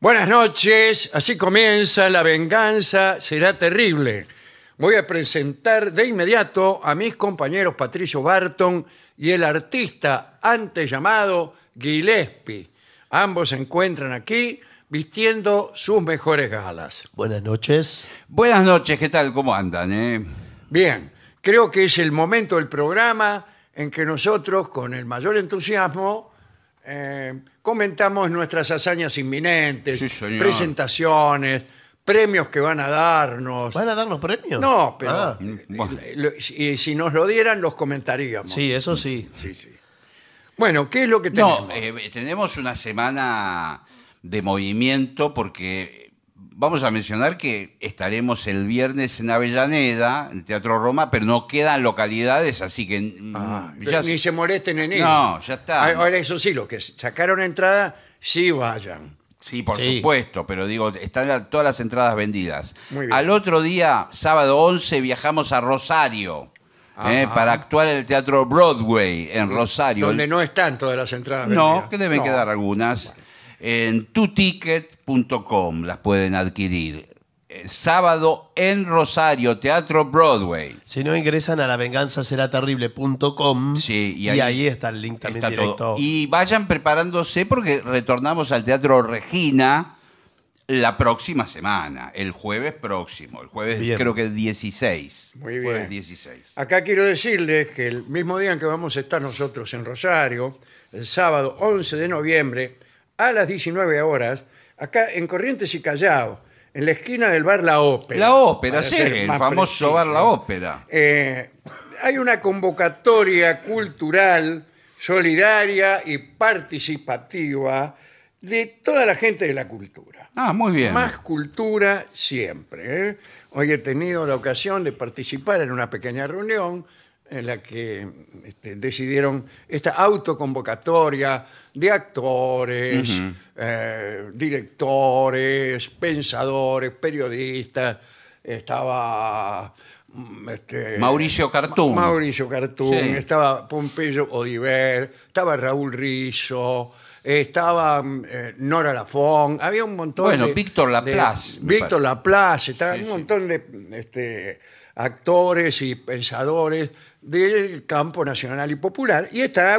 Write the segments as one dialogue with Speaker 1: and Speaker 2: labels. Speaker 1: Buenas noches, así comienza La venganza será terrible. Voy a presentar de inmediato a mis compañeros Patricio Barton y el artista antes llamado Gillespie. Ambos se encuentran aquí vistiendo sus mejores galas.
Speaker 2: Buenas noches.
Speaker 3: Buenas noches, ¿qué tal? ¿Cómo andan? eh?
Speaker 1: Bien, creo que es el momento del programa en que nosotros, con el mayor entusiasmo, eh, comentamos nuestras hazañas inminentes,
Speaker 3: Sí, señor.
Speaker 1: presentaciones, premios que van a darnos.
Speaker 2: ¿Van a darnos premios?
Speaker 1: No, pero
Speaker 2: Ah,
Speaker 1: eh,
Speaker 3: Mm, bueno.
Speaker 1: lo- y si nos lo dieran, los comentaríamos.
Speaker 2: sí, eso sí.
Speaker 1: Sí, sí. Bueno, ¿qué es lo que tenemos?
Speaker 3: No, eh, tenemos una semana de movimiento porque vamos a mencionar que estaremos el viernes en Avellaneda, en el Teatro Roma, pero no quedan localidades, así que mm,
Speaker 1: Ah,
Speaker 3: ya
Speaker 1: ni
Speaker 3: se-
Speaker 1: se molesten en eso.
Speaker 3: No, ya está.
Speaker 1: Ah, Ahora, eso sí, los que sacaron entrada, sí vayan.
Speaker 3: Sí, por
Speaker 2: Sí.
Speaker 3: supuesto, pero digo, están la- todas las entradas vendidas.
Speaker 1: Muy bien.
Speaker 3: Al otro día, sábado 11, viajamos a Rosario eh,
Speaker 1: Ajá.
Speaker 3: para actuar en el Teatro Broadway en Rosario.
Speaker 1: Donde no están todas las entradas.
Speaker 3: No,
Speaker 1: vendidas.
Speaker 3: que deben
Speaker 1: No.
Speaker 3: quedar algunas. En tuticket.com las pueden adquirir. Eh, Sábado en Rosario, Teatro Broadway.
Speaker 2: Si no ingresan a lavenganzaseraterrible.com
Speaker 3: Sí, y
Speaker 2: y
Speaker 3: ahí-
Speaker 2: ahí, está el link también
Speaker 3: Está
Speaker 2: directo.
Speaker 3: todo. Y vayan preparándose porque retornamos al Teatro Regina la próxima semana, el jueves próximo, el jueves
Speaker 2: Bien.
Speaker 3: creo que 16.
Speaker 1: Muy bien.
Speaker 3: Jueves 16.
Speaker 1: Acá quiero decirles que el mismo día en que vamos a estar nosotros en Rosario, el sábado 11 de noviembre, a las 19 horas, acá en Corrientes y Callao, en la esquina del bar La Ópera.
Speaker 3: La ópera,
Speaker 1: Para
Speaker 3: sí,
Speaker 1: ser
Speaker 3: el
Speaker 1: más
Speaker 3: famoso
Speaker 1: preciso.
Speaker 3: bar La Ópera.
Speaker 1: Eh, hay una convocatoria cultural, solidaria y participativa de toda la gente de la cultura.
Speaker 3: Ah, muy bien.
Speaker 1: Más cultura siempre. ¿eh? Hoy he tenido la ocasión de participar en una pequeña reunión en la que este, decidieron esta autoconvocatoria de actores, eh, directores, pensadores, periodistas. Estaba... mm, este,
Speaker 3: Mauricio Cartún.
Speaker 1: Mauricio Cartún,
Speaker 3: Sí.
Speaker 1: estaba Pompeyo Odiver, estaba Raúl Rizzo, estaba mm, eh, Nora Lafón, había un montón
Speaker 3: Bueno,
Speaker 1: de-
Speaker 3: Víctor
Speaker 1: de-
Speaker 3: Laplace, me
Speaker 1: Víctor
Speaker 3: parece.
Speaker 1: Laplace, estaba
Speaker 3: Sí,
Speaker 1: un
Speaker 3: sí.
Speaker 1: montón de este, actores y pensadores del campo nacional y popular. Y esta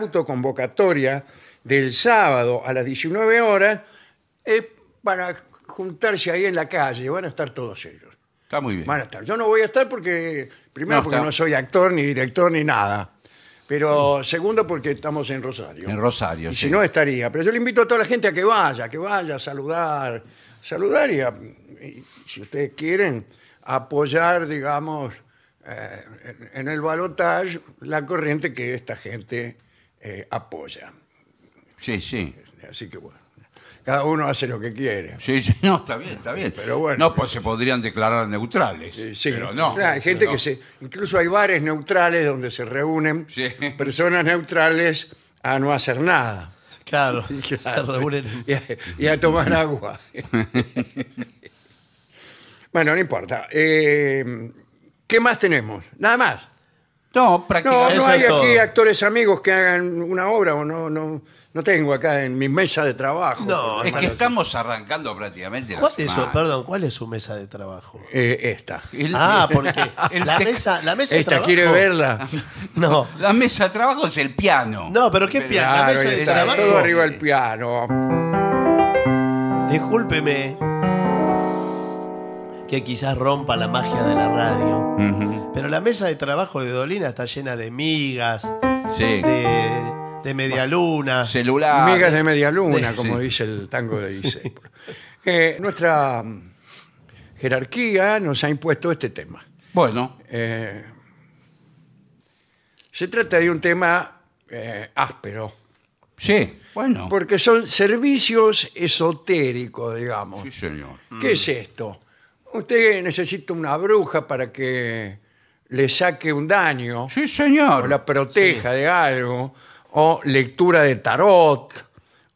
Speaker 1: autoconvocatoria del sábado a las 19 horas es para juntarse ahí en la calle, van a estar todos ellos.
Speaker 3: Está muy bien.
Speaker 1: Van a estar. Yo no voy a estar porque, primero,
Speaker 3: No,
Speaker 1: porque
Speaker 3: está.
Speaker 1: no soy actor, ni director, ni nada. Pero segundo, porque estamos en Rosario.
Speaker 3: En Rosario,
Speaker 1: Y
Speaker 3: sí.
Speaker 1: si no, estaría. Pero yo le invito a toda la gente a que vaya, que vaya a saludar. Saludar y, a- y si ustedes quieren, apoyar, digamos, eh, en, en el balotaje la corriente que esta gente eh, apoya.
Speaker 3: Sí, sí.
Speaker 1: Así que bueno, cada uno hace lo que quiere.
Speaker 3: Sí, sí, no, está bien, está bien.
Speaker 1: Pero bueno.
Speaker 3: No, pues se podrían declarar neutrales.
Speaker 1: Eh, Sí,
Speaker 3: Pero no.
Speaker 1: Claro, hay gente
Speaker 3: pero-
Speaker 1: que se. Incluso hay bares neutrales donde se reúnen
Speaker 3: Sí.
Speaker 1: personas neutrales a no hacer nada.
Speaker 2: Claro, se reúnen.
Speaker 1: Y a, y a tomar agua. bueno, no importa. Eh, ¿Qué más tenemos? Nada más.
Speaker 3: No,
Speaker 1: No,
Speaker 3: prácticamente.
Speaker 1: no
Speaker 2: Eso
Speaker 1: hay
Speaker 2: es
Speaker 1: aquí
Speaker 2: todo.
Speaker 1: actores amigos que hagan una obra o no, no, no tengo acá en mi mesa de trabajo.
Speaker 2: No,
Speaker 3: es que
Speaker 2: hermano,
Speaker 3: estamos arrancando prácticamente la
Speaker 2: ¿Cuál es
Speaker 3: semana.
Speaker 2: su, perdón, ¿cuál es su mesa de trabajo?
Speaker 1: Eh, esta.
Speaker 3: El-
Speaker 2: Ah, porque
Speaker 3: el
Speaker 2: la
Speaker 3: tec-
Speaker 2: mesa, la mesa de
Speaker 1: Esta
Speaker 2: trabajo.
Speaker 1: quiere verla.
Speaker 2: No,
Speaker 3: La mesa de trabajo es el piano.
Speaker 2: No, pero ¿qué piano? La
Speaker 1: Claro,
Speaker 2: mesa de
Speaker 1: está
Speaker 2: trabajo.
Speaker 1: todo arriba del piano.
Speaker 2: discúlpeme que quizás rompa la magia de la radio,
Speaker 3: Ujú.
Speaker 2: pero la mesa de trabajo de Dolina está llena de migas,
Speaker 3: Sí.
Speaker 2: de, de medialunas.
Speaker 3: Celular.
Speaker 1: Migas de media luna,
Speaker 3: Sí,
Speaker 1: como
Speaker 3: sí.
Speaker 1: dice el tango de Disey. Eh, nuestra mm, jerarquía nos ha impuesto este tema.
Speaker 3: Bueno,
Speaker 1: Eh, se trata de un tema eh, áspero,
Speaker 3: sí, bueno.
Speaker 1: porque son servicios esotéricos, digamos.
Speaker 3: Sí, señor.
Speaker 1: ¿Qué es esto? Usted necesita una bruja para que le saque un daño,
Speaker 3: Sí,
Speaker 1: o
Speaker 3: señor.
Speaker 1: la proteja de algo, o lectura de tarot,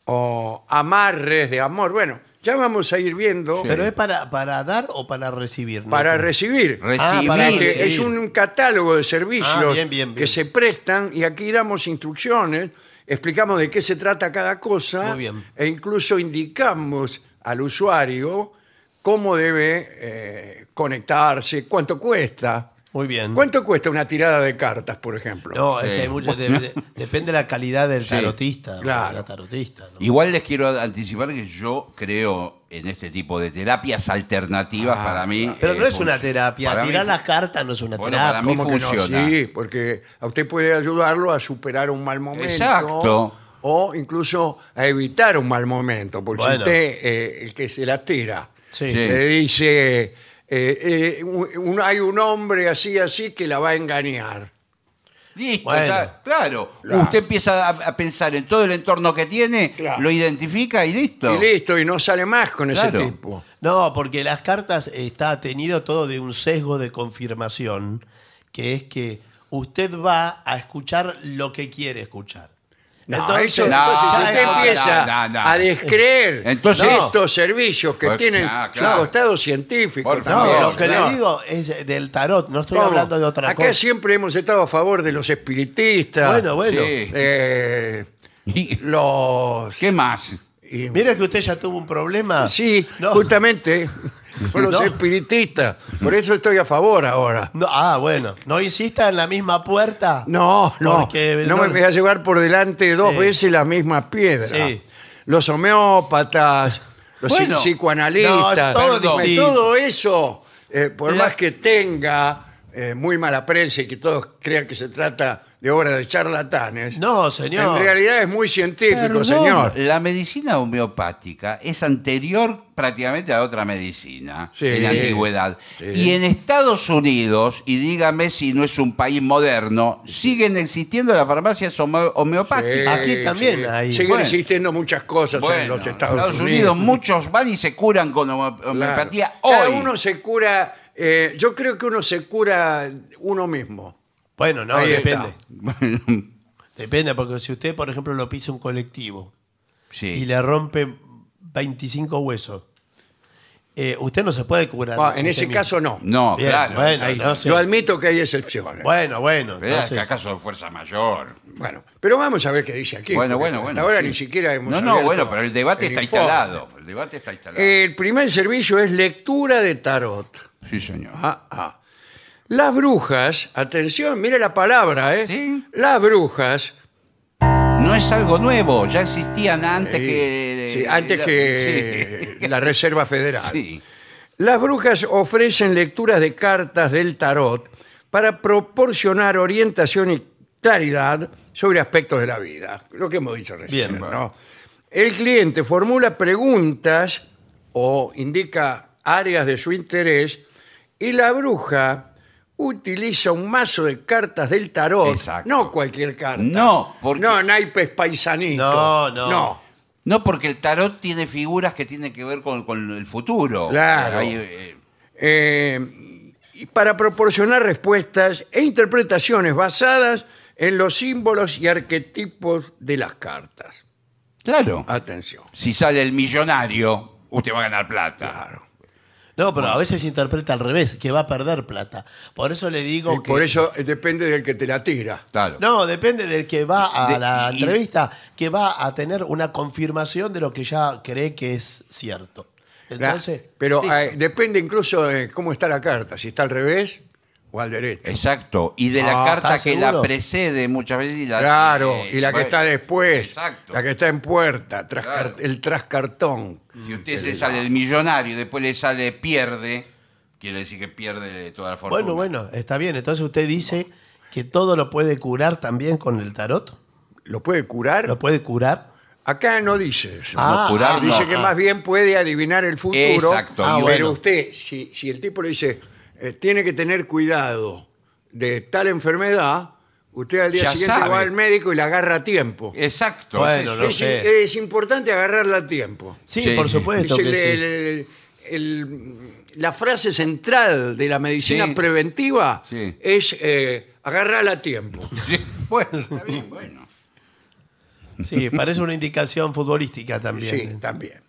Speaker 1: o amarres de amor. Bueno, ya vamos a ir viendo
Speaker 2: ¿Pero es para, para dar o para recibir? ¿no?
Speaker 1: para recibir.
Speaker 3: Recibir.
Speaker 2: Ah, para
Speaker 1: Porque
Speaker 2: recibir.
Speaker 1: es un catálogo de servicios
Speaker 2: Ah, bien, bien, bien.
Speaker 1: que se prestan y aquí damos instrucciones, explicamos de qué se trata cada cosa
Speaker 2: Muy bien.
Speaker 1: e incluso indicamos al usuario cómo debe eh, conectarse, cuánto cuesta.
Speaker 2: Muy bien.
Speaker 1: ¿Cuánto cuesta una tirada de cartas, por ejemplo?
Speaker 2: Mm. No, es
Speaker 3: Sí.
Speaker 2: que hay muchas. de- de- depende de la calidad del tarotista.
Speaker 1: claro.
Speaker 2: de la tarotista ¿no?
Speaker 3: Igual les quiero anticipar que yo creo en este tipo de terapias alternativas
Speaker 1: Ah,
Speaker 3: para mí.
Speaker 2: Pero
Speaker 3: eh,
Speaker 2: no es
Speaker 3: fun-
Speaker 2: una terapia.
Speaker 3: para mí
Speaker 2: Tirar
Speaker 3: fu-
Speaker 2: las cartas no es una
Speaker 3: Bueno,
Speaker 2: terapia.
Speaker 3: para mí
Speaker 1: ¿Cómo que no?
Speaker 3: funciona.
Speaker 1: Sí, porque a usted puede ayudarlo a superar un mal momento.
Speaker 3: Exacto.
Speaker 1: O incluso a evitar un mal momento. Porque si
Speaker 2: Bueno.
Speaker 1: usted, eh, el que se la tira,
Speaker 2: Sí.
Speaker 3: Sí.
Speaker 1: le dice, eh, eh, un- un- hay un hombre así, así, que la va a engañar.
Speaker 3: Listo,
Speaker 2: Bueno.
Speaker 3: está- claro.
Speaker 1: Claro.
Speaker 3: Usted empieza a, a pensar en todo el entorno que tiene,
Speaker 1: Claro.
Speaker 3: lo identifica y listo.
Speaker 1: Y listo, y no sale más con
Speaker 3: Claro.
Speaker 1: ese tipo.
Speaker 2: No, porque las cartas está atenido todo de un sesgo de confirmación, que es que usted va a escuchar lo que quiere escuchar.
Speaker 1: No,
Speaker 2: Entonces-
Speaker 1: eso-
Speaker 3: No,
Speaker 1: entonces
Speaker 3: no,
Speaker 1: usted
Speaker 3: no,
Speaker 1: empieza
Speaker 3: no, no, no.
Speaker 1: a descreer
Speaker 3: Entonces-
Speaker 1: estos servicios que
Speaker 3: Pues,
Speaker 1: tienen
Speaker 3: ah,
Speaker 1: su
Speaker 3: claro.
Speaker 1: costado científico.
Speaker 3: Por
Speaker 2: No,
Speaker 1: también,
Speaker 3: Claro,
Speaker 2: lo que
Speaker 1: claro.
Speaker 2: le digo es del tarot, no estoy
Speaker 1: Vamos,
Speaker 2: hablando de otra
Speaker 1: acá
Speaker 2: cosa.
Speaker 1: siempre hemos estado a favor de los espiritistas.
Speaker 2: Bueno, bueno.
Speaker 3: Sí.
Speaker 1: eh,
Speaker 3: Y-
Speaker 1: los.
Speaker 3: ¿Qué más?
Speaker 1: y-
Speaker 2: Mira que usted ya tuvo un problema.
Speaker 1: sí,
Speaker 2: No,
Speaker 1: justamente con los
Speaker 2: No.
Speaker 1: espiritistas. Por eso estoy a favor ahora.
Speaker 2: no, ah, bueno. No insista en la misma puerta.
Speaker 1: No, no.
Speaker 2: Porque
Speaker 1: no, me voy a llevar por delante dos
Speaker 2: Sí.
Speaker 1: veces la misma piedra.
Speaker 2: Sí.
Speaker 1: Los homeópatas, los
Speaker 3: Bueno,
Speaker 1: psicoanalistas.
Speaker 2: no, es todo
Speaker 1: Perdón.
Speaker 2: distinto.
Speaker 1: todo eso, eh, por
Speaker 3: La-
Speaker 1: más que tenga eh, muy mala prensa y que todos crean que se trata de obra de charlatanes.
Speaker 2: No, señor. Eh,
Speaker 1: En realidad es muy científico,
Speaker 3: Perdón,
Speaker 1: señor.
Speaker 3: La medicina homeopática es anterior prácticamente a otra medicina
Speaker 1: Sí.
Speaker 3: en la antigüedad.
Speaker 1: Sí.
Speaker 3: Y en Estados Unidos, y dígame si no es un país moderno, siguen existiendo las farmacias homo- homeopáticas.
Speaker 2: Aquí también hay-
Speaker 1: Siguen
Speaker 3: Bueno.
Speaker 1: existiendo muchas cosas en
Speaker 3: Bueno,
Speaker 1: los Estados,
Speaker 3: Unidos, muchos van y se curan con homo- homeopatía
Speaker 1: Claro.
Speaker 3: hoy.
Speaker 1: Cada uno se cura, eh, yo creo que uno se cura uno mismo.
Speaker 2: Bueno, no,
Speaker 1: Ahí
Speaker 2: depende.
Speaker 1: está.
Speaker 2: Depende, porque si usted, por ejemplo, lo pisa un colectivo
Speaker 3: Sí.
Speaker 2: y le rompe 25 huesos, eh, usted no se puede curar.
Speaker 1: Ah, en
Speaker 2: usted
Speaker 1: ese
Speaker 2: mismo.
Speaker 1: caso no.
Speaker 3: No,
Speaker 2: Bien,
Speaker 3: claro.
Speaker 2: bueno,
Speaker 3: claro.
Speaker 2: entonces-
Speaker 1: Yo admito que hay excepciones. Bueno,
Speaker 2: Bueno, bueno.
Speaker 3: Pero es
Speaker 2: entonces-
Speaker 3: que acaso de fuerza mayor.
Speaker 1: pero vamos a ver qué dice aquí.
Speaker 3: Bueno,
Speaker 1: porque
Speaker 3: bueno,
Speaker 1: hasta
Speaker 3: bueno.
Speaker 1: ahora
Speaker 3: sí.
Speaker 1: ni siquiera hemos
Speaker 3: No, no,
Speaker 1: abierto
Speaker 3: bueno, pero el debate está
Speaker 1: informe. Eh,
Speaker 3: instalado. El debate está instalado.
Speaker 1: El primer servicio es lectura de tarot.
Speaker 3: sí, señor.
Speaker 1: Ah, ah. Las brujas, atención, mire la palabra, ¿eh?
Speaker 3: Sí.
Speaker 1: Las brujas
Speaker 3: No es algo nuevo, ya existían antes
Speaker 1: Sí,
Speaker 3: que. eh,
Speaker 1: sí, antes que
Speaker 3: Sí.
Speaker 1: la Reserva Federal.
Speaker 3: Sí.
Speaker 1: Las brujas ofrecen lecturas de cartas del tarot para proporcionar orientación y claridad sobre aspectos de la vida, lo que hemos dicho recién.
Speaker 2: Bien.
Speaker 1: ¿no? El cliente formula preguntas o indica áreas de su interés y la bruja utiliza un mazo de cartas del tarot,
Speaker 3: Exacto.
Speaker 1: no cualquier carta.
Speaker 3: No, porque-
Speaker 1: No, naipes paisanitos.
Speaker 2: No, no.
Speaker 1: No.
Speaker 3: No, porque el tarot tiene figuras que tienen que ver con, con el futuro.
Speaker 1: Claro.
Speaker 3: Hay, eh,
Speaker 1: eh, y para proporcionar respuestas e interpretaciones basadas en los símbolos y arquetipos de las cartas.
Speaker 3: claro.
Speaker 1: Ah. Atención.
Speaker 3: Si sale el millonario, usted va a ganar plata.
Speaker 2: No, pero a veces se interpreta al revés, que va a perder plata. Por eso le digo
Speaker 1: Y
Speaker 2: que.
Speaker 1: por eso eh, depende del que te la tira.
Speaker 3: Claro.
Speaker 2: No, depende del que va a
Speaker 3: De-
Speaker 2: la
Speaker 3: y-
Speaker 2: entrevista, que va a tener una confirmación de lo que ya cree que es cierto.
Speaker 1: La-
Speaker 2: Entonces.
Speaker 1: pero
Speaker 2: listo.
Speaker 1: eh, depende incluso de cómo está la carta, si está al revés o al derecho.
Speaker 3: Exacto. Y de la
Speaker 2: Ah,
Speaker 3: carta
Speaker 2: ¿estás
Speaker 3: que la
Speaker 2: seguro?
Speaker 3: precede muchas veces. y la-
Speaker 1: Claro,
Speaker 3: eh,
Speaker 1: y la que
Speaker 3: bueno,
Speaker 1: está después,
Speaker 3: Exacto.
Speaker 1: la que está en puerta, tras
Speaker 3: Claro.
Speaker 1: car- el trascartón.
Speaker 3: Si usted le sale el millonario y después le sale pierde, quiere decir que pierde toda la fortuna.
Speaker 2: Bueno, bueno, está bien. Entonces usted dice que todo lo puede curar también con el tarot.
Speaker 1: ¿Lo puede curar?
Speaker 2: Lo Ah, puede curar.
Speaker 1: Acá no dice eso.
Speaker 3: No, curar no.
Speaker 1: Dice que más bien puede adivinar el futuro.
Speaker 3: Exacto.
Speaker 2: Ah,
Speaker 1: pero
Speaker 2: bueno.
Speaker 1: usted, si, si el tipo le dice, eh, tiene que tener cuidado de tal enfermedad, usted al día
Speaker 3: Ya
Speaker 1: siguiente
Speaker 3: sabe.
Speaker 1: va al médico y la agarra a tiempo.
Speaker 3: Exacto.
Speaker 2: Bueno,
Speaker 3: es
Speaker 2: lo
Speaker 3: eso.
Speaker 1: es,
Speaker 2: sé.
Speaker 1: es importante agarrarla a tiempo.
Speaker 2: Sí,
Speaker 3: Sí.
Speaker 2: por supuesto
Speaker 1: Es
Speaker 2: que
Speaker 1: el-
Speaker 2: sí.
Speaker 1: el- el- la frase central de la medicina
Speaker 3: Sí.
Speaker 1: preventiva
Speaker 3: Sí.
Speaker 1: es eh, agarrarla a tiempo.
Speaker 3: Sí, Bueno, está bien, bueno.
Speaker 2: Sí, parece una indicación futbolística también.
Speaker 1: Sí, también.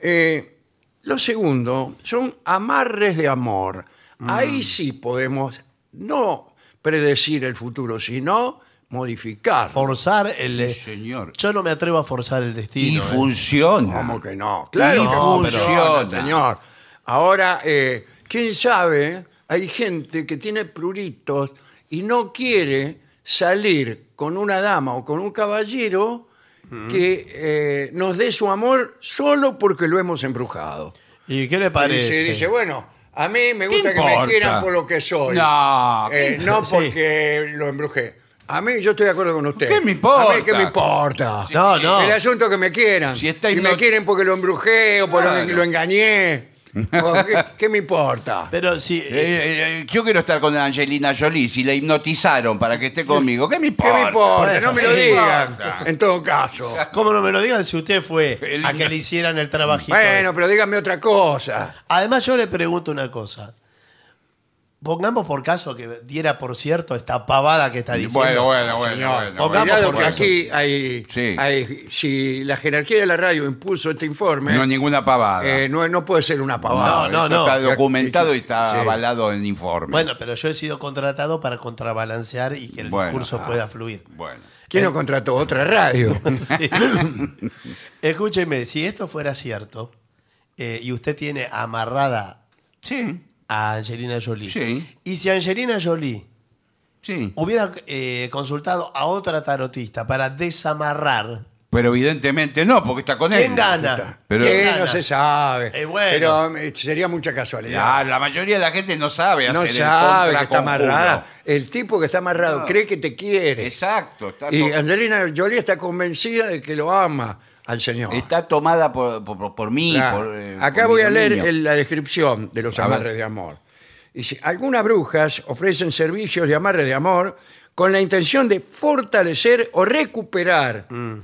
Speaker 1: Eh, lo segundo son amarres de
Speaker 3: Mm.
Speaker 1: amor. Ahí sí podemos no predecir el futuro, sino modificar.
Speaker 2: Forzar el.
Speaker 3: Sí, señor.
Speaker 2: Yo no me atrevo a forzar el
Speaker 3: Y
Speaker 2: destino. ¿eh?
Speaker 3: funciona.
Speaker 1: ¿Cómo que no? Claro,
Speaker 3: Y
Speaker 1: no, pero-
Speaker 3: funciona.
Speaker 1: señor. Ahora, eh, quién sabe, hay gente que tiene pruritos y no quiere salir con una dama o con un caballero
Speaker 3: Mm.
Speaker 1: que eh, nos dé su amor solo porque lo hemos embrujado.
Speaker 2: ¿Y qué le
Speaker 1: Y
Speaker 2: parece?
Speaker 1: se dice, bueno, a mí me gusta que me
Speaker 3: importa?
Speaker 1: quieran por lo que soy.
Speaker 3: No,
Speaker 1: Eh,
Speaker 3: ¿qué-
Speaker 1: no
Speaker 2: sí.
Speaker 1: porque lo embrujé. A mí yo estoy de acuerdo con usted.
Speaker 3: ¿Qué me importa?
Speaker 1: A mí qué me importa.
Speaker 2: No, no.
Speaker 1: El asunto es que me quieran.
Speaker 3: Si está
Speaker 1: y me
Speaker 3: hipno-
Speaker 1: quieren porque lo embrujé o porque
Speaker 3: Claro.
Speaker 1: lo engañé. O ¿qué, qué me importa?
Speaker 2: Pero si.
Speaker 3: Eh, eh, yo quiero estar con Angelina Jolie. Si la hipnotizaron para que esté conmigo, ¿qué me
Speaker 1: ¿Qué
Speaker 3: importa?
Speaker 1: me importa? no me lo
Speaker 2: Sí.
Speaker 1: digan.
Speaker 3: Importa.
Speaker 1: En todo caso.
Speaker 2: ¿Cómo no me lo digan si usted fue
Speaker 3: El-
Speaker 2: a que le hicieran el trabajito?
Speaker 1: Bueno, pero díganme otra cosa.
Speaker 2: Además, yo le pregunto una cosa. Pongamos por caso que diera por cierto esta pavada que está diciendo.
Speaker 3: Bueno, bueno, bueno.
Speaker 1: Señor,
Speaker 3: bueno,
Speaker 2: pongamos
Speaker 3: bueno.
Speaker 1: Cuidado
Speaker 2: por
Speaker 1: que
Speaker 2: eso.
Speaker 1: aquí hay,
Speaker 3: Sí.
Speaker 1: hay- Si la jerarquía de la radio impuso este informe,
Speaker 3: No es ninguna pavada.
Speaker 1: eh, no, no puede ser una pavada. ¿eh?
Speaker 2: No, no,
Speaker 3: Esto
Speaker 2: no.
Speaker 3: Está documentado y está
Speaker 1: Sí.
Speaker 3: avalado en informe.
Speaker 2: Bueno, pero yo he sido contratado para contrabalancear y que el
Speaker 3: Bueno, ah.
Speaker 2: discurso pueda fluir.
Speaker 3: Bueno.
Speaker 1: ¿Quién lo contrató? Otra radio.
Speaker 2: Escúcheme, si esto fuera cierto eh, y usted tiene amarrada
Speaker 3: Sí,
Speaker 2: a Angelina Jolie,
Speaker 3: Sí.
Speaker 2: y si Angelina Jolie
Speaker 3: sí.
Speaker 2: hubiera eh, consultado a otra tarotista para desamarrar,
Speaker 3: Pero evidentemente no, porque está con él.
Speaker 2: ¿quién gana?
Speaker 3: Pero-
Speaker 1: Que
Speaker 2: ¿Quién gana?
Speaker 1: no se sabe.
Speaker 2: Eh, bueno.
Speaker 1: Pero eh, sería mucha casualidad.
Speaker 3: Ah, la mayoría de la gente no sabe
Speaker 1: no
Speaker 3: hacer
Speaker 1: sabe
Speaker 3: el
Speaker 1: que está
Speaker 3: contraconjuro.
Speaker 1: amarrada. El tipo que está amarrado
Speaker 3: No.
Speaker 1: cree que te quiere.
Speaker 3: Exacto. Está,
Speaker 1: Y
Speaker 3: to-
Speaker 1: Angelina Jolie está convencida de que lo ama al señor.
Speaker 3: está tomada por, por, por mí.
Speaker 1: Claro.
Speaker 3: por, eh,
Speaker 1: Acá
Speaker 3: por mi
Speaker 1: voy a leer
Speaker 3: dominio.
Speaker 1: el- la descripción de los
Speaker 3: A ver.
Speaker 1: amarres de amor. Dice, algunas brujas ofrecen servicios de amarre de amor con la intención de fortalecer o recuperar
Speaker 3: Mm.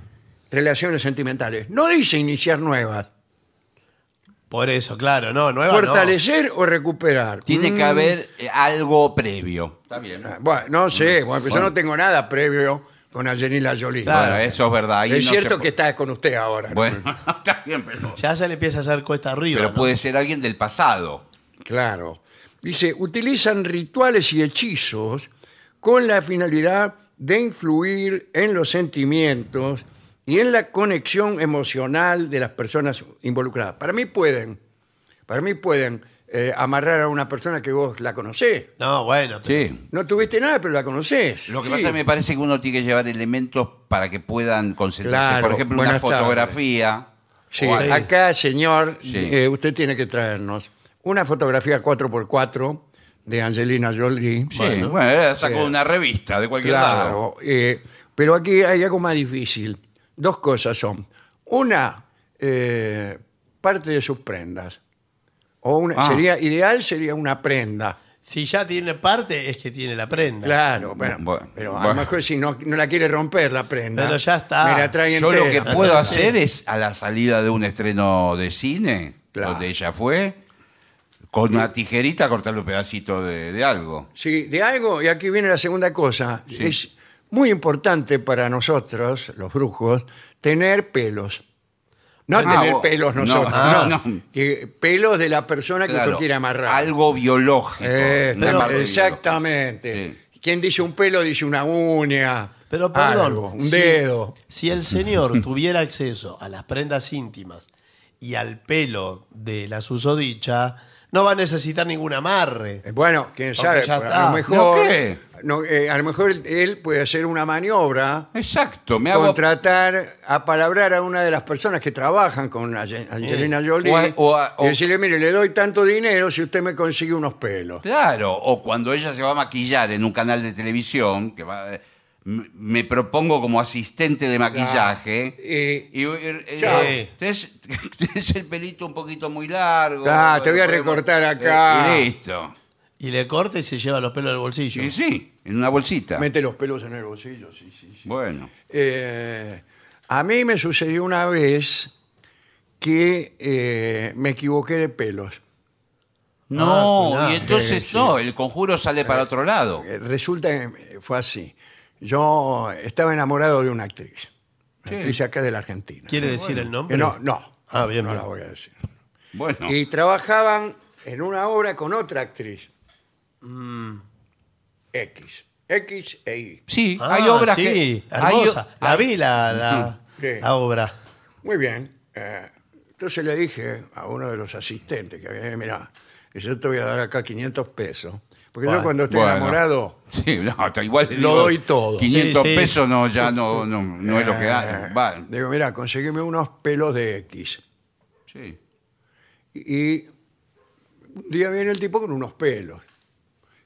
Speaker 1: relaciones sentimentales. No dice iniciar nuevas.
Speaker 3: Ah,
Speaker 2: Por eso, claro, no, nueva no.
Speaker 1: Fortalecer o recuperar.
Speaker 3: Tiene que haber eh, algo previo. Está bien.
Speaker 1: Ah, Bueno, no sé, bueno, pues yo
Speaker 3: Mm, Bueno.
Speaker 1: no tengo nada previo con Angelina Jolie.
Speaker 3: Bueno, eso es verdad. ahí
Speaker 1: es
Speaker 3: no
Speaker 1: cierto
Speaker 3: se
Speaker 1: que
Speaker 3: puede-
Speaker 1: está con usted ahora. ¿no?
Speaker 3: Bueno, está bien, pero...
Speaker 2: Ya se le empieza a hacer cuesta arriba.
Speaker 3: Pero
Speaker 2: ¿no?
Speaker 3: puede ser alguien del pasado.
Speaker 1: Claro. Dice, utilizan rituales y hechizos con la finalidad de influir en los sentimientos y en la conexión emocional de las personas involucradas. Para mí pueden, para mí pueden eh, amarrar a una persona que vos la conocés.
Speaker 2: No, bueno. pero-
Speaker 3: Sí.
Speaker 1: No tuviste nada, pero la conocés.
Speaker 3: Lo que
Speaker 1: Sí.
Speaker 3: pasa es que me parece que uno tiene que llevar elementos para que puedan concentrarse.
Speaker 1: Claro,
Speaker 3: Por ejemplo, una
Speaker 1: buenas tardes.
Speaker 3: fotografía.
Speaker 1: Sí,
Speaker 3: o algo.
Speaker 1: acá, señor,
Speaker 3: Sí.
Speaker 1: eh, usted tiene que traernos una fotografía 4x4 de Angelina Jolie.
Speaker 3: Sí, bueno, eh, sacó
Speaker 1: Sí.
Speaker 3: una revista de cualquier lado.
Speaker 1: Claro, eh, pero aquí hay algo más difícil. Dos cosas son. Una, eh, parte de sus prendas. O una,
Speaker 3: Ah.
Speaker 1: sería ideal sería una prenda.
Speaker 2: Si ya tiene parte, es que tiene la prenda.
Speaker 1: Claro, bueno,
Speaker 3: Bueno,
Speaker 1: pero a lo
Speaker 3: bueno.
Speaker 1: mejor si no, no la quiere romper la prenda.
Speaker 2: Pero ya está.
Speaker 1: Me la trae
Speaker 3: Yo lo que
Speaker 1: entera.
Speaker 3: puedo hacer es, a la salida de un estreno de cine,
Speaker 1: Claro.
Speaker 3: donde ella fue, con una tijerita cortarle un pedacito de, de algo.
Speaker 1: Sí, de algo, y aquí viene la segunda cosa. Es muy importante para nosotros, los brujos, tener pelos. No
Speaker 3: Ah,
Speaker 1: tener
Speaker 3: vos-
Speaker 1: pelos
Speaker 3: no,
Speaker 1: nosotros,
Speaker 3: ah,
Speaker 1: no.
Speaker 3: no.
Speaker 1: Que pelos de la persona que
Speaker 3: Claro,
Speaker 1: usted quiere amarrar.
Speaker 3: Algo biológico.
Speaker 1: Eh,
Speaker 3: una
Speaker 1: pero-
Speaker 3: parte biológica.
Speaker 1: exactamente. Quien dice un pelo dice una uña.
Speaker 2: Pero perdón,
Speaker 1: algo, un
Speaker 2: si-
Speaker 1: dedo.
Speaker 2: Si el señor tuviera acceso a las prendas íntimas y al pelo de la susodicha, no va a necesitar ningún amarre.
Speaker 1: Eh, Bueno, quién sabe,
Speaker 2: ya
Speaker 1: a
Speaker 2: está.
Speaker 1: lo mejor,
Speaker 3: ¿No qué?
Speaker 1: no, eh, a lo mejor él puede hacer una maniobra,
Speaker 3: Exacto, me hago...
Speaker 1: contratar a palabrar a una de las personas que trabajan con Ange- Angelina Jolie
Speaker 3: O a- o a- o-
Speaker 1: y decirle, mire, le doy tanto dinero si usted me consigue unos pelos.
Speaker 3: Claro, o cuando ella se va a maquillar en un canal de televisión, que va- eh, m- me propongo como asistente de maquillaje.
Speaker 1: Eh,
Speaker 3: Y, eh, eh,
Speaker 1: Claro.
Speaker 3: eh, tenés, tenés el pelito un poquito muy largo.
Speaker 1: Ah, te voy a recortar acá.
Speaker 3: Eh, y listo.
Speaker 2: Y le corta y se lleva los pelos al bolsillo.
Speaker 3: Y sí, en una bolsita.
Speaker 1: mete los pelos en el bolsillo, sí, sí, sí.
Speaker 3: Bueno.
Speaker 1: Eh, a mí me sucedió una vez que eh, me equivoqué de pelos.
Speaker 3: No,
Speaker 2: cuidado.
Speaker 3: Ah, y entonces
Speaker 1: Sí, sí.
Speaker 3: no, el conjuro sale para otro lado.
Speaker 1: Eh, Resulta que fue así. Yo estaba enamorado de una actriz. Una
Speaker 3: Sí.
Speaker 1: actriz acá de la Argentina.
Speaker 2: ¿Quiere decir el nombre?
Speaker 1: Que no, no.
Speaker 2: Ah, bien,
Speaker 1: No
Speaker 2: bien.
Speaker 1: la voy a decir.
Speaker 3: Bueno.
Speaker 1: Y
Speaker 3: Mm.
Speaker 1: trabajaban en una obra con otra actriz. X. X e Y.
Speaker 3: Sí,
Speaker 2: Ah,
Speaker 3: hay obras
Speaker 2: sí,
Speaker 3: que. hay o-
Speaker 2: hermosa. la
Speaker 3: hay-
Speaker 2: vi la,
Speaker 1: Mm.
Speaker 2: la-
Speaker 1: Sí.
Speaker 2: la obra.
Speaker 1: Muy bien. eh, entonces le dije a uno de los asistentes que había, mira, yo te voy a dar acá 500 pesos. Porque yo
Speaker 2: Bueno,
Speaker 1: cuando estoy
Speaker 3: bueno.
Speaker 1: enamorado...
Speaker 3: Sí, no, hasta igual le
Speaker 1: Lo
Speaker 3: digo,
Speaker 1: doy todo.
Speaker 3: 500
Speaker 2: Sí, sí.
Speaker 3: pesos no, ya no, no, no es lo que da.
Speaker 1: eh,
Speaker 3: Va,
Speaker 1: Digo, mira, conseguime unos pelos de X.
Speaker 3: sí.
Speaker 1: Y un día viene el tipo con unos pelos.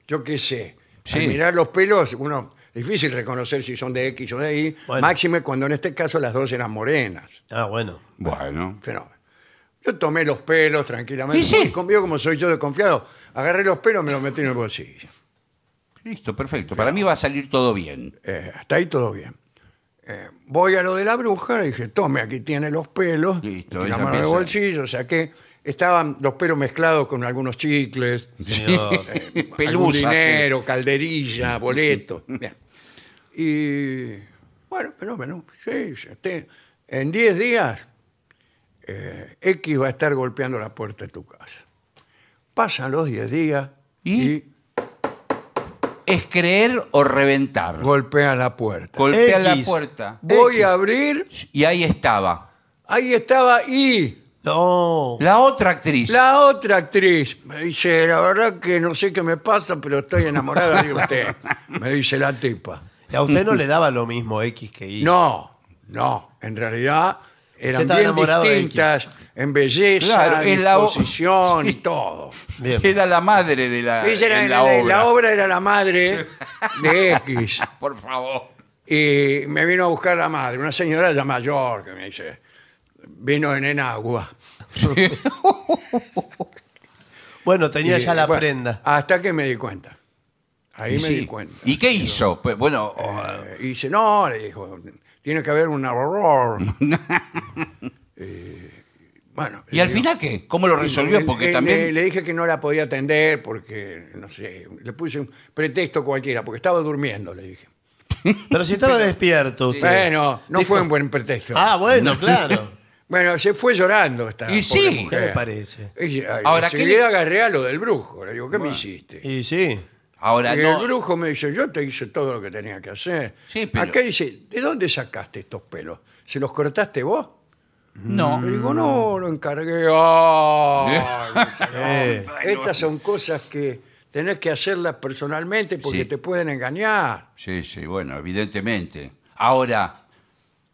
Speaker 1: Yo qué sé.
Speaker 3: Sí.
Speaker 1: Al mirar los pelos, uno difícil reconocer si son de X o de Y.
Speaker 2: Bueno.
Speaker 1: Máxime cuando en este caso las dos eran morenas.
Speaker 2: Ah, bueno.
Speaker 3: Bueno.
Speaker 1: Fenómeno. Yo tomé los pelos tranquilamente.
Speaker 3: Y sí.
Speaker 1: Porque Conmigo, como soy yo desconfiado, agarré los pelos y me los metí en el bolsillo.
Speaker 3: Listo, perfecto. Para mí va a salir todo bien.
Speaker 1: Eh, hasta ahí todo bien. Eh, voy a lo de la bruja, le dije, tome, aquí tiene los pelos.
Speaker 3: Listo,
Speaker 1: Metí
Speaker 3: ella
Speaker 1: la mano en el
Speaker 3: piensa-
Speaker 1: bolsillo, saqué. Estaban los pelos mezclados con algunos chicles.
Speaker 2: Señor.
Speaker 1: Eh, algún
Speaker 3: Pelusa.
Speaker 1: dinero, calderilla, boleto. Bien. Y bueno, fenómeno. Sí, sí, te- en 10 días eh, X va a estar golpeando la puerta de tu casa. Pasan los 10 días
Speaker 3: ¿Y?
Speaker 1: ¿Y?
Speaker 3: Es creer o reventar.
Speaker 1: golpea la puerta.
Speaker 3: Golpea la
Speaker 2: X.
Speaker 3: puerta.
Speaker 1: Voy a abrir,
Speaker 3: Y ahí estaba.
Speaker 1: ahí estaba Y,
Speaker 2: No.
Speaker 3: La otra actriz.
Speaker 1: la otra actriz. Me dice, la verdad que no sé qué me pasa, pero estoy enamorada de usted. Me dice la tipa.
Speaker 2: Y A usted no le daba lo mismo X que Y.
Speaker 1: No, no. En realidad eran
Speaker 2: Usted estaba
Speaker 1: bien
Speaker 2: enamorado de
Speaker 1: distintas en belleza,
Speaker 3: Claro, es la o-
Speaker 1: disposición y
Speaker 3: Sí.
Speaker 1: todo.
Speaker 2: Bien.
Speaker 3: Era la madre de la,
Speaker 1: Ella era-
Speaker 3: en
Speaker 1: la, la obra. era la madre de X.
Speaker 3: Por favor.
Speaker 1: Y me vino a buscar la madre, una señora ya mayor que me dice, vino en enagua.
Speaker 2: Bueno, tenía
Speaker 1: Y,
Speaker 2: ya la
Speaker 1: bueno,
Speaker 2: prenda.
Speaker 1: Hasta que me di cuenta. Ahí me
Speaker 3: Sí.
Speaker 1: di cuenta.
Speaker 3: ¿Y qué hizo? Pues, bueno,
Speaker 1: Eh, y dice, no, le dijo, tiene que haber un horror. Eh, bueno,
Speaker 3: ¿y al
Speaker 1: eh,
Speaker 3: final qué? ¿Cómo lo resolvió?
Speaker 1: Le-
Speaker 3: Porque
Speaker 1: le-
Speaker 3: también.
Speaker 1: Le, le dije que no la podía atender porque, no sé, le puse un pretexto cualquiera, porque estaba durmiendo, le dije.
Speaker 2: Pero si estaba despierto usted.
Speaker 1: Bueno, no
Speaker 2: Dijo-
Speaker 1: fue un buen pretexto.
Speaker 2: Ah, bueno, claro.
Speaker 1: Bueno, se fue llorando esta
Speaker 3: Y
Speaker 1: pobre
Speaker 3: sí.
Speaker 2: ¿Qué
Speaker 1: mujer.
Speaker 2: le parece?
Speaker 1: Y- ay,
Speaker 3: Ahora, ¿qué
Speaker 1: enseguida
Speaker 3: le-
Speaker 1: agarré a lo del brujo. Le digo, ¿qué me hiciste?
Speaker 2: Y sí.
Speaker 3: Ahora
Speaker 1: Y
Speaker 3: no.
Speaker 1: el brujo me dice, yo te hice todo lo que tenía que hacer.
Speaker 3: Sí, pero-
Speaker 1: Acá dice, ¿de dónde sacaste estos pelos? ¿Se los cortaste vos?
Speaker 3: No.
Speaker 1: Le digo,
Speaker 3: Mm.
Speaker 1: no, lo encargué. Ay,
Speaker 2: Eh.
Speaker 1: Estas son cosas que tenés que hacerlas personalmente porque
Speaker 3: Sí.
Speaker 1: te pueden engañar.
Speaker 3: Sí, sí, bueno, evidentemente. Ahora,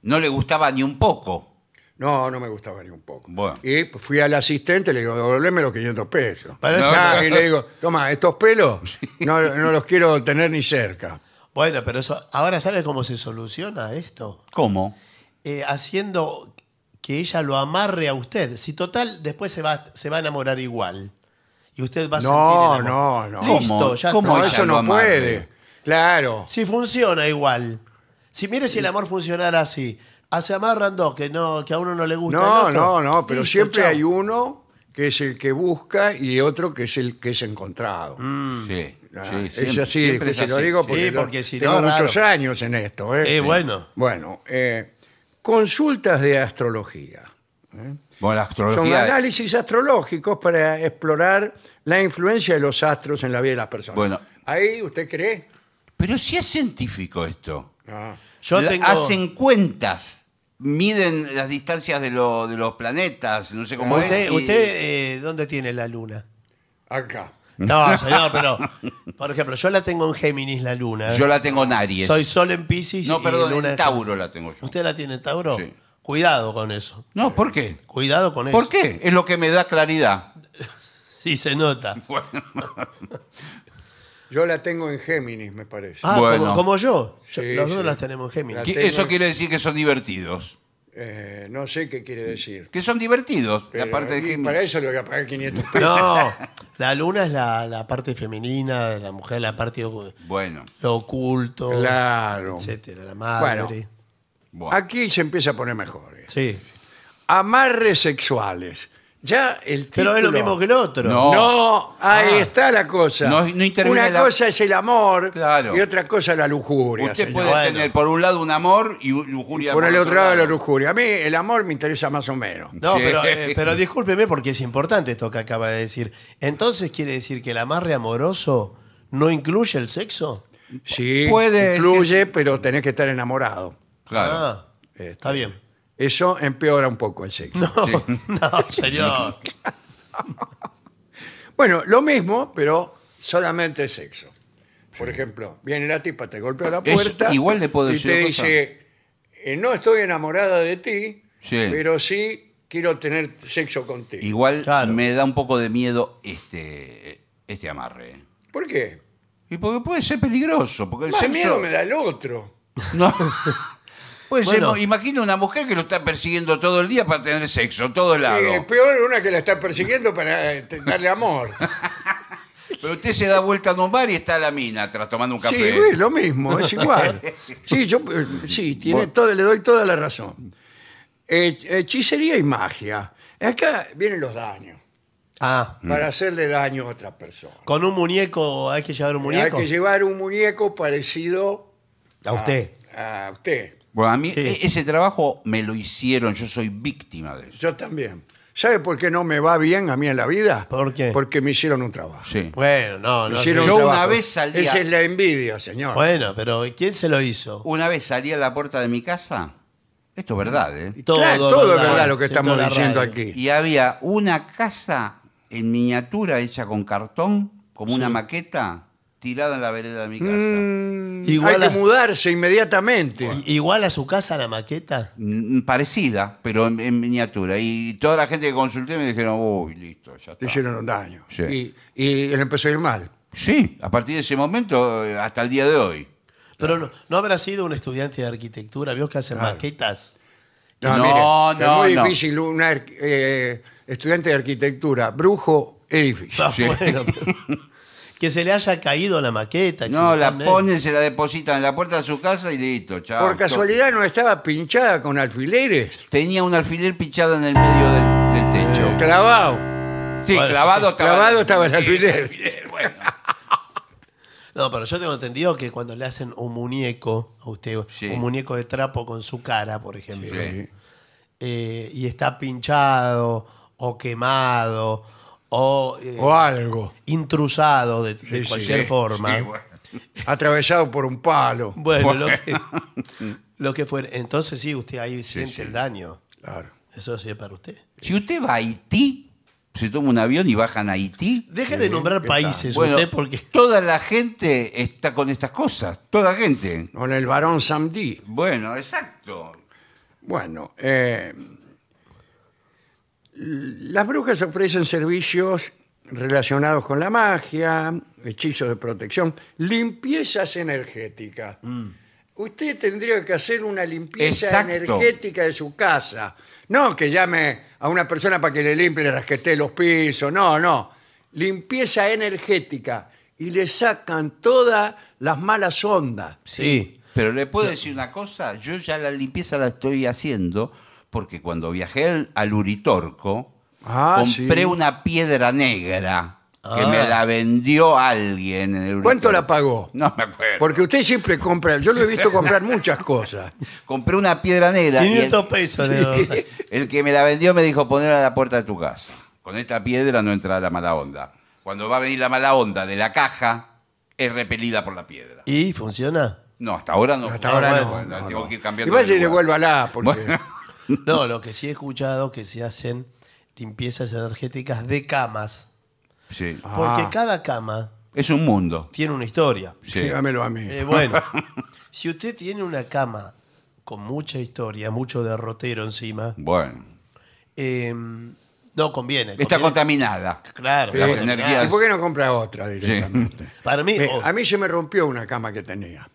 Speaker 3: no le gustaba ni un poco.
Speaker 1: No, no me gustaba ni un poco.
Speaker 3: Bueno.
Speaker 1: Y pues fui al asistente, le digo, devolveme los 500 pesos.
Speaker 2: Para
Speaker 3: eso-
Speaker 1: Ah, Y le digo, toma, estos pelos no, no los quiero tener ni cerca.
Speaker 2: Bueno, pero eso. Ahora, ¿sabe cómo se soluciona esto?
Speaker 3: ¿Cómo?
Speaker 2: Eh, haciendo que ella lo amarre a usted. Si total, después se va, se va a enamorar igual. Y usted va a
Speaker 1: No,
Speaker 2: sentir. el amor.
Speaker 1: no, no.
Speaker 2: Listo, ya
Speaker 3: ¿Cómo?
Speaker 1: No,
Speaker 3: ella
Speaker 2: está.
Speaker 1: eso
Speaker 3: lo
Speaker 1: no
Speaker 3: amarre?
Speaker 1: puede. Claro.
Speaker 2: Si funciona igual. Si mire si el amor funcionara así. Ah, se amarran dos, que no, que a uno no le gusta.
Speaker 1: No,
Speaker 2: el
Speaker 1: no,
Speaker 2: otro.
Speaker 1: no, pero
Speaker 2: Listo,
Speaker 1: siempre
Speaker 2: chao.
Speaker 1: hay uno que es el que busca y otro que es el que es encontrado.
Speaker 3: Mm. Sí,
Speaker 1: Ah,
Speaker 3: sí,
Speaker 1: es
Speaker 3: siempre-
Speaker 1: así,
Speaker 3: siempre
Speaker 1: que
Speaker 3: es
Speaker 1: se lo
Speaker 3: así.
Speaker 1: digo porque,
Speaker 2: Sí,
Speaker 1: yo
Speaker 2: porque si
Speaker 1: tengo
Speaker 2: no, raro.
Speaker 1: muchos años en esto. ¿eh?
Speaker 2: Eh, bueno.
Speaker 1: Bueno, eh, consultas de astrología.
Speaker 3: Bueno, la
Speaker 1: Son
Speaker 3: astrología.
Speaker 1: análisis astrológicos para explorar la influencia de los astros en la vida de las personas.
Speaker 3: Bueno.
Speaker 1: ¿Ahí usted cree? Ah,
Speaker 3: Pero si es científico esto.
Speaker 1: No.
Speaker 2: Yo
Speaker 3: La-
Speaker 2: tengo.
Speaker 3: Hacen cuentas, miden las distancias de, lo- de los planetas, no sé cómo
Speaker 2: ¿Usted,
Speaker 3: es. y-
Speaker 2: usted, eh, dónde tiene la luna?
Speaker 1: Acá.
Speaker 2: No, señor, pero. Por ejemplo, yo la tengo en Géminis, la luna.
Speaker 3: Yo la tengo en Aries.
Speaker 2: Soy Sol en Pisces.
Speaker 3: no,
Speaker 2: y
Speaker 3: perdón,
Speaker 2: luna
Speaker 3: en Tauro la tengo yo.
Speaker 2: ¿Usted la tiene en Tauro?
Speaker 3: Sí.
Speaker 2: Cuidado con eso.
Speaker 3: No, ¿por qué?
Speaker 2: Cuidado con eso.
Speaker 3: ¿Por qué? Es lo que me da claridad.
Speaker 2: Sí, se nota.
Speaker 1: Yo la tengo en Géminis, me parece.
Speaker 2: Ah,
Speaker 3: Bueno.
Speaker 2: como, como yo. Yo-
Speaker 1: Sí,
Speaker 2: Los dos
Speaker 1: sí.
Speaker 2: las tenemos en Géminis.
Speaker 1: La
Speaker 3: Que
Speaker 1: tengo-
Speaker 3: eso quiere decir que son divertidos.
Speaker 1: Eh, no sé qué quiere decir.
Speaker 3: Que son divertidos.
Speaker 1: Pero-
Speaker 3: la parte de
Speaker 1: y
Speaker 3: Géminis.
Speaker 1: Para eso le voy a pagar 500 pesos.
Speaker 2: No, la luna es la, la parte femenina de la mujer, la parte o-
Speaker 3: Bueno,
Speaker 2: lo oculto,
Speaker 1: Claro.
Speaker 2: etcétera, la madre.
Speaker 1: Bueno.
Speaker 3: bueno.
Speaker 1: Aquí se empieza a poner mejor. eh.
Speaker 2: Sí.
Speaker 1: Amarres sexuales. Ya el
Speaker 2: Pero es lo
Speaker 1: título-
Speaker 2: mismo que el otro.
Speaker 3: No.
Speaker 1: No, ahí
Speaker 2: Ah.
Speaker 1: está la cosa.
Speaker 3: No- no interviene
Speaker 1: Una
Speaker 3: la-
Speaker 1: cosa es el amor
Speaker 3: Claro.
Speaker 1: y otra cosa la lujuria.
Speaker 3: Usted
Speaker 1: señor.
Speaker 3: puede
Speaker 2: Bueno.
Speaker 3: tener por un lado un amor y u- lujuria
Speaker 1: Por el otro lado la lujuria. A mí el amor me interesa más o menos.
Speaker 2: No,
Speaker 3: Sí.
Speaker 2: pero, eh, pero discúlpeme porque es importante esto que acaba de decir. Entonces quiere decir que el amarre amoroso no incluye el sexo.
Speaker 1: Sí,
Speaker 3: Puede-
Speaker 1: incluye, pero tenés que estar enamorado.
Speaker 3: Claro.
Speaker 2: Ah, está bien.
Speaker 1: Eso empeora un poco el sexo.
Speaker 2: No, señor.
Speaker 1: Bueno, lo mismo, pero solamente sexo. Por ejemplo, viene la tipa, te golpea la
Speaker 3: Es-
Speaker 1: puerta.
Speaker 3: igual le puedo
Speaker 1: y
Speaker 3: decir
Speaker 1: te
Speaker 3: una cosa.
Speaker 1: dice, eh, no estoy enamorada de ti,
Speaker 3: Sí.
Speaker 1: pero sí quiero tener sexo contigo.
Speaker 3: Igual
Speaker 2: Claro.
Speaker 3: me da un poco de miedo este, este amarre.
Speaker 1: ¿Por qué?
Speaker 3: Y porque puede ser peligroso, porque el
Speaker 1: Más
Speaker 3: sexo.
Speaker 1: miedo me da el otro.
Speaker 3: No. Puede ser-
Speaker 2: Bueno.
Speaker 3: imagina una mujer que lo está persiguiendo todo el día para tener sexo, todo el lado.
Speaker 1: Y peor una que la está persiguiendo para eh, darle amor.
Speaker 3: Pero usted se da vuelta en un bar y está la mina atrás tomando un
Speaker 1: Sí,
Speaker 3: café.
Speaker 1: es lo mismo, es igual. Sí, yo eh, sí, tiene
Speaker 3: Bueno.
Speaker 1: todo, le doy toda la razón. Eh, hechicería y magia. Acá vienen los daños,
Speaker 2: Ah,
Speaker 1: para hacerle daño a otra persona.
Speaker 2: con un muñeco hay que llevar un muñeco.
Speaker 1: Hay que llevar un muñeco parecido
Speaker 2: A usted.
Speaker 1: a usted.
Speaker 3: Bueno, a mí
Speaker 2: Sí.
Speaker 3: e- ese trabajo me lo hicieron, yo soy víctima de eso.
Speaker 1: Yo también. ¿Sabe por qué no me va bien a mí en la vida?
Speaker 2: ¿Por qué?
Speaker 1: Porque me hicieron un trabajo.
Speaker 3: Sí.
Speaker 2: Bueno, no,
Speaker 1: Me
Speaker 2: no.
Speaker 1: hicieron
Speaker 2: sí.
Speaker 3: Yo
Speaker 1: un
Speaker 3: una
Speaker 1: trabajo.
Speaker 3: vez salí a-
Speaker 1: Esa es la envidia, señor.
Speaker 2: Bueno, pero ¿quién se lo hizo?
Speaker 3: Una vez salí a la puerta de mi casa, esto es verdad, ¿eh?
Speaker 1: Claro, todo, es
Speaker 2: verdad.
Speaker 1: verdad lo que
Speaker 2: Sí, toda
Speaker 1: estamos
Speaker 2: la
Speaker 1: diciendo
Speaker 2: radio.
Speaker 1: aquí.
Speaker 3: Y había una casa en miniatura hecha con cartón, como una maqueta, tirada en la vereda de mi casa.
Speaker 1: Mm,
Speaker 2: Igual
Speaker 1: hay
Speaker 2: a-
Speaker 1: que mudarse inmediatamente.
Speaker 2: Igual a su casa la maqueta.
Speaker 3: Mm, Parecida, pero en, en miniatura. Y toda la gente que consulté me dijeron, uy, listo, ya
Speaker 1: Te
Speaker 3: está.
Speaker 1: hicieron un daño.
Speaker 3: Sí.
Speaker 1: Y, y él empezó a ir mal.
Speaker 3: Sí, a partir de ese momento eh, hasta el día de hoy.
Speaker 2: Pero no, ¿no habrá sido un estudiante de arquitectura, vio que hacen maquetas.
Speaker 3: No,
Speaker 1: mire,
Speaker 3: no,
Speaker 1: Es
Speaker 3: no.
Speaker 1: muy difícil un ar- eh, estudiante de arquitectura, brujo, e edificio.
Speaker 2: Ah, bueno, pero- que se le haya caído la maqueta.
Speaker 3: No, la
Speaker 2: chingón, ¿eh?
Speaker 3: ponen, se la depositan en la puerta de su casa y listo, chao.
Speaker 1: Por casualidad no estaba pinchada con alfileres.
Speaker 3: Tenía un alfiler pinchado en el medio del, del techo.
Speaker 1: Clavado.
Speaker 3: Sí,
Speaker 2: Bueno,
Speaker 3: clavado estaba.
Speaker 1: Eh, Clavado estaba el alfiler.
Speaker 3: Bueno,
Speaker 2: No, pero yo tengo entendido que cuando le hacen un muñeco a usted,
Speaker 3: Sí.
Speaker 2: un muñeco de trapo con su cara, por ejemplo,
Speaker 3: Sí.
Speaker 2: eh, y está pinchado o quemado o, eh,
Speaker 1: O algo.
Speaker 2: intrusado de, de
Speaker 1: sí,
Speaker 2: cualquier
Speaker 3: sí,
Speaker 2: forma.
Speaker 3: sí, bueno.
Speaker 1: Atravesado por un palo.
Speaker 2: Bueno, Lo, que, lo que fuera. Entonces sí, usted ahí siente el daño.
Speaker 1: Claro.
Speaker 2: Eso sí es para usted.
Speaker 3: Si usted va a Haití, se toma un avión y bajan a Haití.
Speaker 2: Deje de nombrar países
Speaker 3: Bueno,
Speaker 2: usted porque...
Speaker 3: toda la gente está con estas cosas. Toda la gente.
Speaker 1: Con el varón Samdí.
Speaker 3: Bueno, exacto.
Speaker 1: Bueno, eh, las brujas ofrecen servicios relacionados con la magia, hechizos de protección, limpiezas energéticas. Usted tendría que hacer una limpieza
Speaker 3: Mm. Exacto.
Speaker 1: energética de su casa. No que llame a una persona para que le limpie, le rasquete los pisos. No, no. Limpieza energética. Y le sacan todas las malas ondas.
Speaker 2: Sí.
Speaker 3: Pero le puedo decir una cosa, yo ya la limpieza la estoy haciendo porque cuando viajé al- al Uritorco,
Speaker 1: Ah,
Speaker 3: compré
Speaker 1: sí.
Speaker 3: una piedra negra que
Speaker 2: Ah.
Speaker 3: me la vendió alguien en el Uritorco.
Speaker 1: ¿Cuánto la pagó?
Speaker 3: No me acuerdo.
Speaker 1: Porque usted siempre compra, yo lo he visto comprar muchas cosas.
Speaker 3: Compré una piedra negra y el,
Speaker 2: 500 pesos. le doy.
Speaker 3: el que me la vendió me dijo ponerla a la puerta de tu casa. Con esta piedra no entra la mala onda. Cuando va a venir la mala onda de la caja, es repelida por la piedra.
Speaker 2: ¿Y funciona?
Speaker 3: No, hasta ahora no.
Speaker 1: Hasta ahora no.
Speaker 3: Bueno,
Speaker 1: no,
Speaker 3: tengo
Speaker 1: no.
Speaker 3: que ir
Speaker 1: y
Speaker 3: cambiando
Speaker 1: vaya
Speaker 3: de
Speaker 1: y
Speaker 3: lugar.
Speaker 1: devuélvala, porque
Speaker 2: No, lo que sí he escuchado que se hacen limpiezas energéticas de camas.
Speaker 3: Sí.
Speaker 2: Porque cada cama
Speaker 3: Es un mundo.
Speaker 2: tiene una historia.
Speaker 3: Sí.
Speaker 1: dígamelo a mí.
Speaker 2: Eh, bueno, si usted tiene una cama con mucha historia, mucho derrotero encima,
Speaker 3: Bueno.
Speaker 2: eh, no conviene.
Speaker 3: Está
Speaker 2: conviene-
Speaker 3: contaminada.
Speaker 2: Claro,
Speaker 3: las
Speaker 2: está contaminada.
Speaker 3: energías.
Speaker 1: ¿Y por qué no compra otra directamente?
Speaker 2: Para mí,
Speaker 1: Me-
Speaker 2: oh,
Speaker 1: a mí se me rompió una cama que tenía.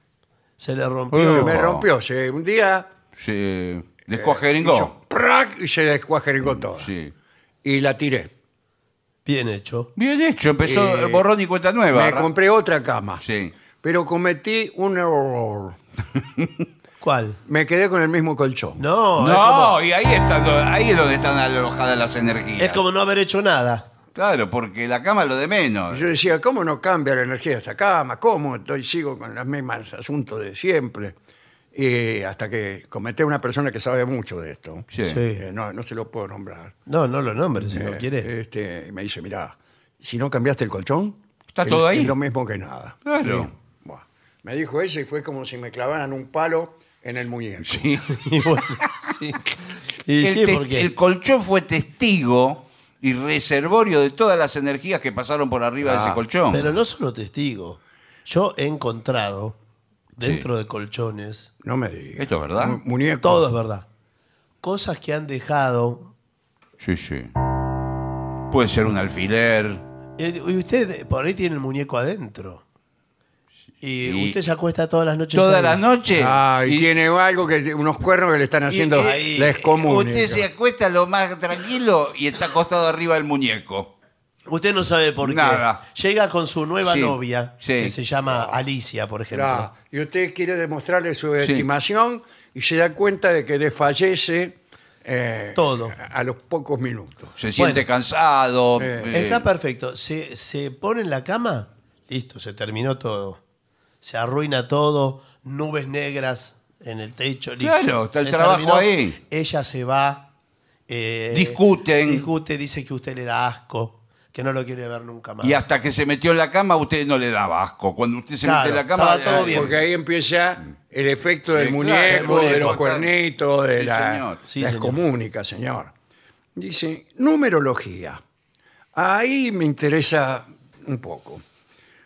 Speaker 2: se le
Speaker 1: Se
Speaker 3: Uh.
Speaker 2: rompió.
Speaker 1: me rompió. se- un día
Speaker 3: Sí.
Speaker 2: Eh,
Speaker 3: Descuajeringó.
Speaker 1: ¡prac! y se descuajericó toda.
Speaker 3: Sí.
Speaker 1: Y la tiré.
Speaker 2: Bien hecho.
Speaker 3: Bien hecho, empezó
Speaker 1: Eh,
Speaker 3: el borrón y cuenta nueva.
Speaker 1: Me
Speaker 3: Ra-
Speaker 1: compré otra cama.
Speaker 3: Sí.
Speaker 1: Pero cometí un error.
Speaker 2: ¿Cuál?
Speaker 1: Me quedé con el mismo colchón.
Speaker 2: No,
Speaker 3: No,
Speaker 2: Es, como,
Speaker 3: y ahí, está, do- ahí es donde están alojadas las energías.
Speaker 2: es como no haber hecho nada.
Speaker 3: Claro, porque la cama es lo de menos.
Speaker 1: Yo decía, ¿cómo no cambia la energía de esta cama? ¿Cómo? Entonces sigo con los mismos asuntos de siempre. Y hasta que comenté a una persona que sabe mucho de esto.
Speaker 3: Sí.
Speaker 2: Sí.
Speaker 1: Eh, no, no se lo puedo nombrar.
Speaker 2: No, no lo nombre, si no
Speaker 1: Eh,
Speaker 2: quiere.
Speaker 1: Este, y me dice, mirá, si no cambiaste el colchón...
Speaker 3: Está
Speaker 1: es-
Speaker 3: todo ahí.
Speaker 1: Es lo mismo que nada.
Speaker 3: Claro.
Speaker 1: Buah. Me dijo eso y fue como si me clavaran un palo en el muñeco.
Speaker 3: Sí.
Speaker 2: Y bueno, sí. Y
Speaker 3: el,
Speaker 2: sí,
Speaker 3: te-
Speaker 2: porque
Speaker 3: el colchón fue testigo y reservorio de todas las energías que pasaron por arriba de ese colchón.
Speaker 2: Ah, Pero no solo testigo. Yo he encontrado dentro de colchones,
Speaker 1: No me digas.
Speaker 3: Esto es verdad.
Speaker 1: Mu- Muñeco.
Speaker 2: todo es verdad, cosas que han dejado.
Speaker 3: Sí, sí. Puede ser un alfiler.
Speaker 2: Eh, Y usted eh, por ahí tiene el muñeco adentro. Y,
Speaker 3: Y-
Speaker 2: usted se acuesta todas las noches.
Speaker 3: Todas
Speaker 2: ahí.
Speaker 3: las noches.
Speaker 1: Ah, y
Speaker 3: Y-
Speaker 1: tiene algo que unos cuernos que le están
Speaker 3: y-
Speaker 1: haciendo
Speaker 3: y-
Speaker 1: la excomunión.
Speaker 3: Usted se acuesta lo más tranquilo y está acostado arriba del muñeco.
Speaker 2: Usted no sabe por
Speaker 3: Nada.
Speaker 2: qué. Llega con su nueva
Speaker 3: Sí,
Speaker 2: novia,
Speaker 3: sí. Ah.
Speaker 2: que se llama Alicia, por ejemplo.
Speaker 1: y usted quiere demostrarle su estimación y se da cuenta de que desfallece eh,
Speaker 2: Todo.
Speaker 1: a los pocos minutos.
Speaker 3: Se siente
Speaker 2: Bueno.
Speaker 3: cansado.
Speaker 1: Eh,
Speaker 3: eh,
Speaker 2: Está perfecto. Se, se pone en la cama, listo, se terminó todo. Se arruina todo, nubes negras en el techo. listo.
Speaker 3: Claro, está el
Speaker 2: Se
Speaker 3: trabajo ahí.
Speaker 2: Ella se va. eh,
Speaker 3: Discuten.
Speaker 2: Discute, dice que usted le da asco, que no lo quiere ver nunca más.
Speaker 3: y hasta que se metió en la cama, usted no le daba asco. Cuando usted se
Speaker 2: Claro,
Speaker 3: mete en la cama.
Speaker 2: estaba todo
Speaker 3: eh,
Speaker 2: bien.
Speaker 1: Porque ahí empieza el efecto del
Speaker 3: Sí, claro, el
Speaker 1: muñeco,
Speaker 3: muñeco,
Speaker 1: de los
Speaker 3: tal.
Speaker 1: cuernitos, de
Speaker 3: Sí,
Speaker 1: la,
Speaker 3: señor.
Speaker 2: Sí,
Speaker 1: la
Speaker 2: señor.
Speaker 1: excomunica, señor. Dice, numerología. Ahí me interesa un poco.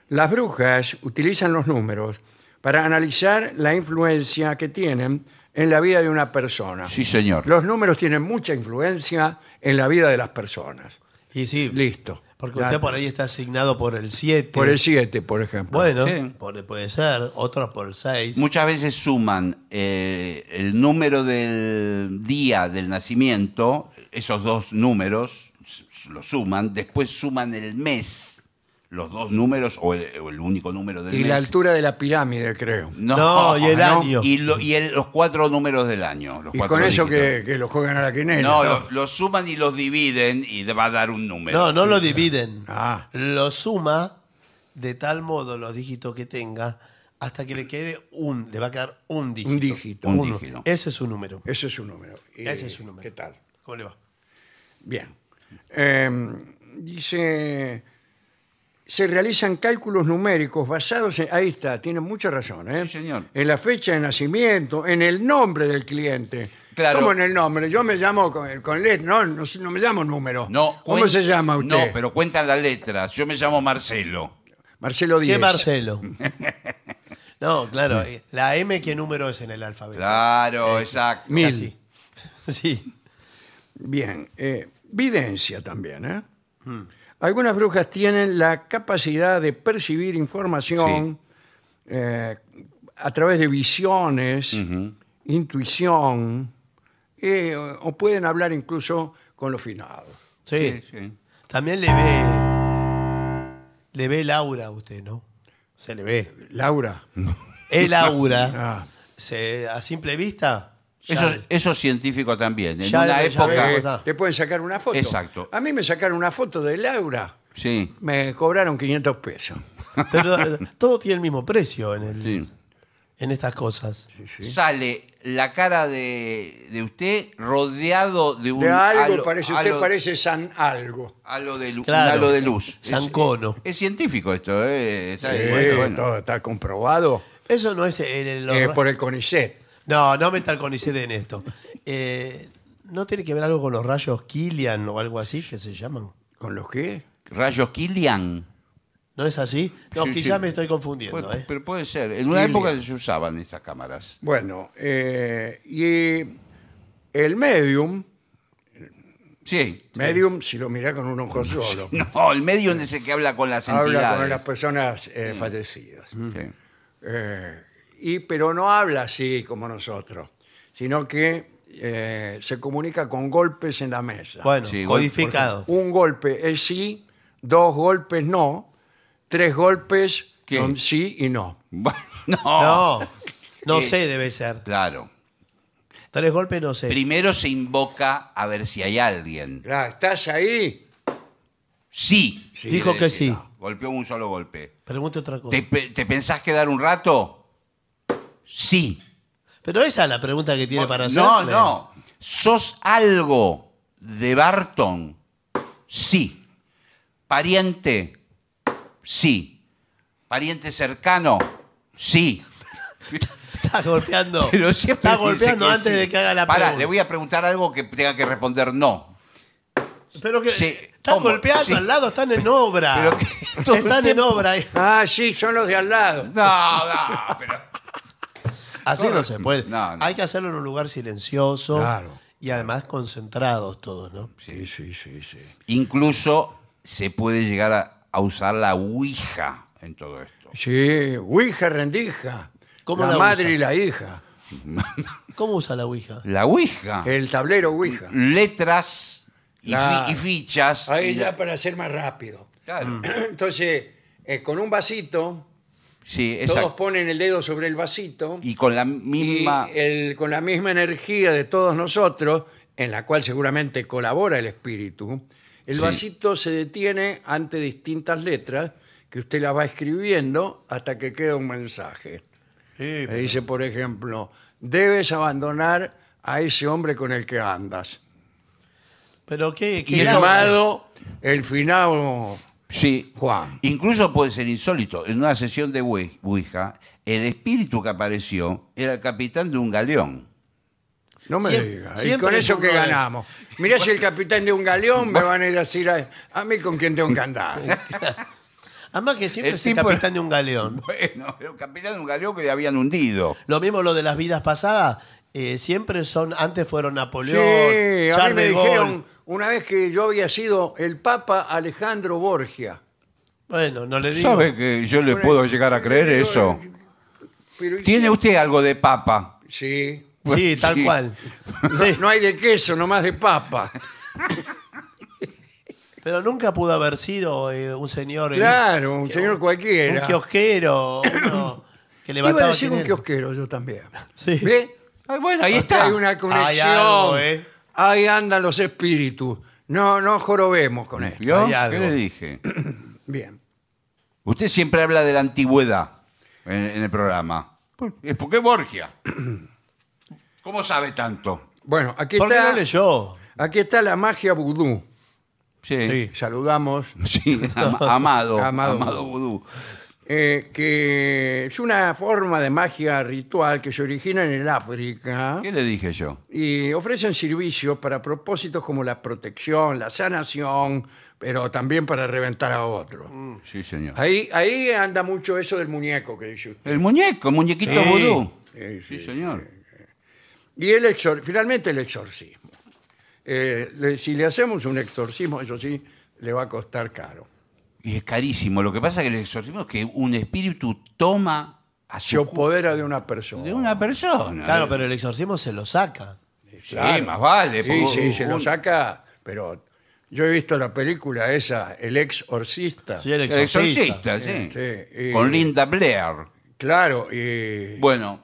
Speaker 1: Las brujas utilizan los números para analizar la influencia que tienen en la vida de una persona.
Speaker 3: Sí, señor.
Speaker 1: Los números tienen mucha influencia en la vida de las personas.
Speaker 2: Y sí,
Speaker 1: Listo.
Speaker 2: porque
Speaker 1: Ya,
Speaker 2: usted por ahí está asignado por el 7.
Speaker 1: por el 7, por ejemplo.
Speaker 2: Bueno,
Speaker 3: Sí.
Speaker 2: por- puede ser. Otros por el 6.
Speaker 3: Muchas veces suman eh, el número del día del nacimiento, esos dos números s- s- lo suman, después suman el mes, los dos números o el, o el único número del
Speaker 1: y
Speaker 3: mes.
Speaker 1: la altura de la pirámide, creo.
Speaker 2: No, y el año.
Speaker 3: Y, lo- y el- los cuatro números del año. los
Speaker 1: Y
Speaker 3: cuatro
Speaker 1: con eso
Speaker 3: dígitos.
Speaker 1: que, que lo juegan a la quinela.
Speaker 3: No, los los suman y los dividen y va a dar un número.
Speaker 2: No, no lo dividen.
Speaker 1: Ah.
Speaker 2: Lo suma de tal modo los dígitos que tenga hasta que le quede un, le va a quedar un dígito.
Speaker 1: Un dígito.
Speaker 3: Un
Speaker 2: Uno.
Speaker 3: dígito.
Speaker 2: Ese es su número.
Speaker 1: Ese es su número. Y-
Speaker 2: Ese es su número.
Speaker 1: ¿Qué tal?
Speaker 2: ¿Cómo le va?
Speaker 1: Bien. Eh, dice, se realizan cálculos numéricos basados en... Ahí está, tiene mucha razón, ¿eh?
Speaker 3: Sí, señor.
Speaker 1: En la fecha de nacimiento, en el nombre del cliente.
Speaker 3: Claro.
Speaker 1: ¿Cómo en el nombre? Yo me llamo con, con let, no, no, no me llamo número.
Speaker 3: No,
Speaker 1: ¿Cómo
Speaker 3: cuen-
Speaker 1: se llama usted?
Speaker 3: No, pero cuentan las letras. Yo me llamo Marcelo.
Speaker 1: Marcelo
Speaker 2: ¿Qué
Speaker 1: Díez.
Speaker 2: Marcelo? no, claro. eh, La M, ¿qué número es en el alfabeto?
Speaker 3: Claro,
Speaker 1: Eh,
Speaker 3: exacto.
Speaker 1: Mil.
Speaker 2: Casi. Sí.
Speaker 1: Bien, eh, videncia también, ¿eh?
Speaker 3: Hmm.
Speaker 1: Algunas brujas tienen la capacidad de percibir información eh, a través de visiones, intuición, eh, o o pueden hablar incluso con los finados.
Speaker 2: Sí.
Speaker 3: Sí, sí.
Speaker 2: También le ve. Le ve el aura a usted, ¿no? Se le ve.
Speaker 1: Laura,
Speaker 3: Mm.
Speaker 2: El aura.
Speaker 1: ah,
Speaker 2: se, a simple vista. ya-
Speaker 3: Eso, eso es científico también. En
Speaker 2: Ya
Speaker 3: una
Speaker 2: le- ya
Speaker 3: época.
Speaker 2: ve-
Speaker 1: eh,
Speaker 2: está.
Speaker 1: te pueden sacar una foto.
Speaker 3: Exacto.
Speaker 1: A mí me sacaron una foto de Laura,
Speaker 3: Sí,
Speaker 1: me cobraron 500 pesos.
Speaker 2: Pero eh, todo tiene el mismo precio en, el-
Speaker 3: sí.
Speaker 2: en estas cosas.
Speaker 3: Sale la cara de, de usted rodeado de un.
Speaker 1: De algo,
Speaker 3: halo-
Speaker 1: parece, usted
Speaker 3: halo-
Speaker 1: parece San Algo.
Speaker 3: halo de, lu-
Speaker 2: Claro.
Speaker 3: un halo de luz. Es-
Speaker 2: Zancono.
Speaker 3: Es, científico esto, ¿eh? Está-
Speaker 1: Sí,
Speaker 3: bueno, bueno.
Speaker 1: todo está comprobado.
Speaker 2: Eso no es el- el-
Speaker 1: Eh,
Speaker 2: los-
Speaker 1: por el CONICET.
Speaker 2: No, no meta el CONICET en esto. Eh, ¿No tiene que ver algo con los rayos Kilian o algo así que se llaman?
Speaker 1: ¿Con los qué?
Speaker 3: Rayos Kilian.
Speaker 2: ¿No es así? No,
Speaker 3: Sí,
Speaker 2: quizás
Speaker 3: sí.
Speaker 2: me estoy confundiendo.
Speaker 3: Puede-
Speaker 2: ¿eh?
Speaker 3: Pero puede ser. En una
Speaker 1: Kilian.
Speaker 3: época se usaban estas cámaras.
Speaker 1: Bueno, eh, y el medium,
Speaker 3: Sí.
Speaker 1: medium si lo mira con un ojo solo,
Speaker 3: No, el medio es el que habla con las
Speaker 1: habla con
Speaker 3: entidades.
Speaker 1: las personas eh, fallecidas.
Speaker 3: Sí.
Speaker 1: Eh, y, pero no habla así como nosotros, sino que eh, se comunica con golpes en la mesa.
Speaker 2: Bueno,
Speaker 3: Sí, igual,
Speaker 2: codificado.
Speaker 1: Un golpe es sí, dos golpes no, tres golpes
Speaker 3: ¿Qué?
Speaker 1: con sí y no.
Speaker 3: Bueno,
Speaker 2: Mm. No, no
Speaker 3: Sí.
Speaker 2: sé, debe ser.
Speaker 3: Claro.
Speaker 2: Tres golpes, no sé.
Speaker 3: Primero se invoca a ver si hay alguien.
Speaker 1: Ya, ¿Estás ahí?
Speaker 3: Sí.
Speaker 1: Sí,
Speaker 2: Dijo que sí.
Speaker 3: No, golpeó un solo golpe.
Speaker 2: Pregunte otra cosa.
Speaker 3: ¿Te, pe- te pensás quedar un rato? Sí.
Speaker 2: Pero esa es la pregunta que tiene para hacer.
Speaker 3: no, no. ¿Sos algo de Barton? Sí. ¿Pariente? Sí. ¿Pariente cercano? Sí.
Speaker 2: Está golpeando.
Speaker 3: Pero siempre
Speaker 2: está
Speaker 3: dice
Speaker 2: golpeando
Speaker 3: que
Speaker 2: antes
Speaker 3: sí.
Speaker 2: de que haga la
Speaker 3: Pará,
Speaker 2: pregunta.
Speaker 3: le voy a preguntar algo que tenga que responder no.
Speaker 2: Pero que
Speaker 3: Sí,
Speaker 2: están
Speaker 3: ¿cómo?
Speaker 2: golpeando
Speaker 3: Sí.
Speaker 2: al lado, están en obra.
Speaker 3: Pero que todo el
Speaker 2: están en obra.
Speaker 1: Ah, sí, son los de al lado.
Speaker 3: No, no, pero.
Speaker 2: Así no se puede.
Speaker 3: No, no.
Speaker 2: Hay que hacerlo en un lugar silencioso
Speaker 1: Claro.
Speaker 2: y además concentrados todos, ¿no?
Speaker 1: Sí, sí, sí, sí.
Speaker 3: Incluso se puede llegar a, a usar la Ouija en todo esto.
Speaker 1: Sí, Ouija rendija.
Speaker 2: ¿Cómo
Speaker 1: la,
Speaker 2: la
Speaker 1: madre
Speaker 2: usa?
Speaker 1: y la hija.
Speaker 2: ¿Cómo usa la Ouija?
Speaker 3: La Ouija.
Speaker 1: El tablero Ouija.
Speaker 3: Mm, Letras y,
Speaker 1: Eh,
Speaker 3: fi-
Speaker 1: Claro.
Speaker 3: y fichas.
Speaker 1: Ahí
Speaker 3: y
Speaker 1: ya mm.
Speaker 3: la-
Speaker 1: para ser más rápido.
Speaker 3: Claro.
Speaker 1: Entonces, eh, con un vasito,
Speaker 3: Sí,
Speaker 1: todos
Speaker 3: exacto.
Speaker 1: ponen el dedo sobre el vasito
Speaker 3: Y con la
Speaker 1: y eh,
Speaker 3: misma.
Speaker 1: el- con la misma energía de todos nosotros, en la cual seguramente colabora el espíritu, el
Speaker 3: Sí.
Speaker 1: vasito se detiene ante distintas letras que usted las va escribiendo hasta que queda un mensaje.
Speaker 2: Sí,
Speaker 1: Le dice, por ejemplo, debes abandonar a ese hombre con el que andas.
Speaker 2: pero qué, qué
Speaker 1: Y
Speaker 2: gran-
Speaker 1: llamado el finado
Speaker 3: Sí.
Speaker 1: Juan.
Speaker 3: Incluso puede ser insólito. En una sesión de Oue- Ouija, el espíritu que apareció era el capitán de un galeón.
Speaker 1: No me
Speaker 2: Siempre-
Speaker 1: digas. Y
Speaker 2: siempre
Speaker 1: con
Speaker 2: es
Speaker 1: eso
Speaker 2: uno
Speaker 1: que
Speaker 2: de-
Speaker 1: ganamos. Mirá si el capitán de un galeón me van a ir a decir a, a mí con quién tengo que andar.
Speaker 2: Además que siempre
Speaker 3: El
Speaker 2: es el
Speaker 3: tipo-
Speaker 2: capitán de un galeón.
Speaker 3: Bueno, era el capitán de un galeón que le habían hundido.
Speaker 2: Lo mismo lo de las vidas pasadas. eh, siempre son, antes fueron
Speaker 1: Sí,
Speaker 2: Napoleón,
Speaker 1: a mí
Speaker 2: Charles
Speaker 1: me
Speaker 2: de
Speaker 1: dijeron
Speaker 2: Gaulle.
Speaker 1: una vez que yo había sido el Papa Alejandro Borgia.
Speaker 2: Bueno, no le digo.
Speaker 3: ¿Sabe que yo le puedo llegar a creer
Speaker 1: Pero-
Speaker 3: eso?
Speaker 1: pero y
Speaker 3: ¿Tiene
Speaker 1: si-
Speaker 3: usted algo de papa?
Speaker 1: Sí.
Speaker 2: Sí, tal
Speaker 3: Sí.
Speaker 2: cual. Sí,
Speaker 1: No hay de queso, nomás de papa.
Speaker 2: Pero nunca pudo haber sido eh, un señor. eh,
Speaker 1: Claro, un
Speaker 2: que-
Speaker 1: señor
Speaker 2: Un
Speaker 1: cualquiera.
Speaker 2: kiosquero, uno que
Speaker 1: Iba
Speaker 2: levantaba.
Speaker 1: a decir un
Speaker 2: dinero.
Speaker 1: kiosquero yo también.
Speaker 2: Sí.
Speaker 1: ¿Ve?
Speaker 3: Ah, bueno, ahí
Speaker 1: Acá
Speaker 3: está.
Speaker 1: Hay una conexión.
Speaker 2: algo, ¿eh?
Speaker 1: Ahí andan los espíritus. No, no jorobemos con esto.
Speaker 3: ¿Vio?
Speaker 2: Hay
Speaker 3: ¿Qué
Speaker 2: algo.
Speaker 3: le dije?
Speaker 1: Bien.
Speaker 3: Usted siempre habla de la antigüedad en, en el programa. Pues, ¿y ¿Por qué Borgia? ¿Cómo sabe tanto?
Speaker 1: Bueno, aquí
Speaker 2: ¿Por qué
Speaker 1: está,
Speaker 2: no leyó?
Speaker 1: aquí está la magia vudú. Eh,
Speaker 3: Sí.
Speaker 1: Saludamos.
Speaker 3: Sí, am- amado,
Speaker 1: Amado
Speaker 3: amado.
Speaker 1: vudú.
Speaker 3: vudú.
Speaker 1: eh, que es una forma de magia ritual que se origina en el África
Speaker 3: ¿Qué le dije yo?
Speaker 1: y ofrecen servicios para propósitos como la protección, la sanación, pero también para reventar a otros.
Speaker 3: Sí, señor.
Speaker 1: Ahí, ahí anda mucho eso del muñeco que dice usted.
Speaker 3: El muñeco, muñequito
Speaker 2: Sí.
Speaker 3: vudú.
Speaker 1: Sí,
Speaker 3: Sí,
Speaker 1: sí,
Speaker 3: señor.
Speaker 1: Y el exor finalmente el exorcismo. Eh, le- si le hacemos un exorcismo, eso sí, le va a costar caro.
Speaker 3: Y es carísimo. Lo que pasa es que el exorcismo es que un espíritu toma a
Speaker 1: Se
Speaker 3: su cu-
Speaker 1: opodera de una persona.
Speaker 3: de Ah, una persona.
Speaker 2: Claro, pero el exorcismo se lo saca.
Speaker 3: Sí,
Speaker 1: Claro.
Speaker 3: más vale.
Speaker 1: Sí,
Speaker 3: porque
Speaker 1: sí, se lo
Speaker 3: un-
Speaker 1: saca, pero yo he visto la película esa, El exorcista.
Speaker 2: Sí, el
Speaker 3: El
Speaker 2: exorcista.
Speaker 3: exorcista, sí.
Speaker 1: Sí, y-
Speaker 3: Con Linda Blair.
Speaker 1: Claro, y
Speaker 3: Bueno,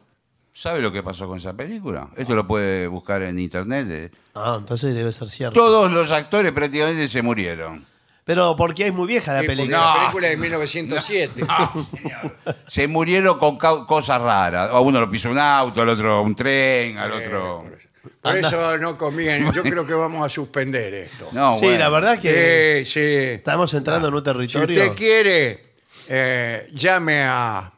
Speaker 3: ¿sabe lo que pasó con esa película? Esto lo puede buscar en internet. eh.
Speaker 2: Ah, entonces debe ser cierto.
Speaker 3: Todos los actores prácticamente se murieron.
Speaker 2: Pero porque es muy vieja la
Speaker 1: sí, porque
Speaker 2: película.
Speaker 1: la
Speaker 3: No.
Speaker 1: película de 1907.
Speaker 3: Se murieron con cau- cosas raras. A uno lo pisó un auto, al otro un tren, al otro.
Speaker 1: Por
Speaker 2: Anda.
Speaker 1: eso no comían. Yo creo que vamos a suspender esto.
Speaker 3: No,
Speaker 2: sí,
Speaker 3: bueno. Eh, ah,
Speaker 2: la verdad que
Speaker 1: Sí, sí.
Speaker 2: estamos entrando en un
Speaker 1: Si
Speaker 2: territorio.
Speaker 1: usted quiere, eh, llame a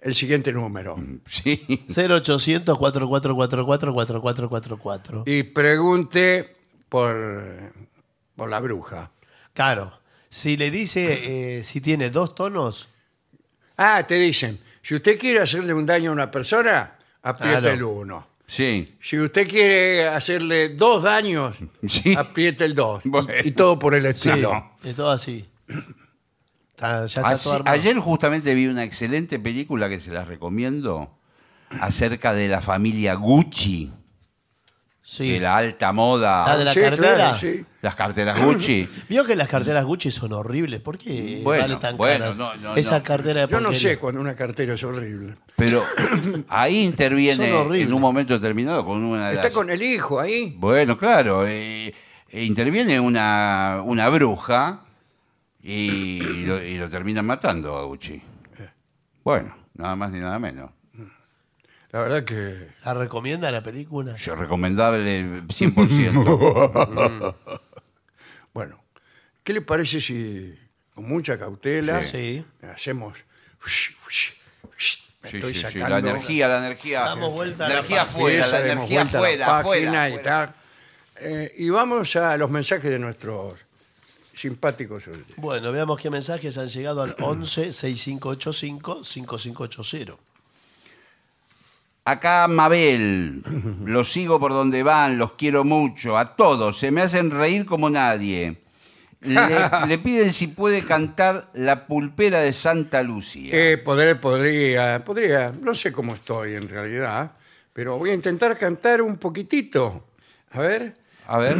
Speaker 1: el siguiente número
Speaker 3: Sí.
Speaker 2: 0800 4444 4444
Speaker 1: y pregunte por, por la bruja.
Speaker 2: Claro. Si le dice eh, si tiene dos tonos,
Speaker 1: Ah, te dicen, si usted quiere hacerle un daño a una persona, apriete
Speaker 2: Claro.
Speaker 1: el uno.
Speaker 3: Sí.
Speaker 1: Si usted quiere hacerle dos daños,
Speaker 3: Sí.
Speaker 2: Ah,
Speaker 1: apriete el dos.
Speaker 3: Bueno.
Speaker 1: Y todo por el
Speaker 2: sí,
Speaker 1: estilo.
Speaker 2: es todo así. Está- ya está
Speaker 3: Así-
Speaker 2: todo armado.
Speaker 3: Ah, ayer justamente vi una excelente película que se las recomiendo acerca de la familia Gucci,
Speaker 2: Sí.
Speaker 3: de la alta moda.
Speaker 2: La de la
Speaker 1: Sí,
Speaker 2: cartera.
Speaker 1: claro, sí.
Speaker 3: Las carteras Gucci.
Speaker 2: Vio que las carteras Gucci son horribles. ¿Por qué
Speaker 3: Bueno,
Speaker 2: vale tan
Speaker 3: bueno,
Speaker 2: caras?
Speaker 3: no, no,
Speaker 2: Esa
Speaker 3: no.
Speaker 2: cartera de
Speaker 1: Yo no
Speaker 2: porquería.
Speaker 1: sé cuando una cartera es horrible.
Speaker 3: Pero ahí interviene
Speaker 2: Son horribles.
Speaker 3: en un momento determinado con una de
Speaker 1: Está
Speaker 3: las-
Speaker 1: con el hijo ahí.
Speaker 3: Bueno, claro. eh, eh, interviene una, una bruja y lo, y lo terminan matando a
Speaker 1: Eh.
Speaker 3: Gucci. Bueno, nada más ni nada menos.
Speaker 1: La verdad que...
Speaker 2: ¿La recomienda la película?
Speaker 3: Yo recomendable 100%.
Speaker 1: Bueno, ¿qué le parece si con mucha cautela
Speaker 2: Sí.
Speaker 1: hacemos...
Speaker 3: Sí,
Speaker 1: Estoy
Speaker 3: sí, sí,
Speaker 1: sacando-
Speaker 3: La energía, la energía.
Speaker 2: Damos vuelta a la
Speaker 3: energía
Speaker 2: página.
Speaker 3: afuera, la
Speaker 1: Esa, demos vuelta
Speaker 3: energía
Speaker 1: a la
Speaker 3: afuera,
Speaker 1: página
Speaker 3: afuera.
Speaker 1: y,
Speaker 3: afuera.
Speaker 1: tal. Eh, y vamos a los mensajes de nuestros simpáticos oyentes.
Speaker 2: Bueno, veamos qué mensajes han llegado al 11 6585 5580.
Speaker 3: Acá Mabel, los sigo por donde van, los quiero mucho, a todos, se me hacen reír como nadie. Le, le piden si puede cantar La pulpera de Santa Lucía.
Speaker 1: Eh, podré- podría, podría, no sé cómo estoy en realidad, pero voy a intentar cantar un poquitito. A ver.
Speaker 3: A ver.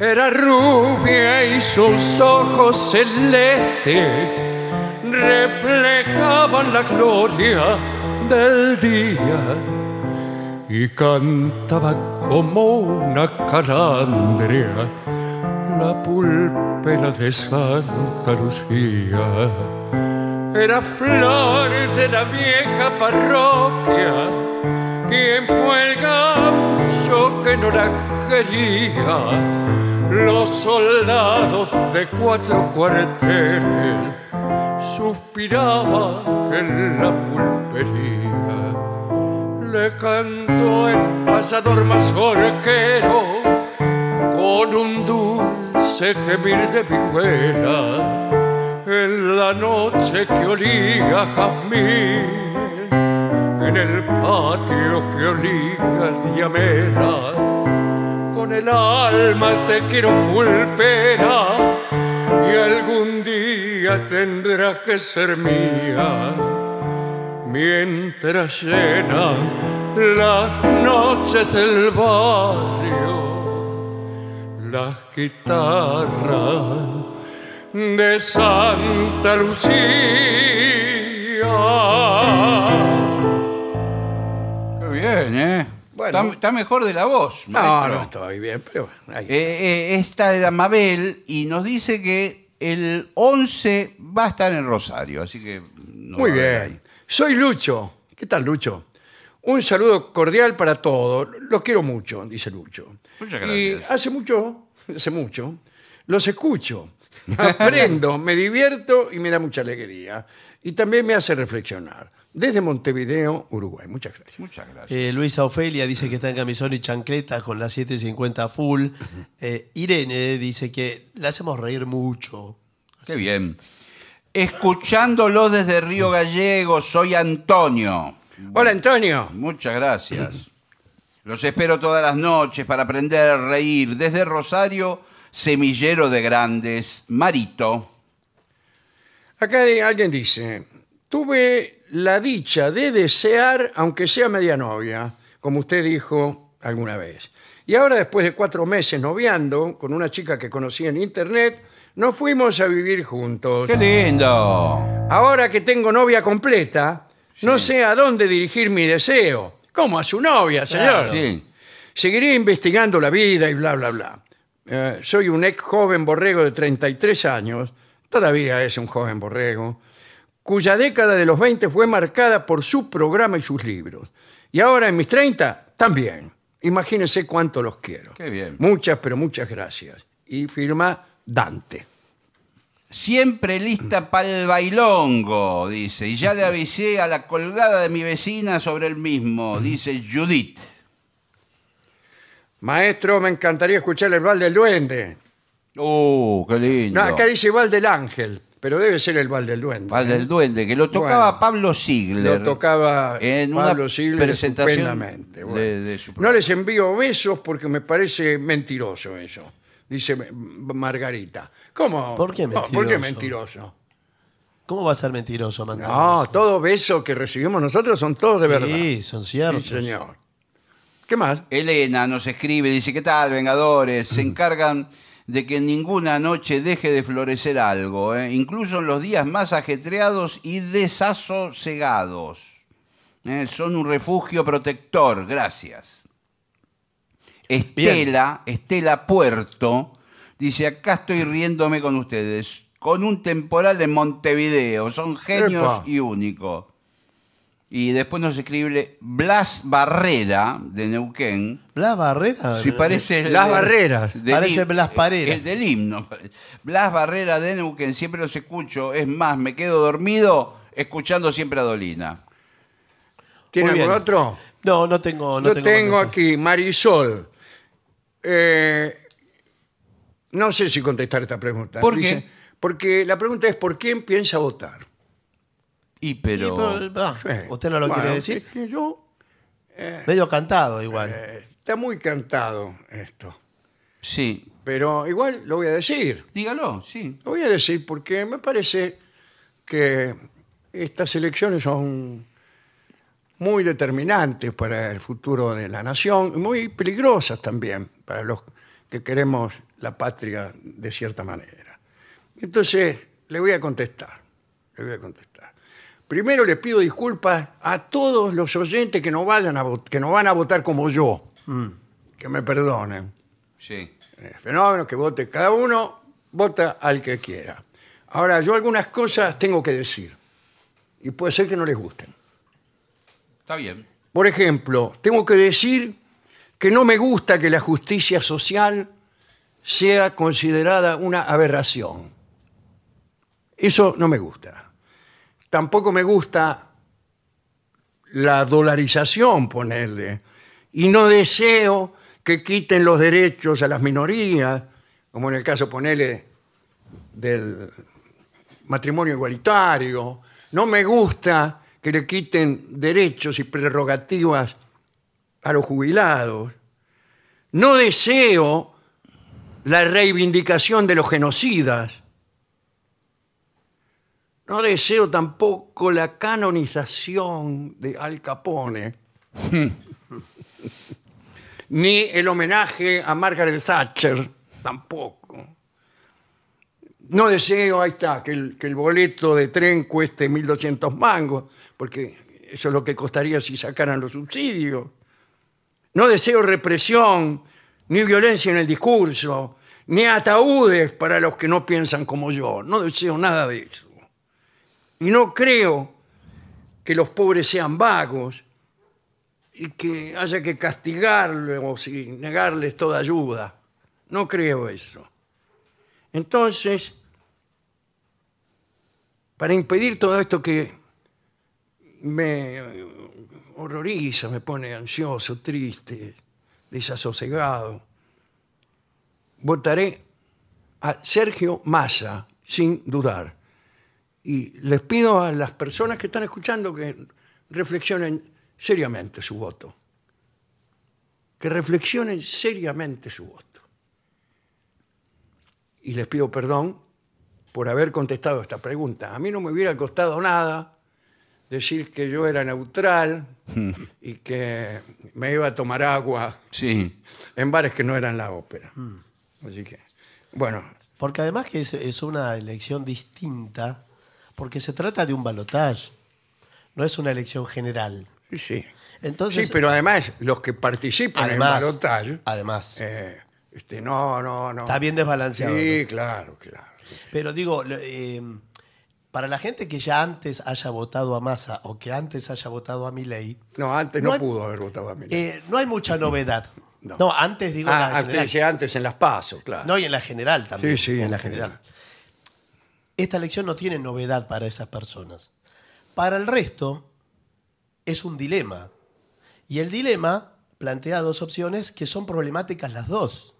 Speaker 1: Era rubia y sus ojos celestes reflejaban la gloria del día y cantaba como una calandria la pulpera de Santa Lucía. Era flor de la vieja parroquia quien fue el gaucho que no la quería, los soldados de cuatro cuarteles suspiraban en la pulpería. Le cantó el pasador mazorquero con un dulce gemir de vihuela en la noche que olía a jazmín en el patio que olía a diamela. Con el alma te quiero pulpera y algún día tendrás que ser mía. Mientras llenan las noches del barrio, las guitarras de Santa Lucía.
Speaker 3: Qué bien, ¿eh?
Speaker 1: Bueno.
Speaker 3: Está, está mejor de la voz.
Speaker 1: No,
Speaker 3: maestro.
Speaker 1: no estoy bien, pero bueno, ahí.
Speaker 3: Eh, eh, esta era Mabel y nos dice que el 11 va a estar en Rosario, así que... no
Speaker 1: Muy
Speaker 3: va a haber
Speaker 1: bien. Soy Lucho. ¿Qué tal, Lucho? Un saludo cordial para todos. Los quiero mucho, dice Lucho.
Speaker 3: Muchas
Speaker 1: Y
Speaker 3: gracias.
Speaker 1: hace mucho, hace mucho, los escucho. Aprendo, me divierto y me da mucha alegría. Y también me hace reflexionar. Desde Montevideo, Uruguay. Muchas gracias.
Speaker 3: Muchas gracias.
Speaker 2: Eh, Luisa Ofelia dice que está en camisón y chancletas con las 750 full. Eh, Irene dice que la hacemos reír mucho.
Speaker 3: Qué bien. Escuchándolo desde Río Gallego, soy Antonio.
Speaker 1: Hola, Antonio.
Speaker 3: Muchas gracias. Los espero todas las noches para aprender a reír. Desde Rosario, semillero de grandes, Marito.
Speaker 1: Acá di- alguien dice, tuve la dicha de desear, aunque sea media novia, como usted dijo alguna vez. Y ahora, después de cuatro meses noviando con una chica que conocí en internet, nos fuimos a vivir juntos.
Speaker 3: ¡Qué lindo!
Speaker 1: Ahora que tengo novia completa, no
Speaker 3: Sí.
Speaker 1: sé a dónde dirigir mi deseo. ¿Cómo? A su novia, señor.
Speaker 3: Sí.
Speaker 1: Seguiré investigando la vida y bla, bla, bla. Eh, soy un ex joven borrego de 33 años, todavía es un joven borrego, cuya década de los 20 fue marcada por su programa y sus libros. Y ahora en mis 30 también. Imagínense cuánto los quiero.
Speaker 3: Qué bien.
Speaker 1: Muchas, pero muchas gracias. Y firma Dante.
Speaker 3: Siempre lista para el bailongo, dice. Y ya le avisé a la colgada de mi vecina sobre el mismo, dice Judith.
Speaker 1: Maestro, me encantaría escuchar el Val del Duende.
Speaker 3: ¡Uh, qué
Speaker 1: No,
Speaker 3: lindo!
Speaker 1: acá dice Val del Ángel, pero debe ser el Val del Duende. ¿eh?
Speaker 3: Val del Duende, que lo tocaba
Speaker 1: Bueno.
Speaker 3: Pablo Sigler.
Speaker 1: lo tocaba
Speaker 3: en una
Speaker 1: Pablo Sigler
Speaker 3: presentación
Speaker 1: estupendamente.
Speaker 3: de-
Speaker 1: Bueno.
Speaker 3: de su
Speaker 1: no
Speaker 3: programa.
Speaker 1: les envío besos porque me parece mentiroso eso, dice M- Margarita. ¿Cómo?
Speaker 2: ¿Por qué
Speaker 1: No, ¿Por qué
Speaker 2: mentiroso?
Speaker 1: mentiroso?
Speaker 2: ¿Cómo va a ser mentiroso, Mandela?
Speaker 1: No, todo beso que recibimos nosotros son todos de verdad.
Speaker 2: Sí, son ciertos.
Speaker 1: Sí, señor. ¿Qué más?
Speaker 3: Elena nos escribe, dice, ¿qué tal, Vengadores? Se encargan de que en ninguna noche deje de florecer algo, ¿eh? incluso en los días más ajetreados y desasosegados. ¿Eh? Son un refugio protector, gracias. Estela, Estela Puerto, dice, acá estoy riéndome con ustedes. con un temporal en Montevideo. Son genios
Speaker 1: Epa.
Speaker 3: y únicos. Y después nos escribe Blas Barrera, de Neuquén.
Speaker 2: Blas Barrera. eh.
Speaker 3: Si parece.
Speaker 1: Las Barreras.
Speaker 3: del-
Speaker 2: Parece Blas Parera.
Speaker 3: Es del himno. Blas Barrera de Neuquén, siempre los escucho. Es más, me quedo dormido escuchando siempre a Dolina.
Speaker 1: ¿Tiene
Speaker 2: Muy bien.
Speaker 1: algún otro?
Speaker 2: No, no tengo. No
Speaker 1: Yo tengo
Speaker 2: mensaje.
Speaker 1: aquí Marisol. Eh, no sé si contestar esta pregunta.
Speaker 3: ¿Por qué?
Speaker 1: Porque la pregunta es ¿por quién piensa votar?
Speaker 3: Y
Speaker 2: Y,
Speaker 3: pero.
Speaker 2: pero, ah,
Speaker 1: Sí.
Speaker 2: ¿Usted no lo
Speaker 1: Bueno,
Speaker 2: quiere decir?
Speaker 1: es que yo
Speaker 2: Medio cantado igual.
Speaker 1: eh, está muy cantado esto,
Speaker 3: Sí.
Speaker 1: pero igual lo voy a decir.
Speaker 3: Dígalo, sí.
Speaker 1: Lo voy a decir porque me parece que estas elecciones son muy determinantes para el futuro de la nación, y muy peligrosas también para los que queremos la patria de cierta manera. Entonces, le voy a contestar, le voy a contestar. Primero le pido disculpas a todos los oyentes que no, vayan a vot- que no van a votar como yo, que me perdonen
Speaker 3: Sí.
Speaker 1: eh, fenómeno, que vote cada uno, vota al que quiera. Ahora, yo algunas cosas tengo que decir y puede ser que no les gusten.
Speaker 3: Está bien.
Speaker 1: Por ejemplo, tengo que decir que no me gusta que la justicia social sea considerada una aberración. Eso no me gusta. Tampoco me gusta la dolarización, ponerle. Y no deseo que quiten los derechos a las minorías, como en el caso, ponerle, del matrimonio igualitario. No me gusta que le quiten derechos y prerrogativas a los jubilados. No deseo la reivindicación de los genocidas. No deseo tampoco la canonización de Al Capone. Ni el homenaje a Margaret Thatcher, tampoco. No deseo, ahí está, que el, que el boleto de tren cueste 1.200 mangos, porque eso es lo que costaría si sacaran los subsidios. No deseo represión, ni violencia en el discurso, ni ataúdes para los que no piensan como yo. No deseo nada de eso. Y no creo que los pobres sean vagos y que haya que castigarlos y negarles toda ayuda. No creo eso. Entonces, para impedir todo esto que me eh, horroriza, me pone ansioso, triste, desasosegado, votaré a Sergio Massa, sin dudar. Y les pido a las personas que están escuchando que reflexionen seriamente su voto. Que reflexionen seriamente su voto y les pido perdón por haber contestado esta pregunta. A mí no me hubiera costado nada decir que yo era neutral y que me iba a tomar agua
Speaker 3: Sí.
Speaker 1: en bares que no eran la ópera.
Speaker 2: Mm.
Speaker 1: Así que, bueno,
Speaker 2: Porque además que es, es una elección distinta, porque se trata de un balotaje, no es una elección general.
Speaker 1: sí, sí.
Speaker 2: Entonces,
Speaker 1: sí, pero además los que participan
Speaker 2: Además,
Speaker 1: en balotaje,
Speaker 2: además.
Speaker 1: eh, este, no, no, no.
Speaker 2: está bien desbalanceado.
Speaker 1: Sí, claro, claro.
Speaker 2: ¿no? Pero digo, lo- eh, para la gente que ya antes haya votado a Massa o que antes haya votado a Milei,
Speaker 1: No, antes no,
Speaker 2: No hay-
Speaker 1: pudo haber votado a mí.
Speaker 2: eh, no hay mucha novedad.
Speaker 1: No.
Speaker 2: No, antes digo en la
Speaker 1: ah, usted
Speaker 2: general.
Speaker 1: dice antes en las pasos, claro.
Speaker 2: No, y en la general también.
Speaker 1: Sí, sí,
Speaker 2: en la general. Esta elección no tiene novedad para esas personas. Para el resto, es un dilema. Y el dilema plantea dos opciones que son problemáticas las dos.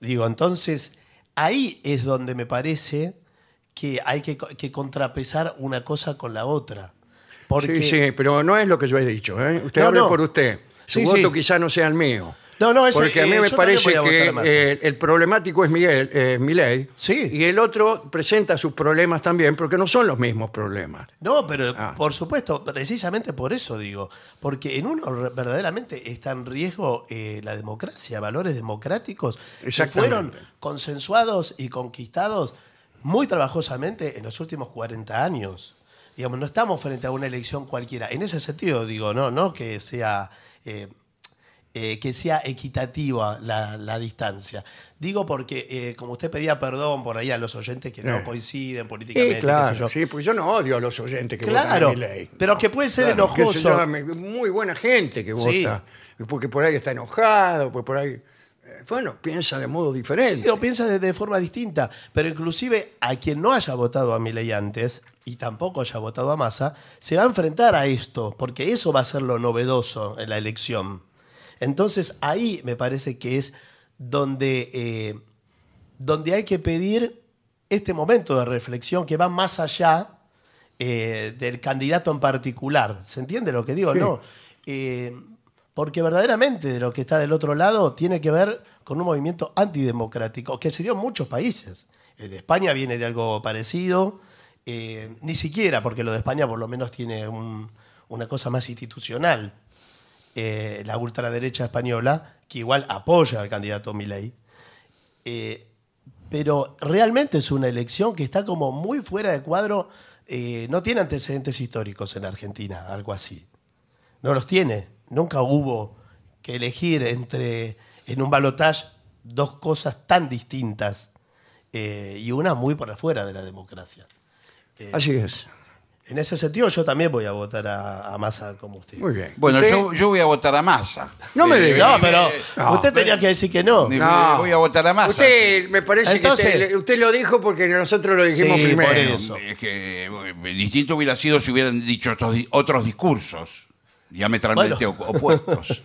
Speaker 2: Digo, entonces, ahí es donde me parece que hay que, co- que contrapesar una cosa con la otra. Porque,
Speaker 1: Sí, sí, pero no es lo que yo he dicho. ¿eh? Usted
Speaker 2: No,
Speaker 1: hable
Speaker 2: no.
Speaker 1: por usted. Su
Speaker 2: Sí,
Speaker 1: voto
Speaker 2: sí.
Speaker 1: quizá no sea el mío.
Speaker 2: No, no, ese-
Speaker 1: Porque a mí
Speaker 2: eh,
Speaker 1: me
Speaker 2: yo también
Speaker 1: parece
Speaker 2: voy a votar
Speaker 1: que
Speaker 2: a Massa.
Speaker 1: eh, el problemático es Miguel, eh, Milei,
Speaker 2: Sí.
Speaker 1: y el otro presenta sus problemas también, porque no son los mismos problemas.
Speaker 2: No, pero
Speaker 1: Ah.
Speaker 2: por supuesto, precisamente por eso digo, porque en uno re- verdaderamente está en riesgo eh, la democracia, valores democráticos que
Speaker 1: Exactamente.
Speaker 2: fueron consensuados y conquistados muy trabajosamente en los últimos 40 años. Digamos, no estamos frente a una elección cualquiera. En ese sentido digo, no, no que sea eh, eh, que sea equitativa la, la distancia. Digo porque, eh, como usted pedía perdón por ahí a los oyentes que
Speaker 1: Eh.
Speaker 2: no coinciden políticamente,
Speaker 1: Sí,
Speaker 2: qué sé
Speaker 1: claro,
Speaker 2: yo.
Speaker 1: sí, pues yo no odio a los oyentes que votan a
Speaker 2: Claro,
Speaker 1: Milei.
Speaker 2: pero que puede ser
Speaker 3: claro,
Speaker 1: Que se
Speaker 2: enojoso.
Speaker 1: llame- muy buena gente que
Speaker 2: Sí.
Speaker 1: vota, porque por ahí está enojado, porque por ahí, eh, bueno, piensa de modo diferente.
Speaker 2: Sí, o piensa de, de forma distinta. Pero inclusive a quien no haya votado a Milei antes y tampoco haya votado a Massa, se va a enfrentar a esto, porque eso va a ser lo novedoso en la elección. Entonces ahí me parece que es donde, eh, donde hay que pedir este momento de reflexión que va más allá eh, del candidato en particular. ¿Se entiende lo que digo?
Speaker 1: Sí.
Speaker 2: No. Eh, porque verdaderamente de lo que está del otro lado tiene que ver con un movimiento antidemocrático que se dio en muchos países. En España viene de algo parecido, eh, ni siquiera, porque lo de España por lo menos tiene un- una cosa más institucional. Eh, la ultraderecha española, que igual apoya al candidato Milei. Eh, pero realmente es una elección que está como muy fuera de cuadro. eh, no tiene antecedentes históricos en la Argentina, algo así. No los tiene. Nunca hubo que elegir entre en un balotaje dos cosas tan distintas eh, y una muy por afuera de la democracia. Eh,
Speaker 1: Así es.
Speaker 2: en ese sentido, yo también voy a votar a, a Massa como usted.
Speaker 1: Muy bien.
Speaker 3: Bueno,
Speaker 1: Usted-
Speaker 3: yo, yo voy a votar a Massa.
Speaker 1: No me
Speaker 3: Eh,
Speaker 1: diga.
Speaker 2: No,
Speaker 3: eh,
Speaker 2: pero
Speaker 1: No,
Speaker 2: usted tenía que decir que no.
Speaker 3: Ni- voy a votar a Massa.
Speaker 1: Usted me parece que
Speaker 2: Entonces-
Speaker 1: usted, usted lo dijo porque nosotros lo dijimos
Speaker 2: Sí,
Speaker 1: primero.
Speaker 2: por eso.
Speaker 3: Es que eh, distinto hubiera sido si hubieran dicho estos di- otros discursos diametralmente
Speaker 2: Bueno.
Speaker 3: op- opuestos.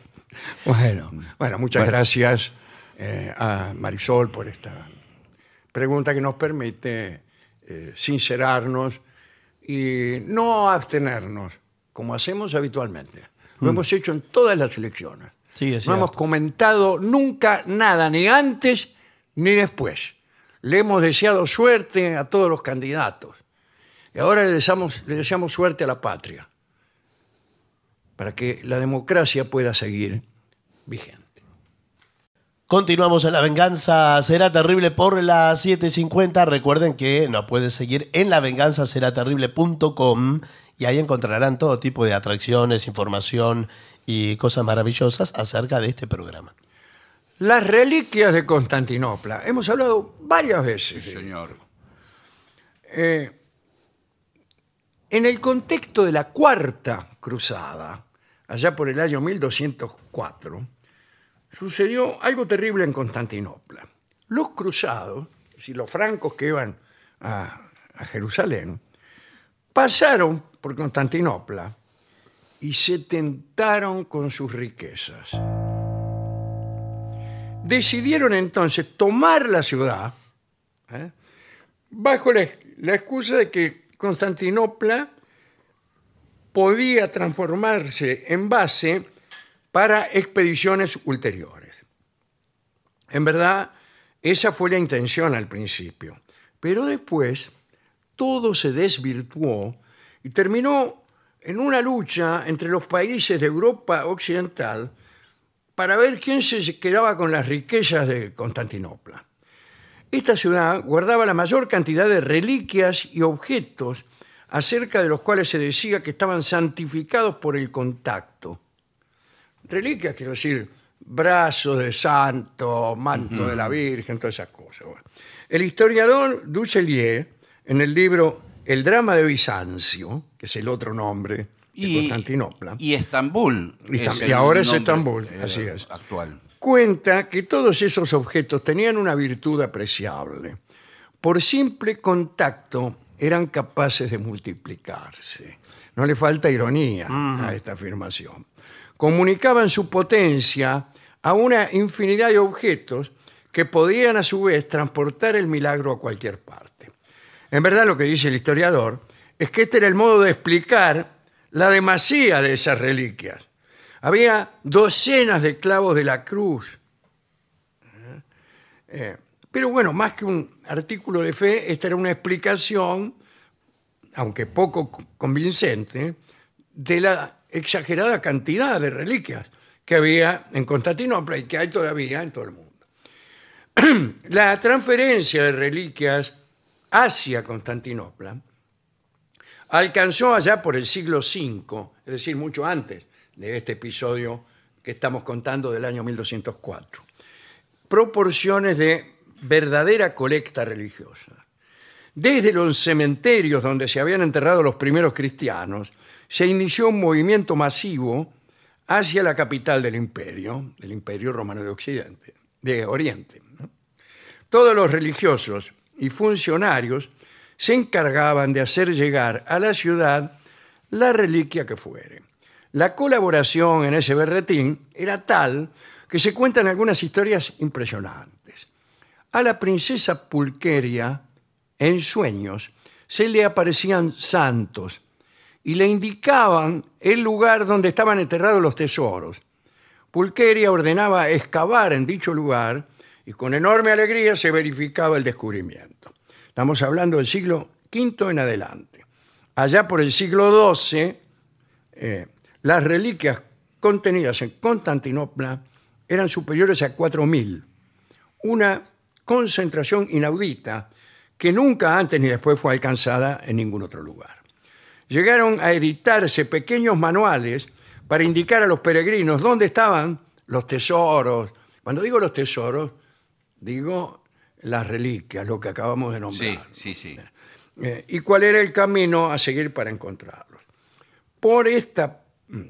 Speaker 1: Bueno,
Speaker 2: Mm.
Speaker 1: bueno, muchas
Speaker 3: Bueno.
Speaker 1: gracias eh, a Marisol por esta pregunta que nos permite eh, sincerarnos y no abstenernos, como hacemos habitualmente. Lo hemos hecho en todas las elecciones.
Speaker 2: Mm. Sí, es
Speaker 1: no hemos
Speaker 2: cierto.
Speaker 1: comentado nunca nada, ni antes ni después. Le hemos deseado suerte a todos los candidatos. Y ahora le deseamos, le deseamos suerte a la patria, para que la democracia pueda seguir vigente.
Speaker 2: Continuamos en La Venganza Será Terrible por las 7.50. Recuerden que nos pueden seguir en lavenganzaseraterrible.com y ahí encontrarán todo tipo de atracciones, información y cosas maravillosas acerca de este programa.
Speaker 1: Las reliquias de Constantinopla. Hemos hablado varias veces.
Speaker 3: Sí,
Speaker 1: de
Speaker 3: señor.
Speaker 1: Eh, en el contexto de la Cuarta Cruzada, allá por el año 1204, sucedió algo terrible en Constantinopla. Los cruzados, es decir, los francos que iban a, a Jerusalén, pasaron por Constantinopla y se tentaron con sus riquezas. Decidieron entonces tomar la ciudad ¿eh? bajo la, la excusa de que Constantinopla podía transformarse en base para expediciones ulteriores. En verdad, esa fue la intención al principio, pero después todo se desvirtuó y terminó en una lucha entre los países de Europa Occidental para ver quién se quedaba con las riquezas de Constantinopla. Esta ciudad guardaba la mayor cantidad de reliquias y objetos acerca de los cuales se decía que estaban santificados por el contacto. Reliquias, quiero decir, brazos de santo, manto de la Virgen, todas esas cosas. bueno. El historiador Duchelier, en el libro El drama de Bizancio, que es el otro nombre de Constantinopla,
Speaker 3: Y Estambul.
Speaker 1: Y
Speaker 3: es
Speaker 1: tam- y
Speaker 3: el
Speaker 1: ahora es
Speaker 3: nombre,
Speaker 1: Estambul,
Speaker 3: eh,
Speaker 1: así es.
Speaker 3: Actual.
Speaker 1: cuenta que todos esos objetos tenían una virtud apreciable. Por simple contacto eran capaces de multiplicarse. No le falta ironía a esta afirmación. Comunicaban su potencia a una infinidad de objetos que podían a su vez transportar el milagro a cualquier parte. En verdad lo que dice el historiador es que este era el modo de explicar la demasía de esas reliquias. Había docenas de clavos de la cruz. Eh, pero bueno, más que un artículo de fe, esta era una explicación, aunque poco co- convincente, de la exagerada cantidad de reliquias que había en Constantinopla y que hay todavía en todo el mundo la transferencia de reliquias hacia Constantinopla alcanzó allá por el siglo V, es decir, mucho antes de este episodio que estamos contando del año 1204. Proporciones de verdadera colecta religiosa. Desde los cementerios donde se habían enterrado los primeros cristianos, se inició un movimiento masivo hacia la capital del imperio, del imperio romano de Occidente, de Oriente. ¿no? Todos los religiosos y funcionarios se encargaban de hacer llegar a la ciudad la reliquia que fuere. La colaboración en ese berretín era tal que se cuentan algunas historias impresionantes. A la princesa Pulqueria, en sueños, se le aparecían santos y le indicaban el lugar donde estaban enterrados los tesoros. Pulqueria ordenaba excavar en dicho lugar y con enorme alegría se verificaba el descubrimiento. Estamos hablando del siglo V en adelante. Allá por el siglo XII, eh, las reliquias contenidas en Constantinopla eran superiores a 4.000, una concentración inaudita que nunca antes ni después fue alcanzada en ningún otro lugar. Llegaron a editarse pequeños manuales para indicar a los peregrinos dónde estaban los tesoros. Cuando digo los tesoros, digo las reliquias, lo que acabamos de
Speaker 3: Sí,
Speaker 1: nombrar.
Speaker 3: sí, sí.
Speaker 1: Eh, y cuál era el camino a seguir para encontrarlos. Por esta mm,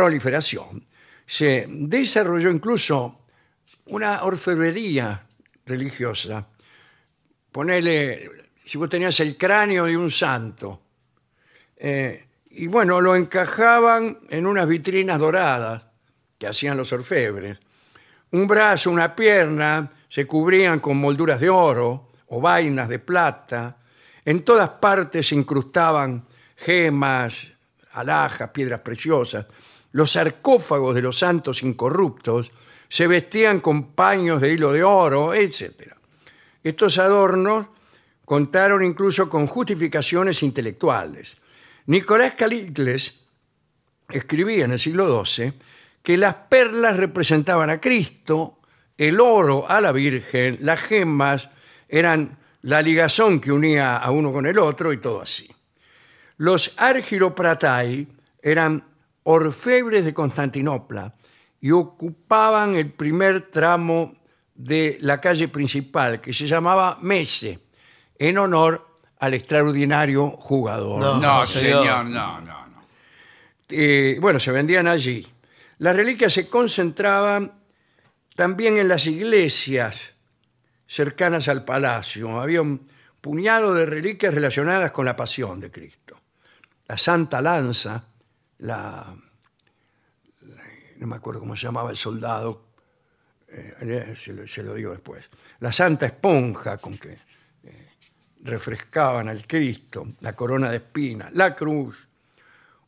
Speaker 1: proliferación se desarrolló incluso una orfebrería religiosa. Ponele, si vos tenías el cráneo de un santo, eh, y bueno, lo encajaban en unas vitrinas doradas que hacían los orfebres. Un brazo, una pierna, se cubrían con molduras de oro o vainas de plata. En todas partes se incrustaban gemas, alhajas, piedras preciosas. Los sarcófagos de los santos incorruptos se vestían con paños de hilo de oro, etcétera. Estos adornos contaron incluso con justificaciones intelectuales. Nicolás Calicles escribía en el siglo XII que las perlas representaban a Cristo, el oro a la Virgen, las gemas eran la ligazón que unía a uno con el otro y todo así. Los argiropratai eran orfebres de Constantinopla y ocupaban el primer tramo de la calle principal que se llamaba Mese, en honor al extraordinario jugador.
Speaker 2: No,
Speaker 3: No,
Speaker 2: señor.
Speaker 3: señor, no, no, no.
Speaker 1: Eh, bueno, se vendían allí. Las reliquias se concentraban también en las iglesias cercanas al palacio. Había un puñado de reliquias relacionadas con la pasión de Cristo. La Santa Lanza, la... la- no me acuerdo cómo se llamaba el soldado, eh, eh, se, lo, se lo digo después. La Santa Esponja con que eh, refrescaban al Cristo, la corona de espinas, la cruz,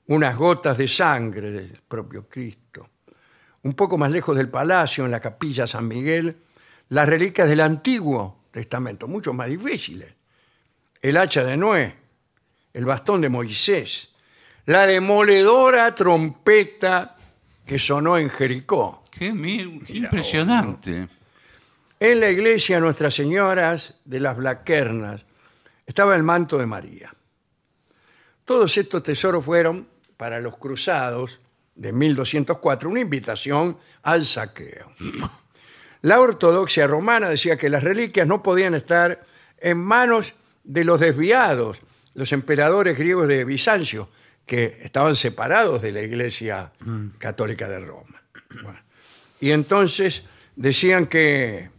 Speaker 1: unas gotas de sangre del propio Cristo. Un poco más lejos del palacio, en la capilla San Miguel, las reliquias del Antiguo Testamento, mucho más difíciles. El hacha de Noé, el bastón de Moisés, la demoledora trompeta que sonó en Jericó.
Speaker 3: Qué, mi- qué impresionante.
Speaker 1: En la iglesia Nuestras Señoras de las Blaquernas estaba el manto de María. Todos estos tesoros fueron para los cruzados de 1204 una invitación al saqueo. La ortodoxia romana decía que las reliquias no podían estar en manos de los desviados, los emperadores griegos de Bizancio, que estaban separados de la iglesia católica de Roma. Bueno, y entonces decían que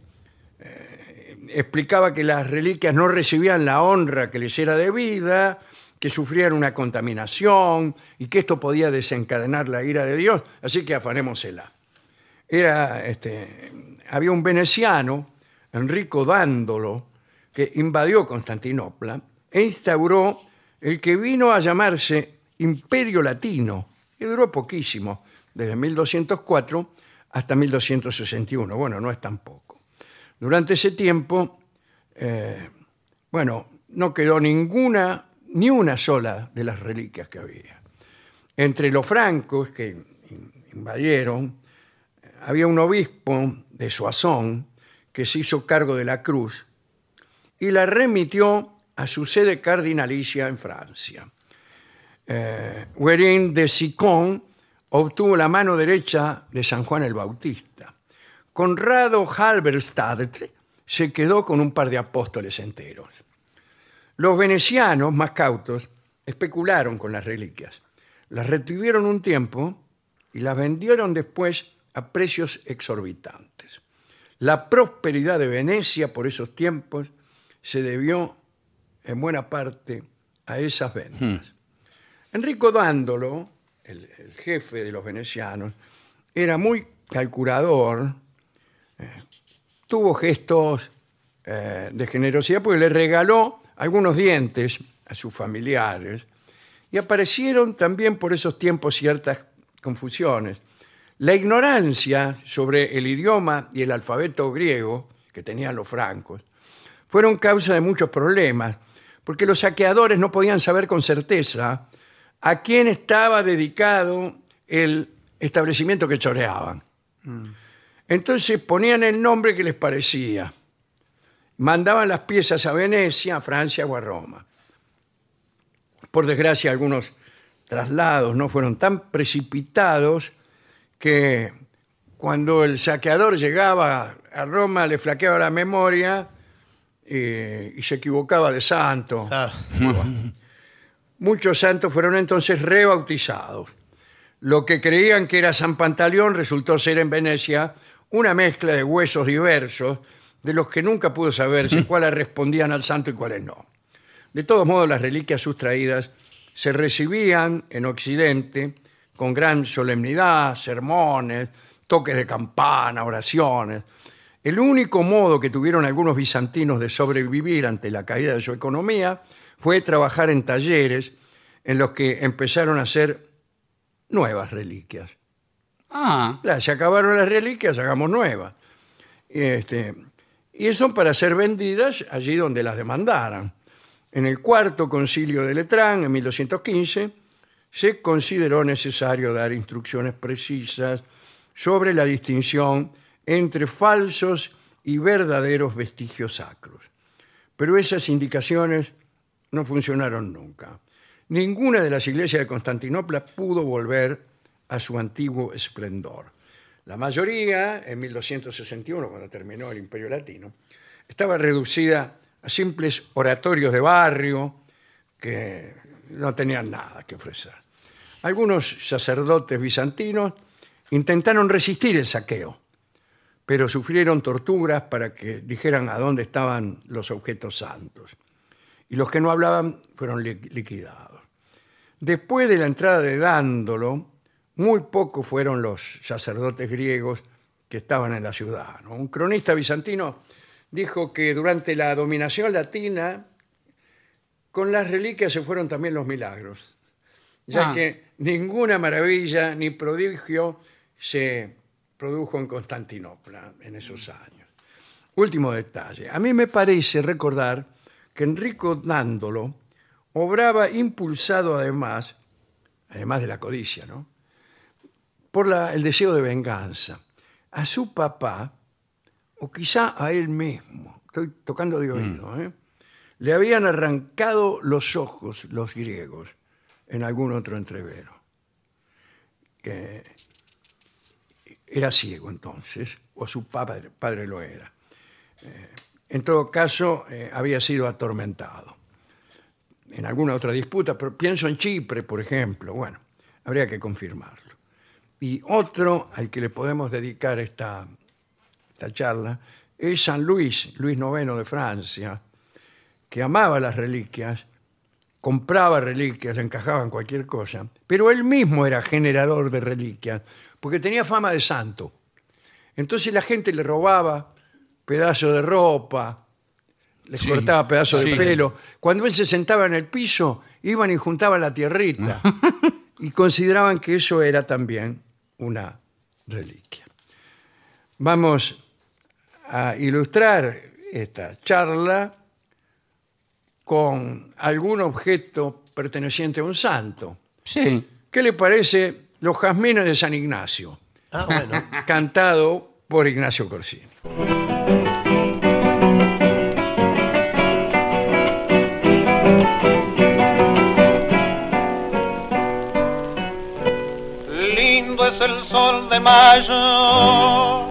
Speaker 1: explicaba que las reliquias no recibían la honra que les era debida, que sufrían una contaminación y que esto podía desencadenar la ira de Dios, así que afanémosela. Era, este, había un veneciano, Enrico Dándolo, que invadió Constantinopla e instauró el que vino a llamarse Imperio Latino, que duró poquísimo, desde 1204 hasta 1261. Bueno, no es tan poco. Durante ese tiempo, eh, bueno, no quedó ninguna, ni una sola de las reliquias que había. Entre los francos que in- invadieron, eh, había un obispo de Soissons que se hizo cargo de la cruz y la remitió a su sede cardinalicia en Francia. Eh, Guérin de Sicón obtuvo la mano derecha de San Juan el Bautista. Conrado Halberstadt se quedó con un par de apóstoles enteros. Los venecianos, más cautos, especularon con las reliquias. Las retuvieron un tiempo y las vendieron después a precios exorbitantes. La prosperidad de Venecia por esos tiempos se debió en buena parte a esas ventas. Enrico Dándolo, el, el jefe de los venecianos, era muy calculador, eh, tuvo gestos eh, de generosidad porque le regaló algunos dientes a sus familiares y aparecieron también por esos tiempos ciertas confusiones. La ignorancia sobre el idioma y el alfabeto griego que tenían los francos fueron causa de muchos problemas, porque los saqueadores no podían saber con certeza a quién estaba dedicado el establecimiento que choreaban. Entonces ponían el nombre que les parecía. Mandaban las piezas a Venecia, a Francia o a Roma. Por desgracia, algunos traslados no fueron tan precipitados que cuando el saqueador llegaba a Roma le flaqueaba la memoria eh, y se equivocaba de santo.
Speaker 2: Ah,
Speaker 1: Muchos santos fueron entonces rebautizados. Lo que creían que era San Pantaleón resultó ser en Venecia una mezcla de huesos diversos de los que nunca pudo saberse cuáles respondían al santo y cuáles no. De todos modos, las reliquias sustraídas se recibían en Occidente con gran solemnidad, sermones, toques de campana, oraciones. El único modo que tuvieron algunos bizantinos de sobrevivir ante la caída de su economía fue trabajar en talleres en los que empezaron a hacer nuevas reliquias.
Speaker 3: Ah,
Speaker 1: Claro, se acabaron las reliquias, hagamos nuevas. Y, este, y son para ser vendidas allí donde las demandaran. En el cuarto concilio de Letrán, en 1215, se consideró necesario dar instrucciones precisas sobre la distinción entre falsos y verdaderos vestigios sacros. Pero esas indicaciones no funcionaron nunca. Ninguna de las iglesias de Constantinopla pudo volver a su antiguo esplendor. La mayoría, en 1261, cuando terminó el Imperio Latino, estaba reducida a simples oratorios de barrio que no tenían nada que ofrecer. Algunos sacerdotes bizantinos intentaron resistir el saqueo, pero sufrieron torturas para que dijeran a dónde estaban los objetos santos y los que no hablaban fueron li- liquidados. Después de la entrada de Dándolo, muy pocos fueron los sacerdotes griegos que estaban en la ciudad. ¿no? Un cronista bizantino dijo que durante la dominación latina, con las reliquias se fueron también los milagros, ya
Speaker 3: Ah.
Speaker 1: que ninguna maravilla ni prodigio se produjo en Constantinopla en esos años. Último detalle. A mí me parece recordar que Enrico Dándolo obraba impulsado además, además de la codicia, ¿no? por la- el deseo de venganza. A su papá, o quizá a él mismo, estoy tocando de oído, ¿eh? le habían arrancado los ojos los griegos en algún otro entrevero. Eh, era ciego entonces, o su padre, padre lo era. Eh, en todo caso, eh, había sido atormentado. En alguna otra disputa, pero pienso en Chipre, por ejemplo, bueno, habría que confirmarlo. Y otro al que le podemos dedicar esta, esta charla es San Luis, Luis IX de Francia, que amaba las reliquias, compraba reliquias, le encajaban cualquier cosa, pero él mismo era generador de reliquias, porque tenía fama de santo. Entonces la gente le robaba pedazos de ropa, le
Speaker 3: Sí,
Speaker 1: cortaba pedazos de
Speaker 3: sí.
Speaker 1: pelo. Cuando él se sentaba en el piso, iban y juntaban la tierrita y consideraban que eso era también una reliquia. Vamos a ilustrar esta charla con algún objeto perteneciente a un santo.
Speaker 3: sí.
Speaker 1: ¿Qué le parece Los Jazmines de San Ignacio,
Speaker 2: ah, bueno.
Speaker 1: cantado por Ignacio Corsini?
Speaker 4: Lindo de mayo.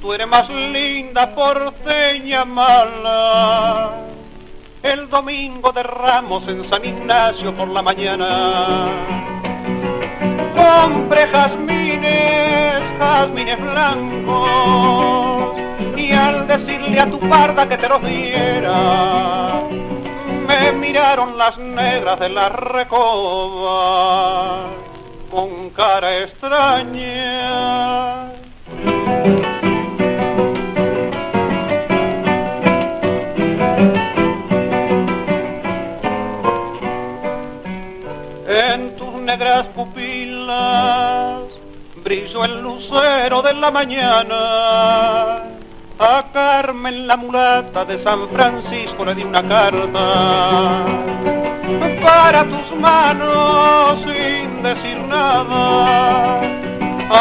Speaker 4: Tú eres más linda porteña mala. El domingo de Ramos en San Ignacio por la mañana. Compré jazmines, jazmines blancos. Y al decirle a tu parda que te los diera, me miraron las negras de la recoba con cara extraña. En tus negras pupilas brilló el lucero de la mañana. A Carmen la mulata de San Francisco le di una carta para tus manos sin decir nada.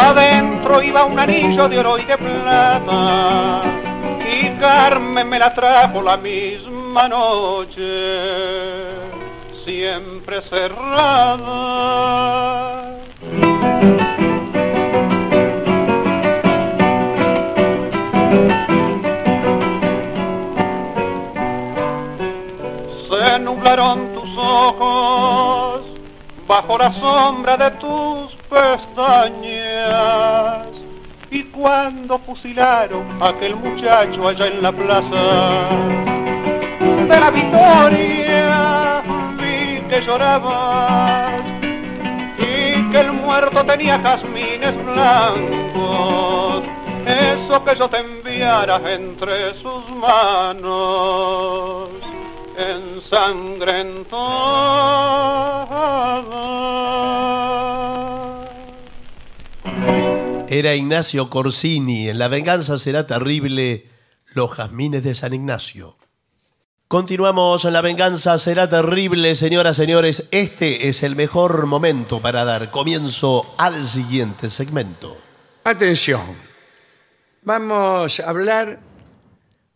Speaker 4: Adentro iba un anillo de oro y de plata y Carmen me la trajo la misma noche, siempre cerrada. se nublaron tus ojos bajo la sombra de tus pestañas. Y cuando fusilaron a aquel muchacho allá en la plaza de la victoria, vi que llorabas y que el muerto tenía jazmines blancos. Eso que yo te enviara entre sus manos ensangrentada.
Speaker 2: Era Ignacio Corsini. En La venganza será terrible. Los jazmines de San Ignacio. Continuamos en La venganza será terrible, señoras, señores. Este es el mejor momento para dar comienzo al siguiente segmento.
Speaker 1: Atención. Vamos a hablar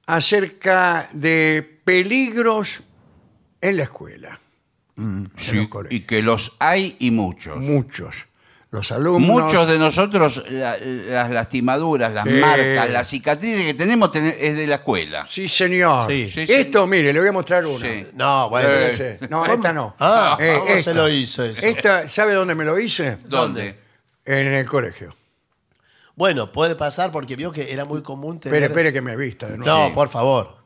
Speaker 1: acerca de peligros en la escuela.
Speaker 3: Sí,
Speaker 1: los colegios.
Speaker 3: y que los hay y muchos.
Speaker 1: Muchos. Los alumnos.
Speaker 3: Muchos de nosotros, la- las lastimaduras, las
Speaker 1: Sí.
Speaker 3: marcas, las cicatrices que tenemos ten- es de la escuela.
Speaker 1: Sí, señor.
Speaker 2: Sí.
Speaker 3: Sí,
Speaker 1: Esto, mire, le voy a mostrar una.
Speaker 3: Sí.
Speaker 2: No, bueno.
Speaker 3: Eh.
Speaker 1: Ese. No, esta no.
Speaker 2: Ah,
Speaker 1: Eh,
Speaker 2: ¿cómo
Speaker 1: esta.
Speaker 2: se lo hizo eso?
Speaker 1: Esta, ¿sabe dónde me lo hice?
Speaker 3: ¿Dónde?
Speaker 1: En el colegio.
Speaker 2: Bueno, puede pasar porque vio que era muy común tener.
Speaker 1: Espere, espere que me vista de nuevo.
Speaker 2: No, por favor.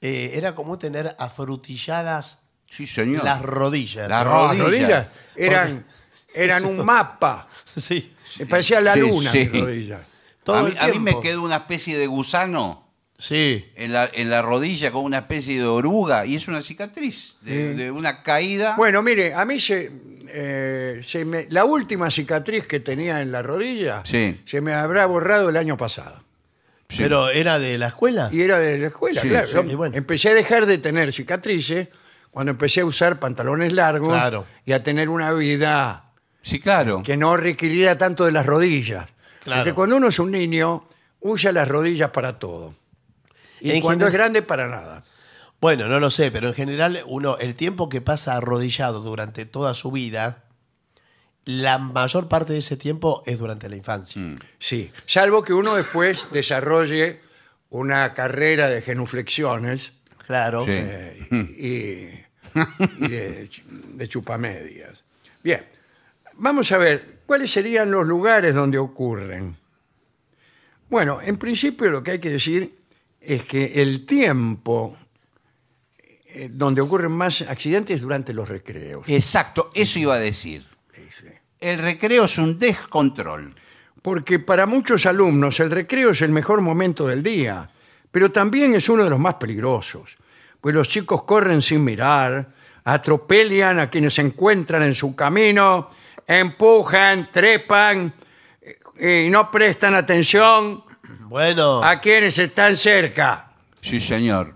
Speaker 2: Eh, era común tener afrutilladas
Speaker 3: Sí, señor.
Speaker 2: las rodillas.
Speaker 3: Las
Speaker 1: No, las Ah, rodillas
Speaker 3: rodillas.
Speaker 1: eran, eran un mapa.
Speaker 2: Sí.
Speaker 1: Me parecía la
Speaker 3: Sí,
Speaker 1: luna
Speaker 3: sí.
Speaker 1: mis rodillas.
Speaker 2: Todo
Speaker 3: a, mí,
Speaker 2: el
Speaker 3: a mí
Speaker 2: tiempo.
Speaker 3: me quedó una especie de gusano
Speaker 2: Sí.
Speaker 3: en la, en la rodilla con una especie de oruga y es una cicatriz de, de una caída.
Speaker 1: Bueno, mire, a mí se, eh, se me- la última cicatriz que tenía en la rodilla
Speaker 3: Sí.
Speaker 1: se me habrá borrado el año pasado.
Speaker 3: Sí.
Speaker 2: Pero era de la escuela.
Speaker 1: Y era de la escuela,
Speaker 3: Sí,
Speaker 1: claro.
Speaker 2: sí,
Speaker 1: Yo
Speaker 2: y bueno.
Speaker 1: Empecé a dejar de tener cicatrices cuando empecé a usar pantalones largos
Speaker 2: Claro.
Speaker 1: y a tener una vida
Speaker 3: sí, claro.
Speaker 1: que no requiriera tanto de las rodillas.
Speaker 2: Claro.
Speaker 1: Porque cuando uno es un niño, usa las rodillas para todo. Y
Speaker 2: En
Speaker 1: cuando es
Speaker 2: general-
Speaker 1: grande, para nada.
Speaker 2: Bueno, no lo sé, pero en general, uno, el tiempo que pasa arrodillado durante toda su vida, la mayor parte de ese tiempo es durante la infancia.
Speaker 1: Sí, salvo que uno después desarrolle una carrera de genuflexiones
Speaker 2: Claro.
Speaker 3: Sí.
Speaker 1: eh, y, y de, de chupamedias. Bien, vamos a ver, ¿cuáles serían los lugares donde ocurren? Bueno, en principio lo que hay que decir es que el tiempo eh, donde ocurren más accidentes es durante los recreos.
Speaker 3: Exacto, eso iba a decir.
Speaker 1: Sí.
Speaker 3: El recreo es un descontrol.
Speaker 1: Porque para muchos alumnos el recreo es el mejor momento del día, pero también es uno de los más peligrosos, pues los chicos corren sin mirar, atropellan a quienes se encuentran en su camino, empujan, trepan eh, y no prestan atención
Speaker 2: Bueno,
Speaker 1: a quienes están cerca.
Speaker 3: Sí, señor.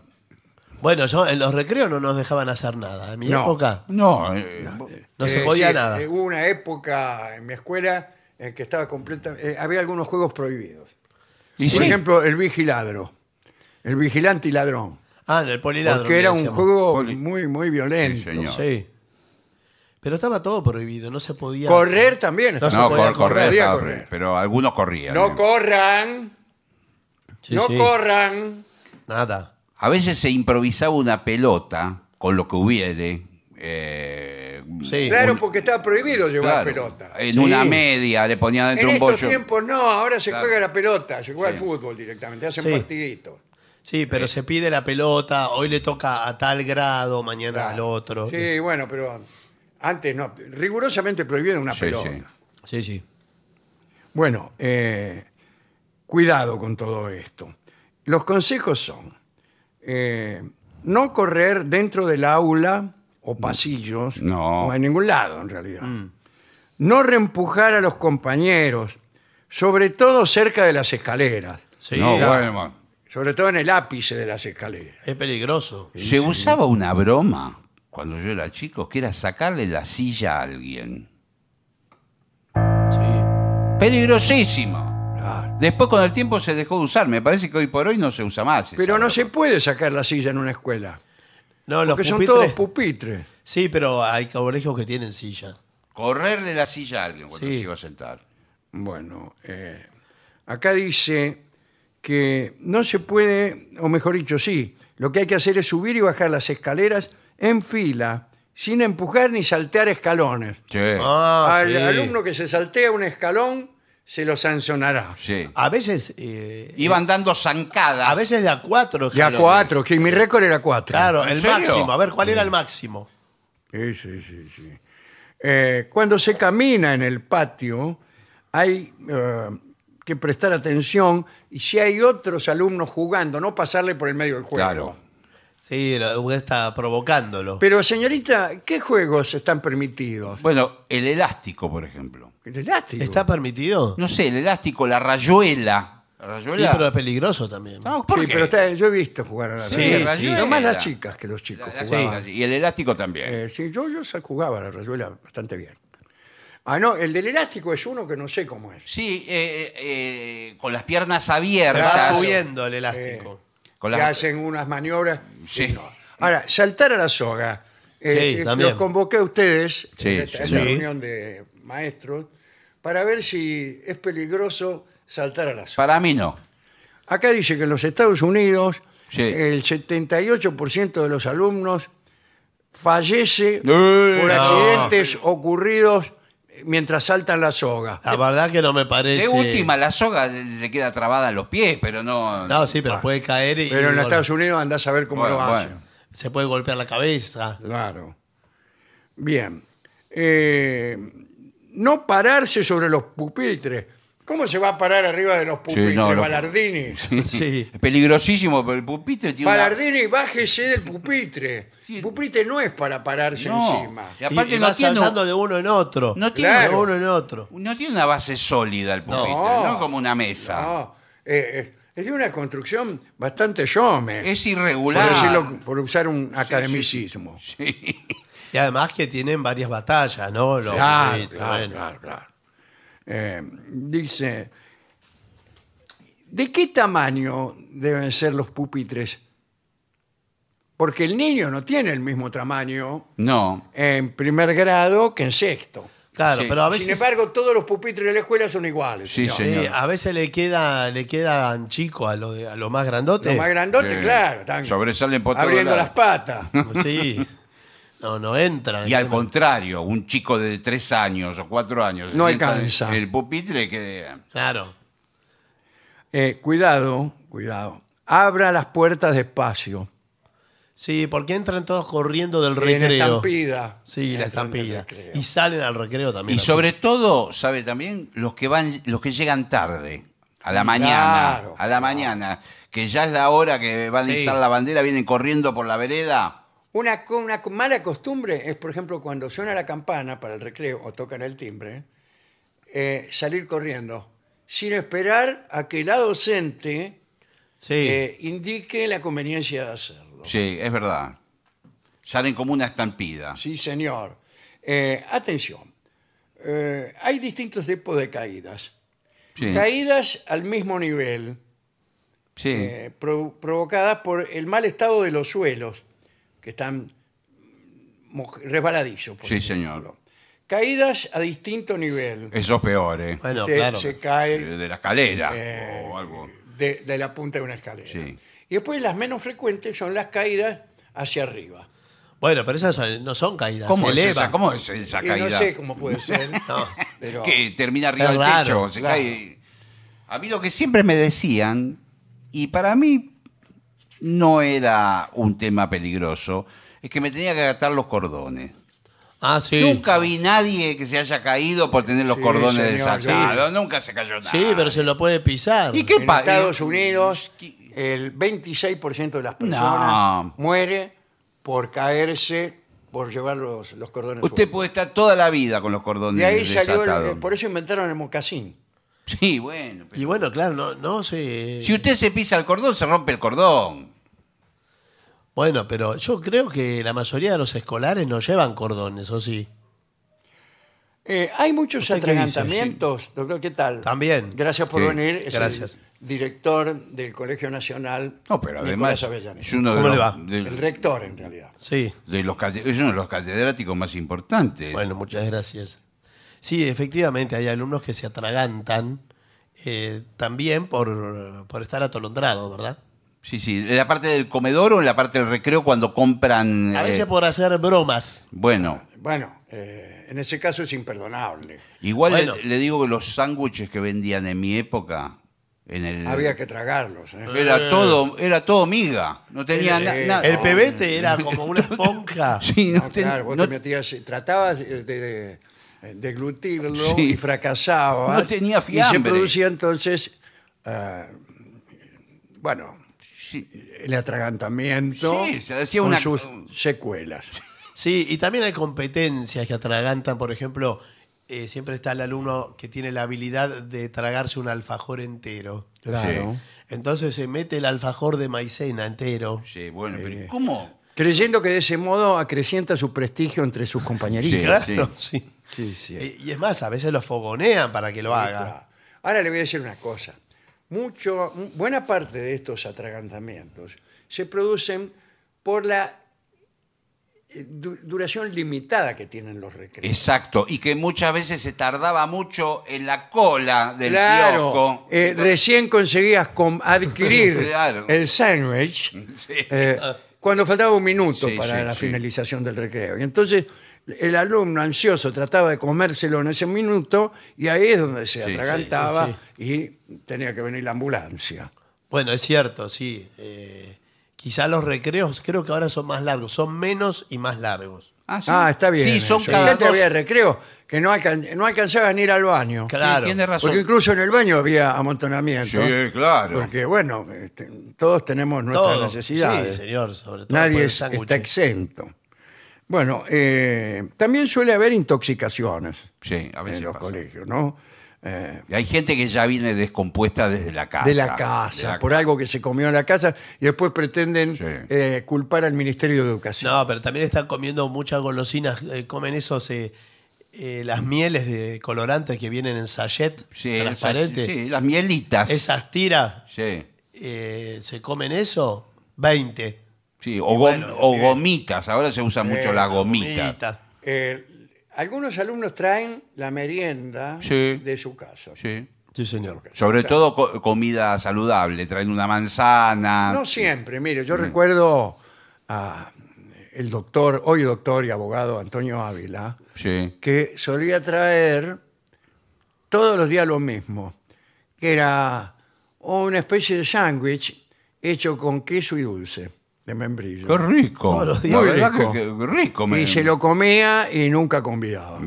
Speaker 2: bueno, yo en los recreos no nos dejaban hacer nada. En mi
Speaker 1: No.
Speaker 2: época
Speaker 3: No, eh,
Speaker 2: no se
Speaker 1: Eh,
Speaker 2: podía
Speaker 1: sí,
Speaker 2: nada.
Speaker 1: eh, Hubo una época en mi escuela en que estaba completa, eh, había algunos juegos prohibidos.
Speaker 3: y
Speaker 1: Por
Speaker 3: sí,
Speaker 1: ejemplo, el vigiladro, el vigilante y ladrón.
Speaker 2: Ah, en el poliladro.
Speaker 1: Porque era
Speaker 2: le
Speaker 1: un
Speaker 2: decíamos.
Speaker 1: juego
Speaker 3: Poli-
Speaker 1: muy, muy
Speaker 3: sí,
Speaker 1: violento.
Speaker 3: señor.
Speaker 2: Sí. Pero estaba todo prohibido, no se podía.
Speaker 1: Correr también. está
Speaker 2: No se
Speaker 3: No,
Speaker 2: podía
Speaker 3: cor- correr,
Speaker 1: correr.
Speaker 3: estaba-
Speaker 1: correr.
Speaker 3: pero algunos corrían.
Speaker 2: eh.
Speaker 1: No corran,
Speaker 2: Sí,
Speaker 1: no
Speaker 2: sí.
Speaker 1: corran.
Speaker 2: Nada.
Speaker 3: A veces se improvisaba una pelota con lo que hubiere. eh,
Speaker 2: Sí.
Speaker 1: Claro, porque estaba prohibido llevar
Speaker 3: claro,
Speaker 1: pelota.
Speaker 3: En
Speaker 2: Sí.
Speaker 3: una media, le ponían
Speaker 1: En
Speaker 3: dentro un
Speaker 1: estos
Speaker 3: bollo.
Speaker 1: tiempos no, ahora se
Speaker 3: Claro.
Speaker 1: juega la pelota, se juega
Speaker 3: Sí.
Speaker 1: al fútbol directamente, hacen
Speaker 2: Sí.
Speaker 1: partiditos.
Speaker 2: Sí,
Speaker 1: Eh.
Speaker 2: pero se pide la pelota, hoy le toca a tal grado, mañana al otro.
Speaker 1: Sí, bueno, pero antes no, rigurosamente prohibieron una
Speaker 3: Sí,
Speaker 1: pelota.
Speaker 2: sí.
Speaker 3: sí.
Speaker 2: sí.
Speaker 1: Bueno, eh, cuidado con todo esto. Los consejos son eh, no correr dentro del aula
Speaker 2: Mm.
Speaker 1: o pasillos,
Speaker 3: No.
Speaker 1: o en ningún lado en realidad. No reempujar a los compañeros, sobre todo cerca de las escaleras,
Speaker 2: Sí,
Speaker 3: no,
Speaker 2: era-
Speaker 3: bueno,
Speaker 1: sobre todo en el ápice de las escaleras.
Speaker 2: es peligroso.
Speaker 3: Se usaba una broma cuando yo era chico, que era sacarle la silla a alguien.
Speaker 2: Sí.
Speaker 3: Peligrosísimo.
Speaker 2: Ah,
Speaker 1: Claro.
Speaker 3: Después con el tiempo se dejó de usar. Me parece que hoy por hoy no se usa más. esa
Speaker 1: Pero no
Speaker 3: broma.
Speaker 1: se puede sacar la silla en una escuela,
Speaker 2: No, los
Speaker 1: porque son
Speaker 2: pupitres-
Speaker 1: todos pupitres.
Speaker 2: Sí, pero hay colegios que tienen silla.
Speaker 3: Correrle la silla a alguien cuando
Speaker 2: Sí.
Speaker 3: se iba a sentar.
Speaker 1: Bueno, eh, acá dice que no se puede, o mejor dicho, sí, lo que hay que hacer es subir y bajar las escaleras en fila, sin empujar ni saltear escalones.
Speaker 3: Che,
Speaker 2: Ah,
Speaker 1: Al
Speaker 2: sí.
Speaker 1: alumno que se saltea un escalón se lo sancionará.
Speaker 3: sí.
Speaker 2: A veces. eh,
Speaker 3: Iban dando zancadas.
Speaker 2: A veces de a
Speaker 1: Y
Speaker 2: cuatro.
Speaker 1: a
Speaker 2: escalones.
Speaker 1: cuatro, que mi récord era cuatro.
Speaker 2: Claro,
Speaker 3: ¿En
Speaker 2: el
Speaker 3: serio? Mm.
Speaker 2: máximo. A ver, ¿cuál era el máximo?
Speaker 1: Sí, sí, sí, sí. Eh, cuando se camina en el patio, hay eh, que prestar atención y si hay otros alumnos jugando, no pasarle por el medio del juego.
Speaker 3: Claro.
Speaker 2: Sí, lo- está provocándolo.
Speaker 1: Pero señorita, ¿qué juegos están permitidos?
Speaker 3: Bueno, el elástico, por ejemplo.
Speaker 1: El elástico.
Speaker 2: ¿Está permitido?
Speaker 3: No sé, el elástico, la rayuela. ¿La
Speaker 2: Sí,
Speaker 3: rayuela?
Speaker 2: pero es peligroso también.
Speaker 3: No, ¿por
Speaker 1: Sí,
Speaker 3: qué?
Speaker 1: pero está- yo he visto jugar a la
Speaker 3: Sí,
Speaker 1: rayuela.
Speaker 3: sí.
Speaker 1: No más las
Speaker 3: Rayuela.
Speaker 1: chicas que los chicos
Speaker 3: La- la-
Speaker 1: jugaban.
Speaker 3: sí, Y el elástico también.
Speaker 1: Eh, sí, yo, yo sa- jugaba a la rayuela bastante bien. Ah, no, el del elástico es uno que no sé cómo es.
Speaker 3: Sí, eh, eh, con las piernas
Speaker 2: Va
Speaker 3: abiertas.
Speaker 2: subiendo el elástico.
Speaker 3: Con
Speaker 1: que
Speaker 3: las-
Speaker 1: hacen unas maniobras.
Speaker 3: Sí.
Speaker 1: que no. Ahora, saltar a la soga. Eh,
Speaker 2: Sí, también.
Speaker 1: Los convoqué a ustedes
Speaker 3: Sí,
Speaker 1: en esta, en
Speaker 3: sí.
Speaker 1: esta reunión de maestros para ver si es peligroso saltar a la soga.
Speaker 3: Para mí no.
Speaker 1: Acá dice que en los Estados Unidos
Speaker 3: Sí.
Speaker 1: el 78% de los alumnos fallece por
Speaker 3: no.
Speaker 1: accidentes ocurridos mientras saltan la soga.
Speaker 3: Ah,
Speaker 2: La verdad que no me parece.
Speaker 3: De última, la soga le queda trabada en los pies, pero no.
Speaker 2: No, sí,
Speaker 3: Ah.
Speaker 2: pero puede caer y.
Speaker 1: Pero en los
Speaker 2: y-
Speaker 1: Estados Unidos andás a ver cómo
Speaker 3: Bueno,
Speaker 1: lo hacen.
Speaker 3: bueno.
Speaker 2: Se puede golpear la cabeza.
Speaker 1: Claro. Bien. Eh, no pararse sobre los pupitres. ¿Cómo se va a parar arriba de los pupitres,
Speaker 3: no, no.
Speaker 1: Ballardini?
Speaker 2: Sí.
Speaker 3: Es peligrosísimo, pero el pupitre tiene. una-
Speaker 1: Ballardini, bájese del pupitre. El pupitre no es para pararse
Speaker 3: No.
Speaker 1: encima.
Speaker 3: Y aparte
Speaker 2: y, y
Speaker 3: no,
Speaker 2: va
Speaker 3: tiene,
Speaker 2: saltando de uno en otro.
Speaker 3: no tiene-
Speaker 1: Claro.
Speaker 2: De uno en otro.
Speaker 3: no tiene una base sólida el pupitre,
Speaker 1: No.
Speaker 3: no, como una mesa.
Speaker 1: No, eh, eh, es de una construcción bastante yome.
Speaker 3: Es
Speaker 1: por,
Speaker 3: irregular.
Speaker 1: decirlo- por usar un academicismo.
Speaker 2: Y además que tienen varias batallas, ¿no? Los
Speaker 1: Claro,
Speaker 2: gritos,
Speaker 1: claro,
Speaker 2: bueno.
Speaker 1: claro, claro. Eh, dice, ¿de qué tamaño deben ser los pupitres? Porque el niño no tiene el mismo tamaño
Speaker 3: No.
Speaker 1: en primer grado que en sexto.
Speaker 2: Claro,
Speaker 3: Sí.
Speaker 2: pero a
Speaker 1: Sin
Speaker 2: veces.
Speaker 1: embargo, todos los pupitres de la escuela son iguales.
Speaker 3: Sí,
Speaker 1: señor.
Speaker 3: señor.
Speaker 2: Sí, a veces le queda le quedan chico a lo de- a lo más grandote.
Speaker 1: Los más grandotes,
Speaker 3: Sí.
Speaker 1: claro, están
Speaker 3: eh, Sobresalen por todos
Speaker 1: abriendo
Speaker 3: lados.
Speaker 1: las patas.
Speaker 2: Sí. No, no entran.
Speaker 3: Y al contrario, un chico de tres años o cuatro años.
Speaker 1: No
Speaker 3: sienta
Speaker 1: alcanza.
Speaker 3: El pupitre que.
Speaker 2: Claro.
Speaker 1: Eh, cuidado, cuidado. Abra las puertas despacio.
Speaker 2: Sí, porque entran todos corriendo del
Speaker 1: En
Speaker 2: recreo.
Speaker 1: estampida.
Speaker 2: Sí, la
Speaker 1: Entran en el
Speaker 2: estampida.
Speaker 1: recreo.
Speaker 2: Y salen al recreo también.
Speaker 3: Y sobre todo, ¿sabe también? Los que van, los que llegan tarde, a la mañana.
Speaker 1: Claro.
Speaker 3: a la mañana, que ya es la hora que van a
Speaker 2: Sí.
Speaker 3: izar la bandera, vienen corriendo por la vereda.
Speaker 1: Una, co- una co- mala costumbre es, por ejemplo, cuando suena la campana para el recreo o tocan el timbre, eh, salir corriendo, sin esperar a que la docente
Speaker 2: Sí.
Speaker 1: eh, indique la conveniencia de hacerlo.
Speaker 3: Sí, es verdad. Salen como una estampida.
Speaker 1: Sí, señor. Eh, atención, Eh, hay distintos tipos de caídas.
Speaker 3: Sí,
Speaker 1: Caídas al mismo nivel,
Speaker 3: sí.
Speaker 1: eh, pro- provocadas por el mal estado de los suelos, que están moj- resbaladizos. por
Speaker 3: Sí,
Speaker 1: ejemplo.
Speaker 3: señor.
Speaker 1: Caídas a distinto nivel.
Speaker 3: Eso es peor, ¿eh?
Speaker 2: Bueno,
Speaker 1: Usted
Speaker 2: claro.
Speaker 1: este, Se cae
Speaker 3: De la escalera
Speaker 1: eh,
Speaker 3: o algo.
Speaker 1: de, de la punta de una escalera.
Speaker 3: Sí.
Speaker 1: Y después las menos frecuentes son las caídas hacia arriba.
Speaker 2: Bueno, pero esas son- no son caídas.
Speaker 3: ¿Cómo
Speaker 2: se
Speaker 3: es,
Speaker 2: eleva.
Speaker 3: esa, ¿Cómo es esa
Speaker 1: Y
Speaker 3: caída?
Speaker 1: no sé cómo puede ser.
Speaker 2: No.
Speaker 1: pero-
Speaker 3: que termina arriba
Speaker 2: Es
Speaker 3: del
Speaker 2: raro,
Speaker 3: techo. se
Speaker 1: claro.
Speaker 3: cae. A mí lo que siempre me decían, y para mí no era un tema peligroso, es que me tenía que atar los cordones.
Speaker 2: Ah, sí.
Speaker 3: Nunca vi nadie que se haya caído por tener los
Speaker 1: Sí,
Speaker 3: cordones
Speaker 1: señor,
Speaker 3: desatados. Nunca se cayó nada.
Speaker 2: Sí, pero se lo puede pisar.
Speaker 3: ¿Y qué
Speaker 1: en
Speaker 3: pa-
Speaker 1: Estados
Speaker 3: eh,
Speaker 1: Unidos,
Speaker 3: ¿qué-
Speaker 1: el 26% de las personas
Speaker 3: No.
Speaker 1: muere por caerse, por llevar los, los cordones.
Speaker 3: Usted
Speaker 1: sueltos.
Speaker 3: puede estar toda la vida con los cordones
Speaker 1: de ahí salió, el- eh,
Speaker 3: desatados.
Speaker 1: por eso inventaron el mocasín.
Speaker 3: Sí, bueno. pero-
Speaker 2: Y bueno, claro, no, no sé.
Speaker 3: Si usted se pisa el cordón, se rompe el cordón.
Speaker 2: Bueno, pero yo creo que la mayoría de los escolares no llevan cordones, ¿o sí?
Speaker 1: Eh, hay muchos
Speaker 2: ¿Usted qué dice?
Speaker 1: atragantamientos, doctor, ¿qué tal?
Speaker 2: También.
Speaker 1: Gracias por
Speaker 3: Sí,
Speaker 1: venir. Es
Speaker 2: gracias.
Speaker 1: el director del Colegio Nacional.
Speaker 3: No, pero además
Speaker 1: Nicolás Avellaneda.
Speaker 3: es uno de
Speaker 2: ¿Cómo
Speaker 3: los,
Speaker 2: le va?
Speaker 3: de-
Speaker 1: El rector, en realidad.
Speaker 2: Sí.
Speaker 3: de los cate- es uno de los catedráticos más importantes.
Speaker 2: Bueno, muchas gracias. Sí, efectivamente, hay alumnos que se atragantan eh, también por, por estar atolondrados, ¿verdad?
Speaker 3: Sí, sí, en la parte del comedor o en la parte del recreo cuando compran...
Speaker 2: A
Speaker 3: eh,
Speaker 2: veces por hacer bromas.
Speaker 3: Bueno,
Speaker 1: Bueno, eh, en ese caso es imperdonable.
Speaker 3: igual
Speaker 2: Bueno.
Speaker 3: Le, le digo que los sándwiches que vendían en mi época, en el...
Speaker 1: Había que tragarlos. ¿eh?
Speaker 3: Era todo, era todo miga, no tenía
Speaker 1: El-
Speaker 3: na-
Speaker 1: el-
Speaker 3: na-
Speaker 2: Eh, El pebete era como una esponja.
Speaker 3: Sí, no
Speaker 1: No,
Speaker 3: ten-
Speaker 1: eh, Ah, claro, vos
Speaker 3: no-
Speaker 1: te metías, tratabas eh, de, de- deglutirlo
Speaker 3: Sí.
Speaker 1: y fracasabas.
Speaker 3: No tenía
Speaker 1: Y se
Speaker 3: fiambre.
Speaker 1: producía entonces, ah, bueno,
Speaker 3: sí.
Speaker 1: el atragantamiento
Speaker 3: Sí, se hacía
Speaker 1: con
Speaker 3: una-
Speaker 1: sus secuelas.
Speaker 2: Sí, y también hay competencias que atragantan, por ejemplo, eh, siempre está el alumno que tiene la habilidad de tragarse un alfajor entero.
Speaker 1: Claro.
Speaker 2: Entonces se mete el alfajor de maicena entero.
Speaker 3: Sí, bueno,
Speaker 1: Eh.
Speaker 3: pero ¿cómo?
Speaker 1: Creyendo que de ese modo acrecienta su prestigio entre sus compañeritos.
Speaker 3: Sí,
Speaker 2: claro, sí.
Speaker 1: Sí, sí.
Speaker 2: Eh, Y es más, a veces lo fogonean para que lo haga.
Speaker 1: Ahora le voy a decir una cosa. Mucho, mu- buena parte de estos atragantamientos se producen por la eh, du- duración limitada que tienen los recreos.
Speaker 3: Exacto, y que muchas veces se tardaba mucho en la cola del
Speaker 1: Claro,
Speaker 3: kiosco.
Speaker 1: eh, recién conseguías com- adquirir
Speaker 3: Claro.
Speaker 1: el sándwich
Speaker 3: Sí.
Speaker 1: eh, cuando faltaba un minuto
Speaker 3: Sí,
Speaker 1: para
Speaker 3: sí,
Speaker 1: la
Speaker 3: sí.
Speaker 1: finalización del recreo. Y entonces el alumno ansioso trataba de comérselo en ese minuto y ahí es donde se
Speaker 3: Sí,
Speaker 1: atragantaba y tenía que venir la ambulancia.
Speaker 2: Bueno, es cierto, sí. Eh, quizá los recreos creo que ahora son más largos, son menos y más largos.
Speaker 3: Ah, sí.
Speaker 1: Ah, está bien.
Speaker 3: Sí, son
Speaker 1: eso.
Speaker 3: cada
Speaker 1: Antes
Speaker 3: dos-
Speaker 1: había recreo que no, alcan- no alcanzaban a ir al baño.
Speaker 2: Claro.
Speaker 3: tiene razón.
Speaker 1: Porque incluso en el baño había amontonamiento.
Speaker 3: Sí, claro.
Speaker 1: Porque, bueno, este, todos tenemos nuestras
Speaker 2: Todo.
Speaker 1: necesidades.
Speaker 2: Sí, señor, sobre todo. por
Speaker 1: Nadie
Speaker 2: el
Speaker 1: es-
Speaker 2: sándwich.
Speaker 1: está exento. Bueno, eh, también suele haber intoxicaciones
Speaker 3: Sí, a veces
Speaker 1: en los
Speaker 3: pasa.
Speaker 1: colegios, ¿no? Eh,
Speaker 3: Y Hay gente que ya viene descompuesta desde la casa.
Speaker 1: de la casa,
Speaker 3: Ah, De la
Speaker 1: por
Speaker 3: ca-
Speaker 1: algo que se comió en la casa, y después pretenden
Speaker 3: Sí.
Speaker 1: eh, culpar al Ministerio de Educación.
Speaker 2: No, pero también están comiendo muchas golosinas. eh, comen esos, eh, eh, las mieles de colorantes que vienen en sachet
Speaker 3: Sí,
Speaker 2: transparente.
Speaker 3: esa- sí, las mielitas.
Speaker 2: Esas tiras,
Speaker 3: Sí.
Speaker 2: eh, ¿se comen eso? 20.
Speaker 3: sí, O, gom-
Speaker 2: bueno,
Speaker 3: o gomitas. Ahora se usa mucho la gomita.
Speaker 2: Gomita.
Speaker 1: Eh, algunos alumnos traen la merienda
Speaker 3: Sí.
Speaker 1: de su casa.
Speaker 3: Sí.
Speaker 2: Sí, señor.
Speaker 3: Sobre todo co- comida saludable. Traen una manzana.
Speaker 1: No siempre, mire,
Speaker 3: Mm.
Speaker 1: yo recuerdo a el doctor, hoy doctor y abogado Antonio Ávila,
Speaker 3: Sí.
Speaker 1: que solía traer todos los días lo mismo, que era una especie de sándwich hecho con queso y dulce de membrillo.
Speaker 3: Qué rico.
Speaker 2: Todos los días.
Speaker 3: La
Speaker 1: Muy
Speaker 3: verdad
Speaker 1: rico.
Speaker 3: que, que rico. me-
Speaker 1: Y se lo comía y nunca convidaba.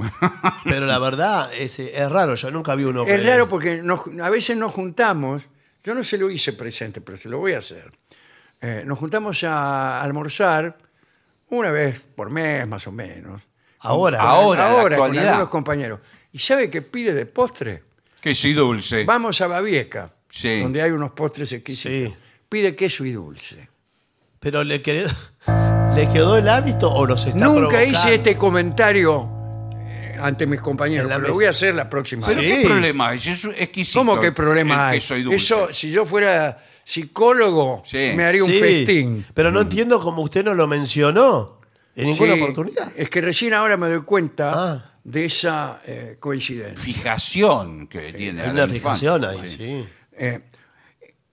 Speaker 2: Pero la verdad es, es raro, yo nunca vi uno.
Speaker 1: Es
Speaker 2: que-
Speaker 1: raro porque nos- a veces nos juntamos, yo no se lo hice presente, pero se lo voy a hacer. Eh, nos juntamos a almorzar una vez por mes, más o menos.
Speaker 2: Ahora.
Speaker 3: Ahora, en la
Speaker 1: ahora con
Speaker 3: actualidad.
Speaker 1: algunos compañeros. ¿Y sabe qué pide de postre?
Speaker 3: Que sí, dulce.
Speaker 1: Vamos a Babieca,
Speaker 3: Sí.
Speaker 1: donde hay unos postres exquisitos.
Speaker 2: Sí.
Speaker 1: Pide queso y dulce.
Speaker 2: Pero le quedó, le quedó el hábito o los está
Speaker 1: Nunca hice
Speaker 2: provocando?
Speaker 1: este comentario eh, ante mis compañeros,
Speaker 2: En la
Speaker 1: pero lo
Speaker 2: mesa.
Speaker 1: voy a hacer la próxima
Speaker 3: Pero
Speaker 1: vez.
Speaker 3: qué
Speaker 2: Sí.
Speaker 3: problema hay. si Es exquisito.
Speaker 1: ¿Cómo que problema
Speaker 3: el
Speaker 1: hay?
Speaker 3: queso y dulce.
Speaker 1: Eso, si yo fuera psicólogo,
Speaker 3: Sí.
Speaker 1: me haría
Speaker 2: Sí,
Speaker 1: un festín.
Speaker 2: Pero no entiendo cómo usted no lo mencionó en ninguna
Speaker 1: Sí,
Speaker 2: oportunidad.
Speaker 1: Es que recién ahora me doy cuenta
Speaker 2: Ah.
Speaker 1: de esa eh, coincidencia.
Speaker 3: Fijación que tiene.
Speaker 2: Hay
Speaker 3: a
Speaker 2: una
Speaker 3: la
Speaker 2: fijación
Speaker 3: infancia.
Speaker 2: ahí, sí.
Speaker 1: Eh,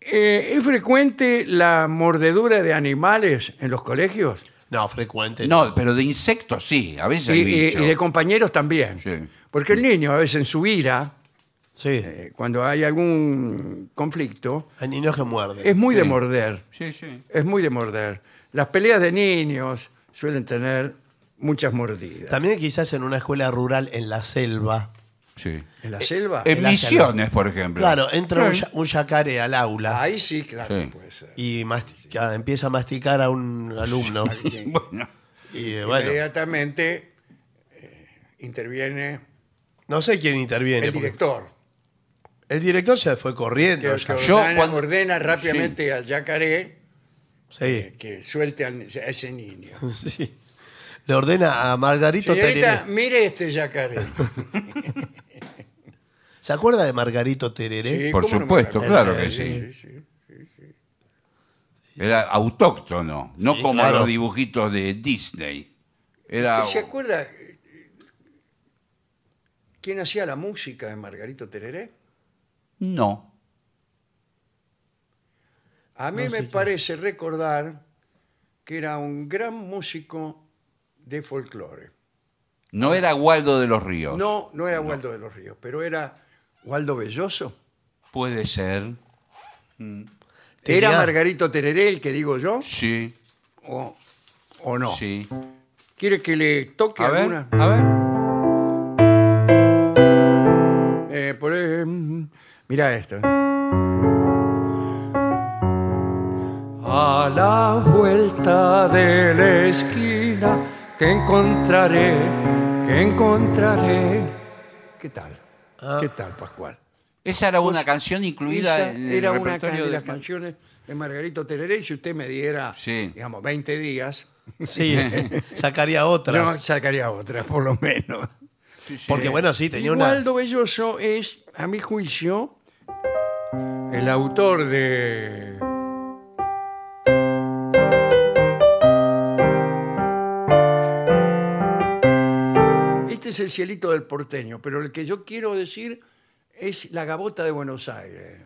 Speaker 1: eh, ¿Es frecuente la mordedura de animales en los colegios?
Speaker 2: No, frecuente.
Speaker 3: Este, No, pero de insectos sí, a veces
Speaker 1: Y,
Speaker 3: hay
Speaker 1: y-
Speaker 3: bichos.
Speaker 1: y de compañeros también.
Speaker 3: Sí.
Speaker 1: Porque el niño, a veces en su ira,
Speaker 2: Sí.
Speaker 1: eh, cuando hay algún conflicto,
Speaker 2: Hay niños que muerden.
Speaker 1: es muy de
Speaker 3: Sí.
Speaker 1: morder.
Speaker 3: Sí, sí.
Speaker 1: Es muy de morder. Las peleas de niños suelen tener muchas mordidas.
Speaker 2: También quizás en una escuela rural en la selva.
Speaker 3: sí.
Speaker 1: ¿En la selva?
Speaker 3: En
Speaker 2: la
Speaker 3: misiones, por ejemplo.
Speaker 2: Claro, entra un,
Speaker 3: Sí.
Speaker 2: ya- un yacare al aula
Speaker 1: Ahí sí, claro, pues, eh,
Speaker 3: Sí.
Speaker 1: puede ser.
Speaker 2: y mastica- empieza a masticar a un alumno.
Speaker 3: Bueno,
Speaker 2: Y eh, bueno,
Speaker 1: Inmediatamente eh, interviene
Speaker 2: no sé quién interviene.
Speaker 1: el
Speaker 2: porque-
Speaker 1: director.
Speaker 2: el director se fue
Speaker 1: Que,
Speaker 2: corriendo.
Speaker 1: que
Speaker 2: ya.
Speaker 3: Yo
Speaker 1: ordena,
Speaker 3: cuando-
Speaker 1: ordena rápidamente al yacaré
Speaker 2: Sí,
Speaker 1: que suelte al- a ese niño.
Speaker 2: sí. Le ordena a Margarito
Speaker 1: Señorita,
Speaker 2: Tereré.
Speaker 1: mire este yacaré.
Speaker 2: ¿Se acuerda de Margarito Tereré?
Speaker 1: Sí,
Speaker 3: Por
Speaker 1: ¿cómo no me
Speaker 3: supuesto,
Speaker 1: acuerdo?
Speaker 3: claro que
Speaker 1: Sí, sí.
Speaker 3: era autóctono, no
Speaker 2: Sí,
Speaker 3: como
Speaker 2: claro.
Speaker 3: los dibujitos de Disney. Era
Speaker 1: ¿Se acuerda eh, quién hacía la música de Margarito Tereré?
Speaker 3: no.
Speaker 1: A mí me parece recordar que era un gran músico de folclore.
Speaker 3: No era Waldo de los Ríos.
Speaker 1: No, no era Waldo de los Ríos, pero era Waldo Belloso.
Speaker 3: Puede ser.
Speaker 2: Tenía-
Speaker 1: ¿Era Margarito Tereré el que digo yo
Speaker 3: Sí.
Speaker 1: o, o no?
Speaker 3: Sí.
Speaker 1: ¿Quiere que le toque
Speaker 3: A ver,
Speaker 1: alguna?
Speaker 3: a ver.
Speaker 1: Eh, por, eh, mira esto. eh. A la vuelta de la esquina que encontraré, que encontraré. Ah. ¿Qué tal? ¿Qué tal, Pascual?
Speaker 3: Esa era una canción incluida
Speaker 1: Esa
Speaker 3: en el
Speaker 1: era una can-
Speaker 3: repertorio
Speaker 1: de
Speaker 3: de
Speaker 1: las canciones de Margarito Tereré. y Si usted me diera,
Speaker 3: Sí.
Speaker 1: digamos, 20 días,
Speaker 2: Sí, sacaría
Speaker 1: yo
Speaker 2: otra.
Speaker 1: sacaría otra, por lo menos.
Speaker 2: Porque bueno, sí, tenía una...
Speaker 1: Waldo Belloso es, a mi juicio, el autor de. Este es el cielito del porteño, pero el que yo quiero decir es la gabota de Buenos Aires.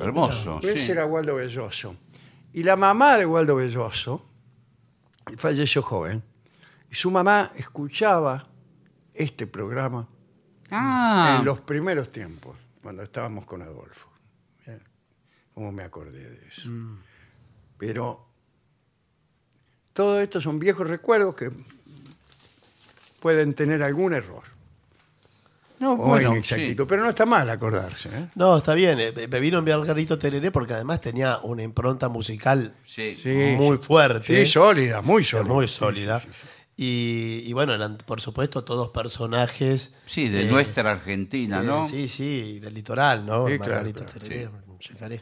Speaker 3: Hermoso,
Speaker 1: Ese
Speaker 3: sí.
Speaker 1: era Waldo Belloso. Y la mamá de Waldo Belloso falleció joven. Y su mamá escuchaba este programa
Speaker 3: Ah,
Speaker 1: en los primeros tiempos, cuando estábamos con Adolfo. Mirá ¿Cómo me acordé de eso?
Speaker 3: Mm.
Speaker 1: Pero todo esto son viejos recuerdos que pueden tener algún error
Speaker 3: no,
Speaker 1: o
Speaker 3: Oh, bueno,
Speaker 1: inexactitud, pero no está mal acordarse. ¿eh?
Speaker 2: No, está bien, eh, me vino Margarito Tereré porque además tenía una impronta musical
Speaker 3: sí. Sí.
Speaker 1: Sí,
Speaker 2: muy fuerte.
Speaker 1: Sí, sólida, muy
Speaker 2: Era
Speaker 1: sólida.
Speaker 2: muy sólida. Y, y bueno, eran por supuesto todos personajes.
Speaker 3: Sí, de
Speaker 2: eh,
Speaker 3: nuestra Argentina,
Speaker 2: eh,
Speaker 3: ¿no?
Speaker 2: Sí, sí, del litoral, ¿no?
Speaker 1: Sí, claro,
Speaker 2: Margarito
Speaker 1: claro,
Speaker 2: Tereré, Yacaré.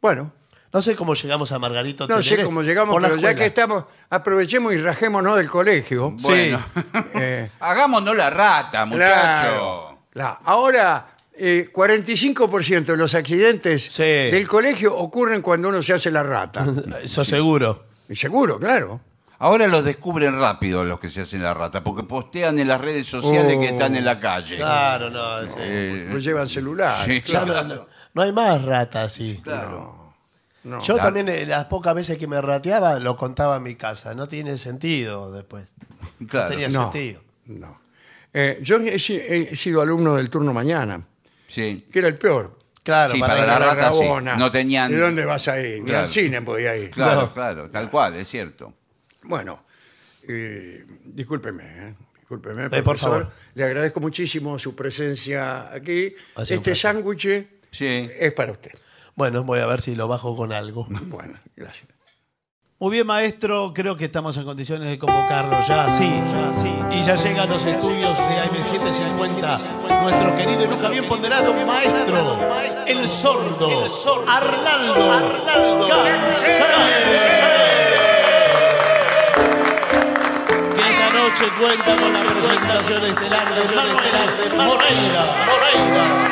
Speaker 1: Bueno,
Speaker 2: No sé cómo llegamos a Margarito
Speaker 1: no
Speaker 2: Tereré.
Speaker 1: sé cómo llegamos,
Speaker 2: Por la
Speaker 1: pero ya
Speaker 2: escuela.
Speaker 1: que estamos, aprovechemos y rajémonos del colegio.
Speaker 3: Bueno.
Speaker 1: Eh,
Speaker 3: Hagámonos la rata, muchacho.
Speaker 1: Claro, claro. Ahora, eh, 45% de los accidentes
Speaker 2: Sí.
Speaker 1: del colegio ocurren cuando uno se hace la rata.
Speaker 2: Eso seguro.
Speaker 1: Y Seguro, claro.
Speaker 3: Ahora los descubren rápido los que se hacen la rata, porque postean en las redes sociales
Speaker 1: Oh.
Speaker 3: que están en la calle.
Speaker 2: Claro, no. sí.
Speaker 3: Eh,
Speaker 1: No llevan celular.
Speaker 3: sí,
Speaker 2: Ya no-
Speaker 3: claro.
Speaker 2: no, no hay más ratas así.
Speaker 3: claro.
Speaker 1: No.
Speaker 2: Yo también eh, las pocas veces que me rateaba lo contaba en mi casa. No tiene sentido después.
Speaker 3: claro.
Speaker 2: No tenía
Speaker 1: No.
Speaker 2: sentido.
Speaker 1: No. Eh, yo he, si- he sido alumno del turno mañana,
Speaker 3: Sí.
Speaker 1: que era el peor.
Speaker 2: Claro,
Speaker 3: Sí,
Speaker 2: para,
Speaker 3: para
Speaker 2: ganar-
Speaker 3: la rata, sí.
Speaker 1: rabona.
Speaker 3: No tenían-
Speaker 1: ¿De dónde vas a ir? Ni
Speaker 3: Claro.
Speaker 1: al cine podía ir.
Speaker 3: Claro,
Speaker 2: No.
Speaker 3: claro, tal cual, es cierto.
Speaker 1: Bueno, eh, discúlpeme, ¿eh?
Speaker 5: Discúlpeme,
Speaker 2: Eh, por
Speaker 5: profesor.
Speaker 2: favor.
Speaker 5: Le agradezco muchísimo su presencia aquí.
Speaker 2: Ha
Speaker 5: este
Speaker 2: sido un placer.
Speaker 5: sándwich
Speaker 3: Sí.
Speaker 5: es para usted.
Speaker 2: Bueno, voy a ver si lo bajo con algo.
Speaker 5: Bueno, gracias.
Speaker 6: Muy bien, maestro. Creo que estamos en condiciones de convocarlo ya. Sí, ya, sí.
Speaker 2: Y ya llega a los estudios de AM750 nuestro querido y nunca bien ponderado maestro, el sordo, Arnaldo, Arnaldo que esta noche cuenta con la presentación estelar de Manuel Moreira.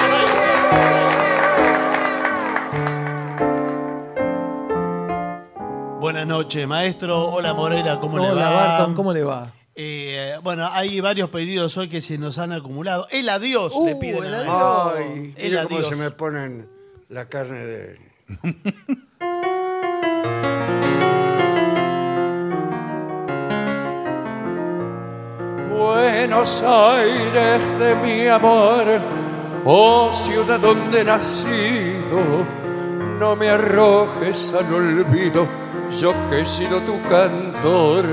Speaker 2: Buenas noches, maestro. Hola, Moreira, ¿cómo le va?
Speaker 7: Hola, Barton, ¿cómo le va?
Speaker 2: Eh, bueno, hay varios pedidos hoy que se nos han acumulado. El adiós
Speaker 7: Uh,
Speaker 2: le piden
Speaker 7: el
Speaker 2: a la-
Speaker 7: adiós. No.
Speaker 5: Ay,
Speaker 2: El
Speaker 5: mira cómo
Speaker 2: adiós.
Speaker 5: se me ponen la carne de...
Speaker 1: Buenos Aires de mi amor, oh ciudad donde he nacido, no me arrojes al olvido, yo que he sido tu cantor,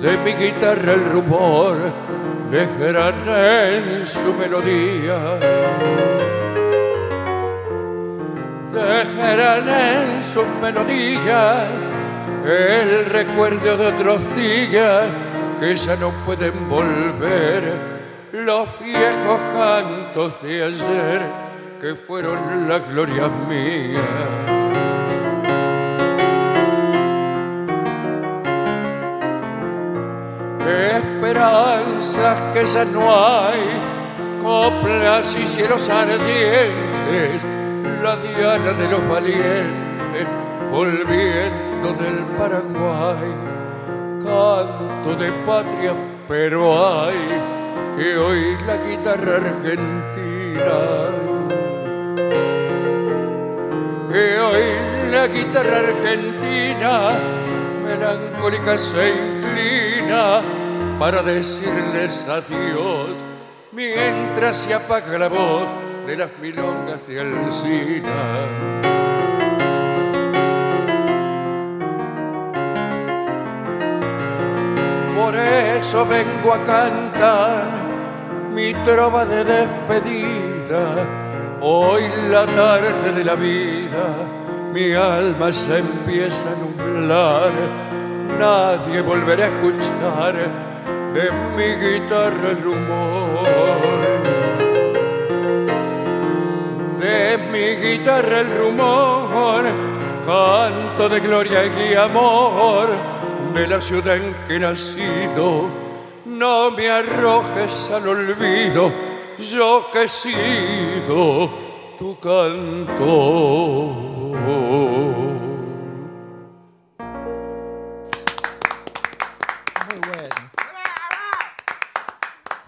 Speaker 1: de mi guitarra el rumor, dejarán en su melodía. Dejarán en su melodía el recuerdo de otros días que ya no pueden volver. Los viejos cantos de ayer que fueron las glorias mías. esperanzas que ya no hay, coplas y cielos ardientes, la diana de los valientes volviendo del Paraguay, canto de patria, pero hay que hoy la guitarra argentina que hoy la guitarra argentina melancólica se inclina para decirles adiós mientras se apaga la voz de las milongas de Alcina. Por eso vengo a cantar mi trova de despedida. Hoy la tarde de la vida, mi alma se empieza a nublar. Nadie volverá a escuchar de mi guitarra el rumor. De mi guitarra el rumor, canto de gloria y amor de la ciudad en que he nacido. No me arrojes al olvido, yo que he sido tu canto.
Speaker 7: Muy bueno.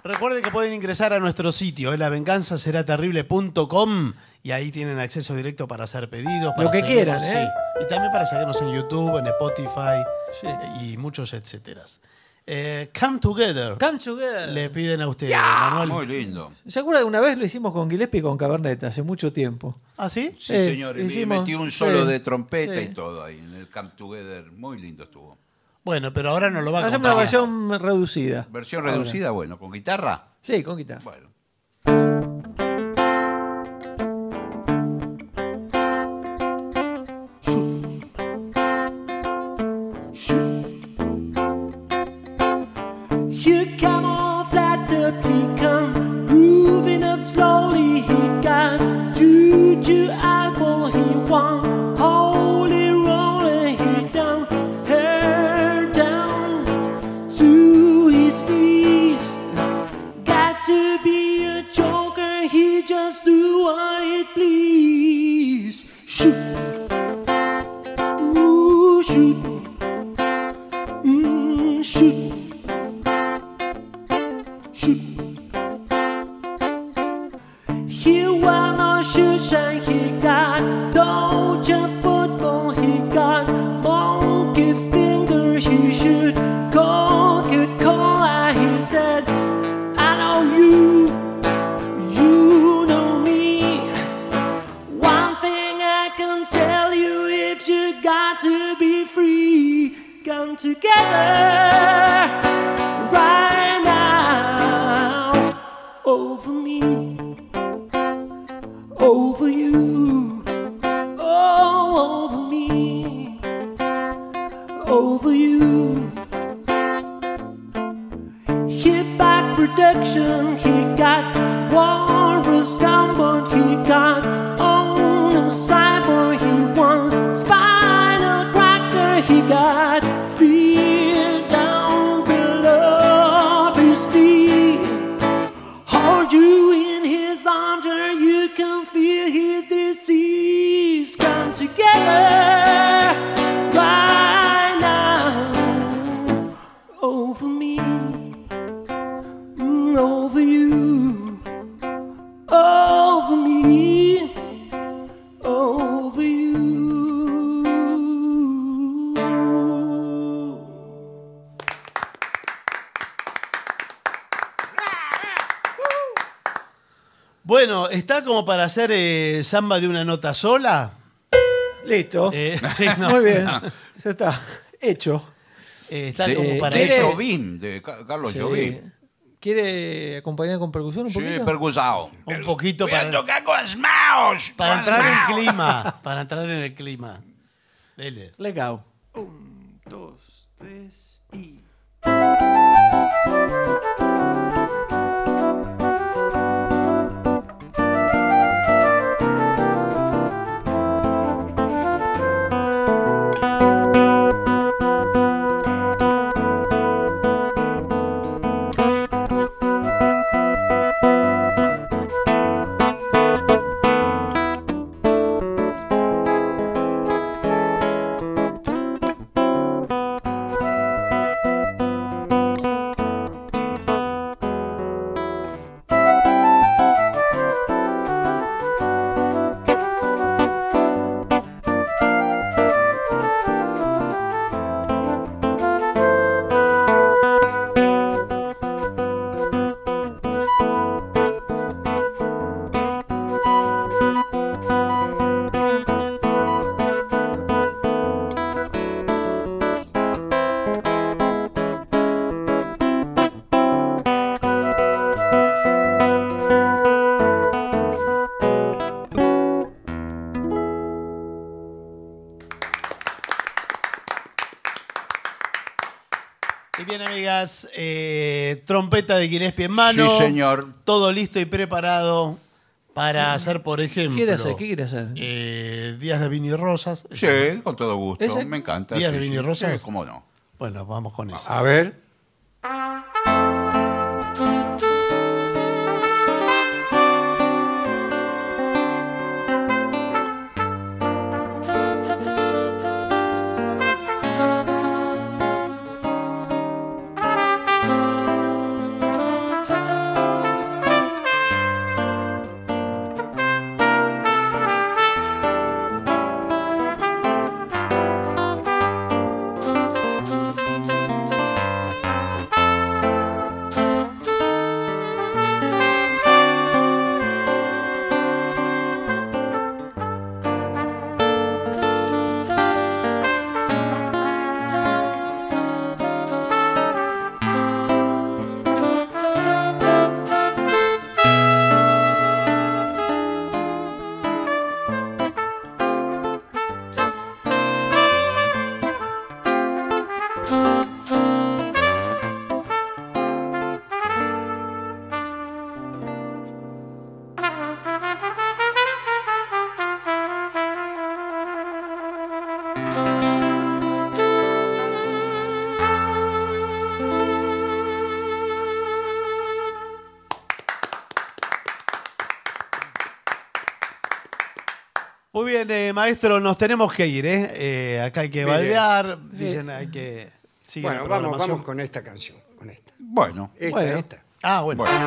Speaker 2: Recuerden que pueden ingresar a nuestro sitio, eh, es lavenganzaseraterrible.com y ahí tienen acceso directo para hacer pedidos. para
Speaker 7: Lo que
Speaker 2: seguirnos,
Speaker 7: quieran, ¿eh?
Speaker 2: sí. Y también para seguirnos en YouTube, en Spotify
Speaker 7: Sí.
Speaker 2: y muchos etcéteras. Eh, come Together
Speaker 7: Come together.
Speaker 2: le piden a usted, Manuel.
Speaker 3: Muy lindo.
Speaker 7: ¿Se acuerda de una vez lo hicimos con Gillespie y con Cabernet hace mucho tiempo?
Speaker 2: ¿Ah, sí?
Speaker 3: Sí,
Speaker 7: Eh,
Speaker 3: señor. Y me
Speaker 7: hicimos-
Speaker 3: metí un solo
Speaker 7: sí,
Speaker 3: de trompeta
Speaker 7: sí.
Speaker 3: y todo ahí en el Camp Together. Muy lindo estuvo.
Speaker 2: Bueno, pero ahora no lo va a
Speaker 7: Hacemos una
Speaker 2: acompañar.
Speaker 7: versión reducida.
Speaker 3: Versión
Speaker 7: Ahora.
Speaker 3: reducida, bueno, con guitarra.
Speaker 7: Sí, con guitarra.
Speaker 3: Bueno.
Speaker 8: You come off like the pecan, moving up slowly. He got juju alcohol, he won. Holy roller, he down, her down to his knees. Got to be a joker, he just do what it please. Shoot, ooh, shoot, mm, shoot. Shoot. He won a shoot and he got Dodge football, he got monkey finger, he shoot Coca-Cola, he said, I know you, you know me. One thing I can tell you if you got to be free, come together right now. over me, over you, oh, over me, over you. Hit back production, he got Walrus down, but he got on the cyber, he won Spinal Cracker, he got fear down below his feet. Hold you in his arms, and you can feel his disease come together. right now Over me, Mm, over you, over me, over you.
Speaker 9: Bueno, ¿está como para hacer eh, samba de una nota sola?
Speaker 7: Listo.
Speaker 9: Eh, sí, no.
Speaker 7: Muy bien. Ya está. Hecho.
Speaker 2: Eh, está
Speaker 3: De,
Speaker 2: como
Speaker 7: eh,
Speaker 2: para
Speaker 3: de
Speaker 2: eso.
Speaker 3: Jobim, de Ca- Carlos
Speaker 7: Sí.
Speaker 3: Jobim.
Speaker 7: ¿Quiere acompañar con percusión un
Speaker 3: Pues Sí,
Speaker 7: poquito?
Speaker 3: percusado.
Speaker 2: Un poquito
Speaker 3: Voy a
Speaker 2: para-
Speaker 3: tocar con las manos,
Speaker 2: Para
Speaker 3: con
Speaker 2: entrar
Speaker 3: las
Speaker 2: en
Speaker 3: manos.
Speaker 2: el clima. Para entrar en el clima. Dele.
Speaker 7: Legal.
Speaker 8: Dos, tres y.
Speaker 2: Y bien, amigas, eh, trompeta de Gillespie en mano.
Speaker 3: Sí, señor.
Speaker 2: Todo listo y preparado para hacer, por ejemplo,
Speaker 7: ¿Qué quiere hacer? ¿Qué quiere hacer?
Speaker 2: eh, días de vino y rosas.
Speaker 3: Sí, con todo gusto.
Speaker 7: Ese-
Speaker 3: Me encanta.
Speaker 2: Días
Speaker 3: sí,
Speaker 2: de vino
Speaker 3: sí.
Speaker 2: y rosas.
Speaker 3: Sí, ¿Cómo no?
Speaker 2: Bueno, vamos con eso.
Speaker 10: A ver.
Speaker 9: Muy bien, eh, maestro, nos tenemos que ir, ¿eh? Eh, acá hay que
Speaker 10: Mire.
Speaker 9: bailar, dicen hay que... sigue la
Speaker 10: Bueno, vamos,
Speaker 9: programación.
Speaker 10: vamos con esta canción. Con esta.
Speaker 3: Bueno.
Speaker 10: Esta,
Speaker 7: Bueno.
Speaker 10: esta.
Speaker 2: Ah, bueno.
Speaker 3: Bueno,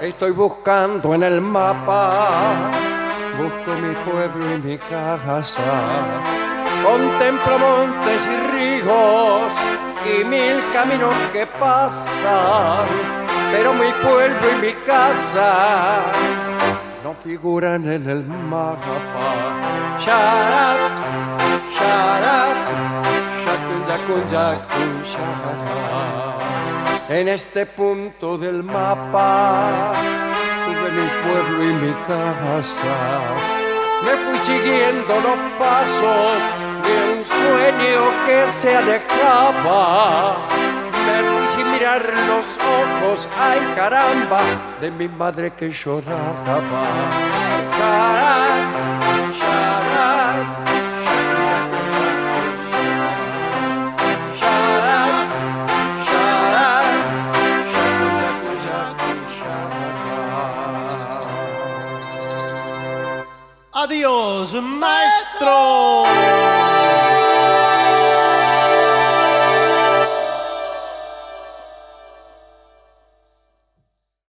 Speaker 1: Estoy buscando en el mapa, busco mi pueblo y mi casa. Contemplo montes y ríos y mil caminos que pasan, pero mi pueblo y mi casa no figuran en el mapa. Sharat, sharat, shakun, yakun, yakun, sharat. en este punto del mapa tuve mi pueblo y mi casa. Me fui siguiendo los pasos de un sueño que se alejaba. Me fui sin mirar los ojos, ay caramba, de mi madre que lloraba. Charay, charay, charay, charay,
Speaker 2: Adiós, maestro.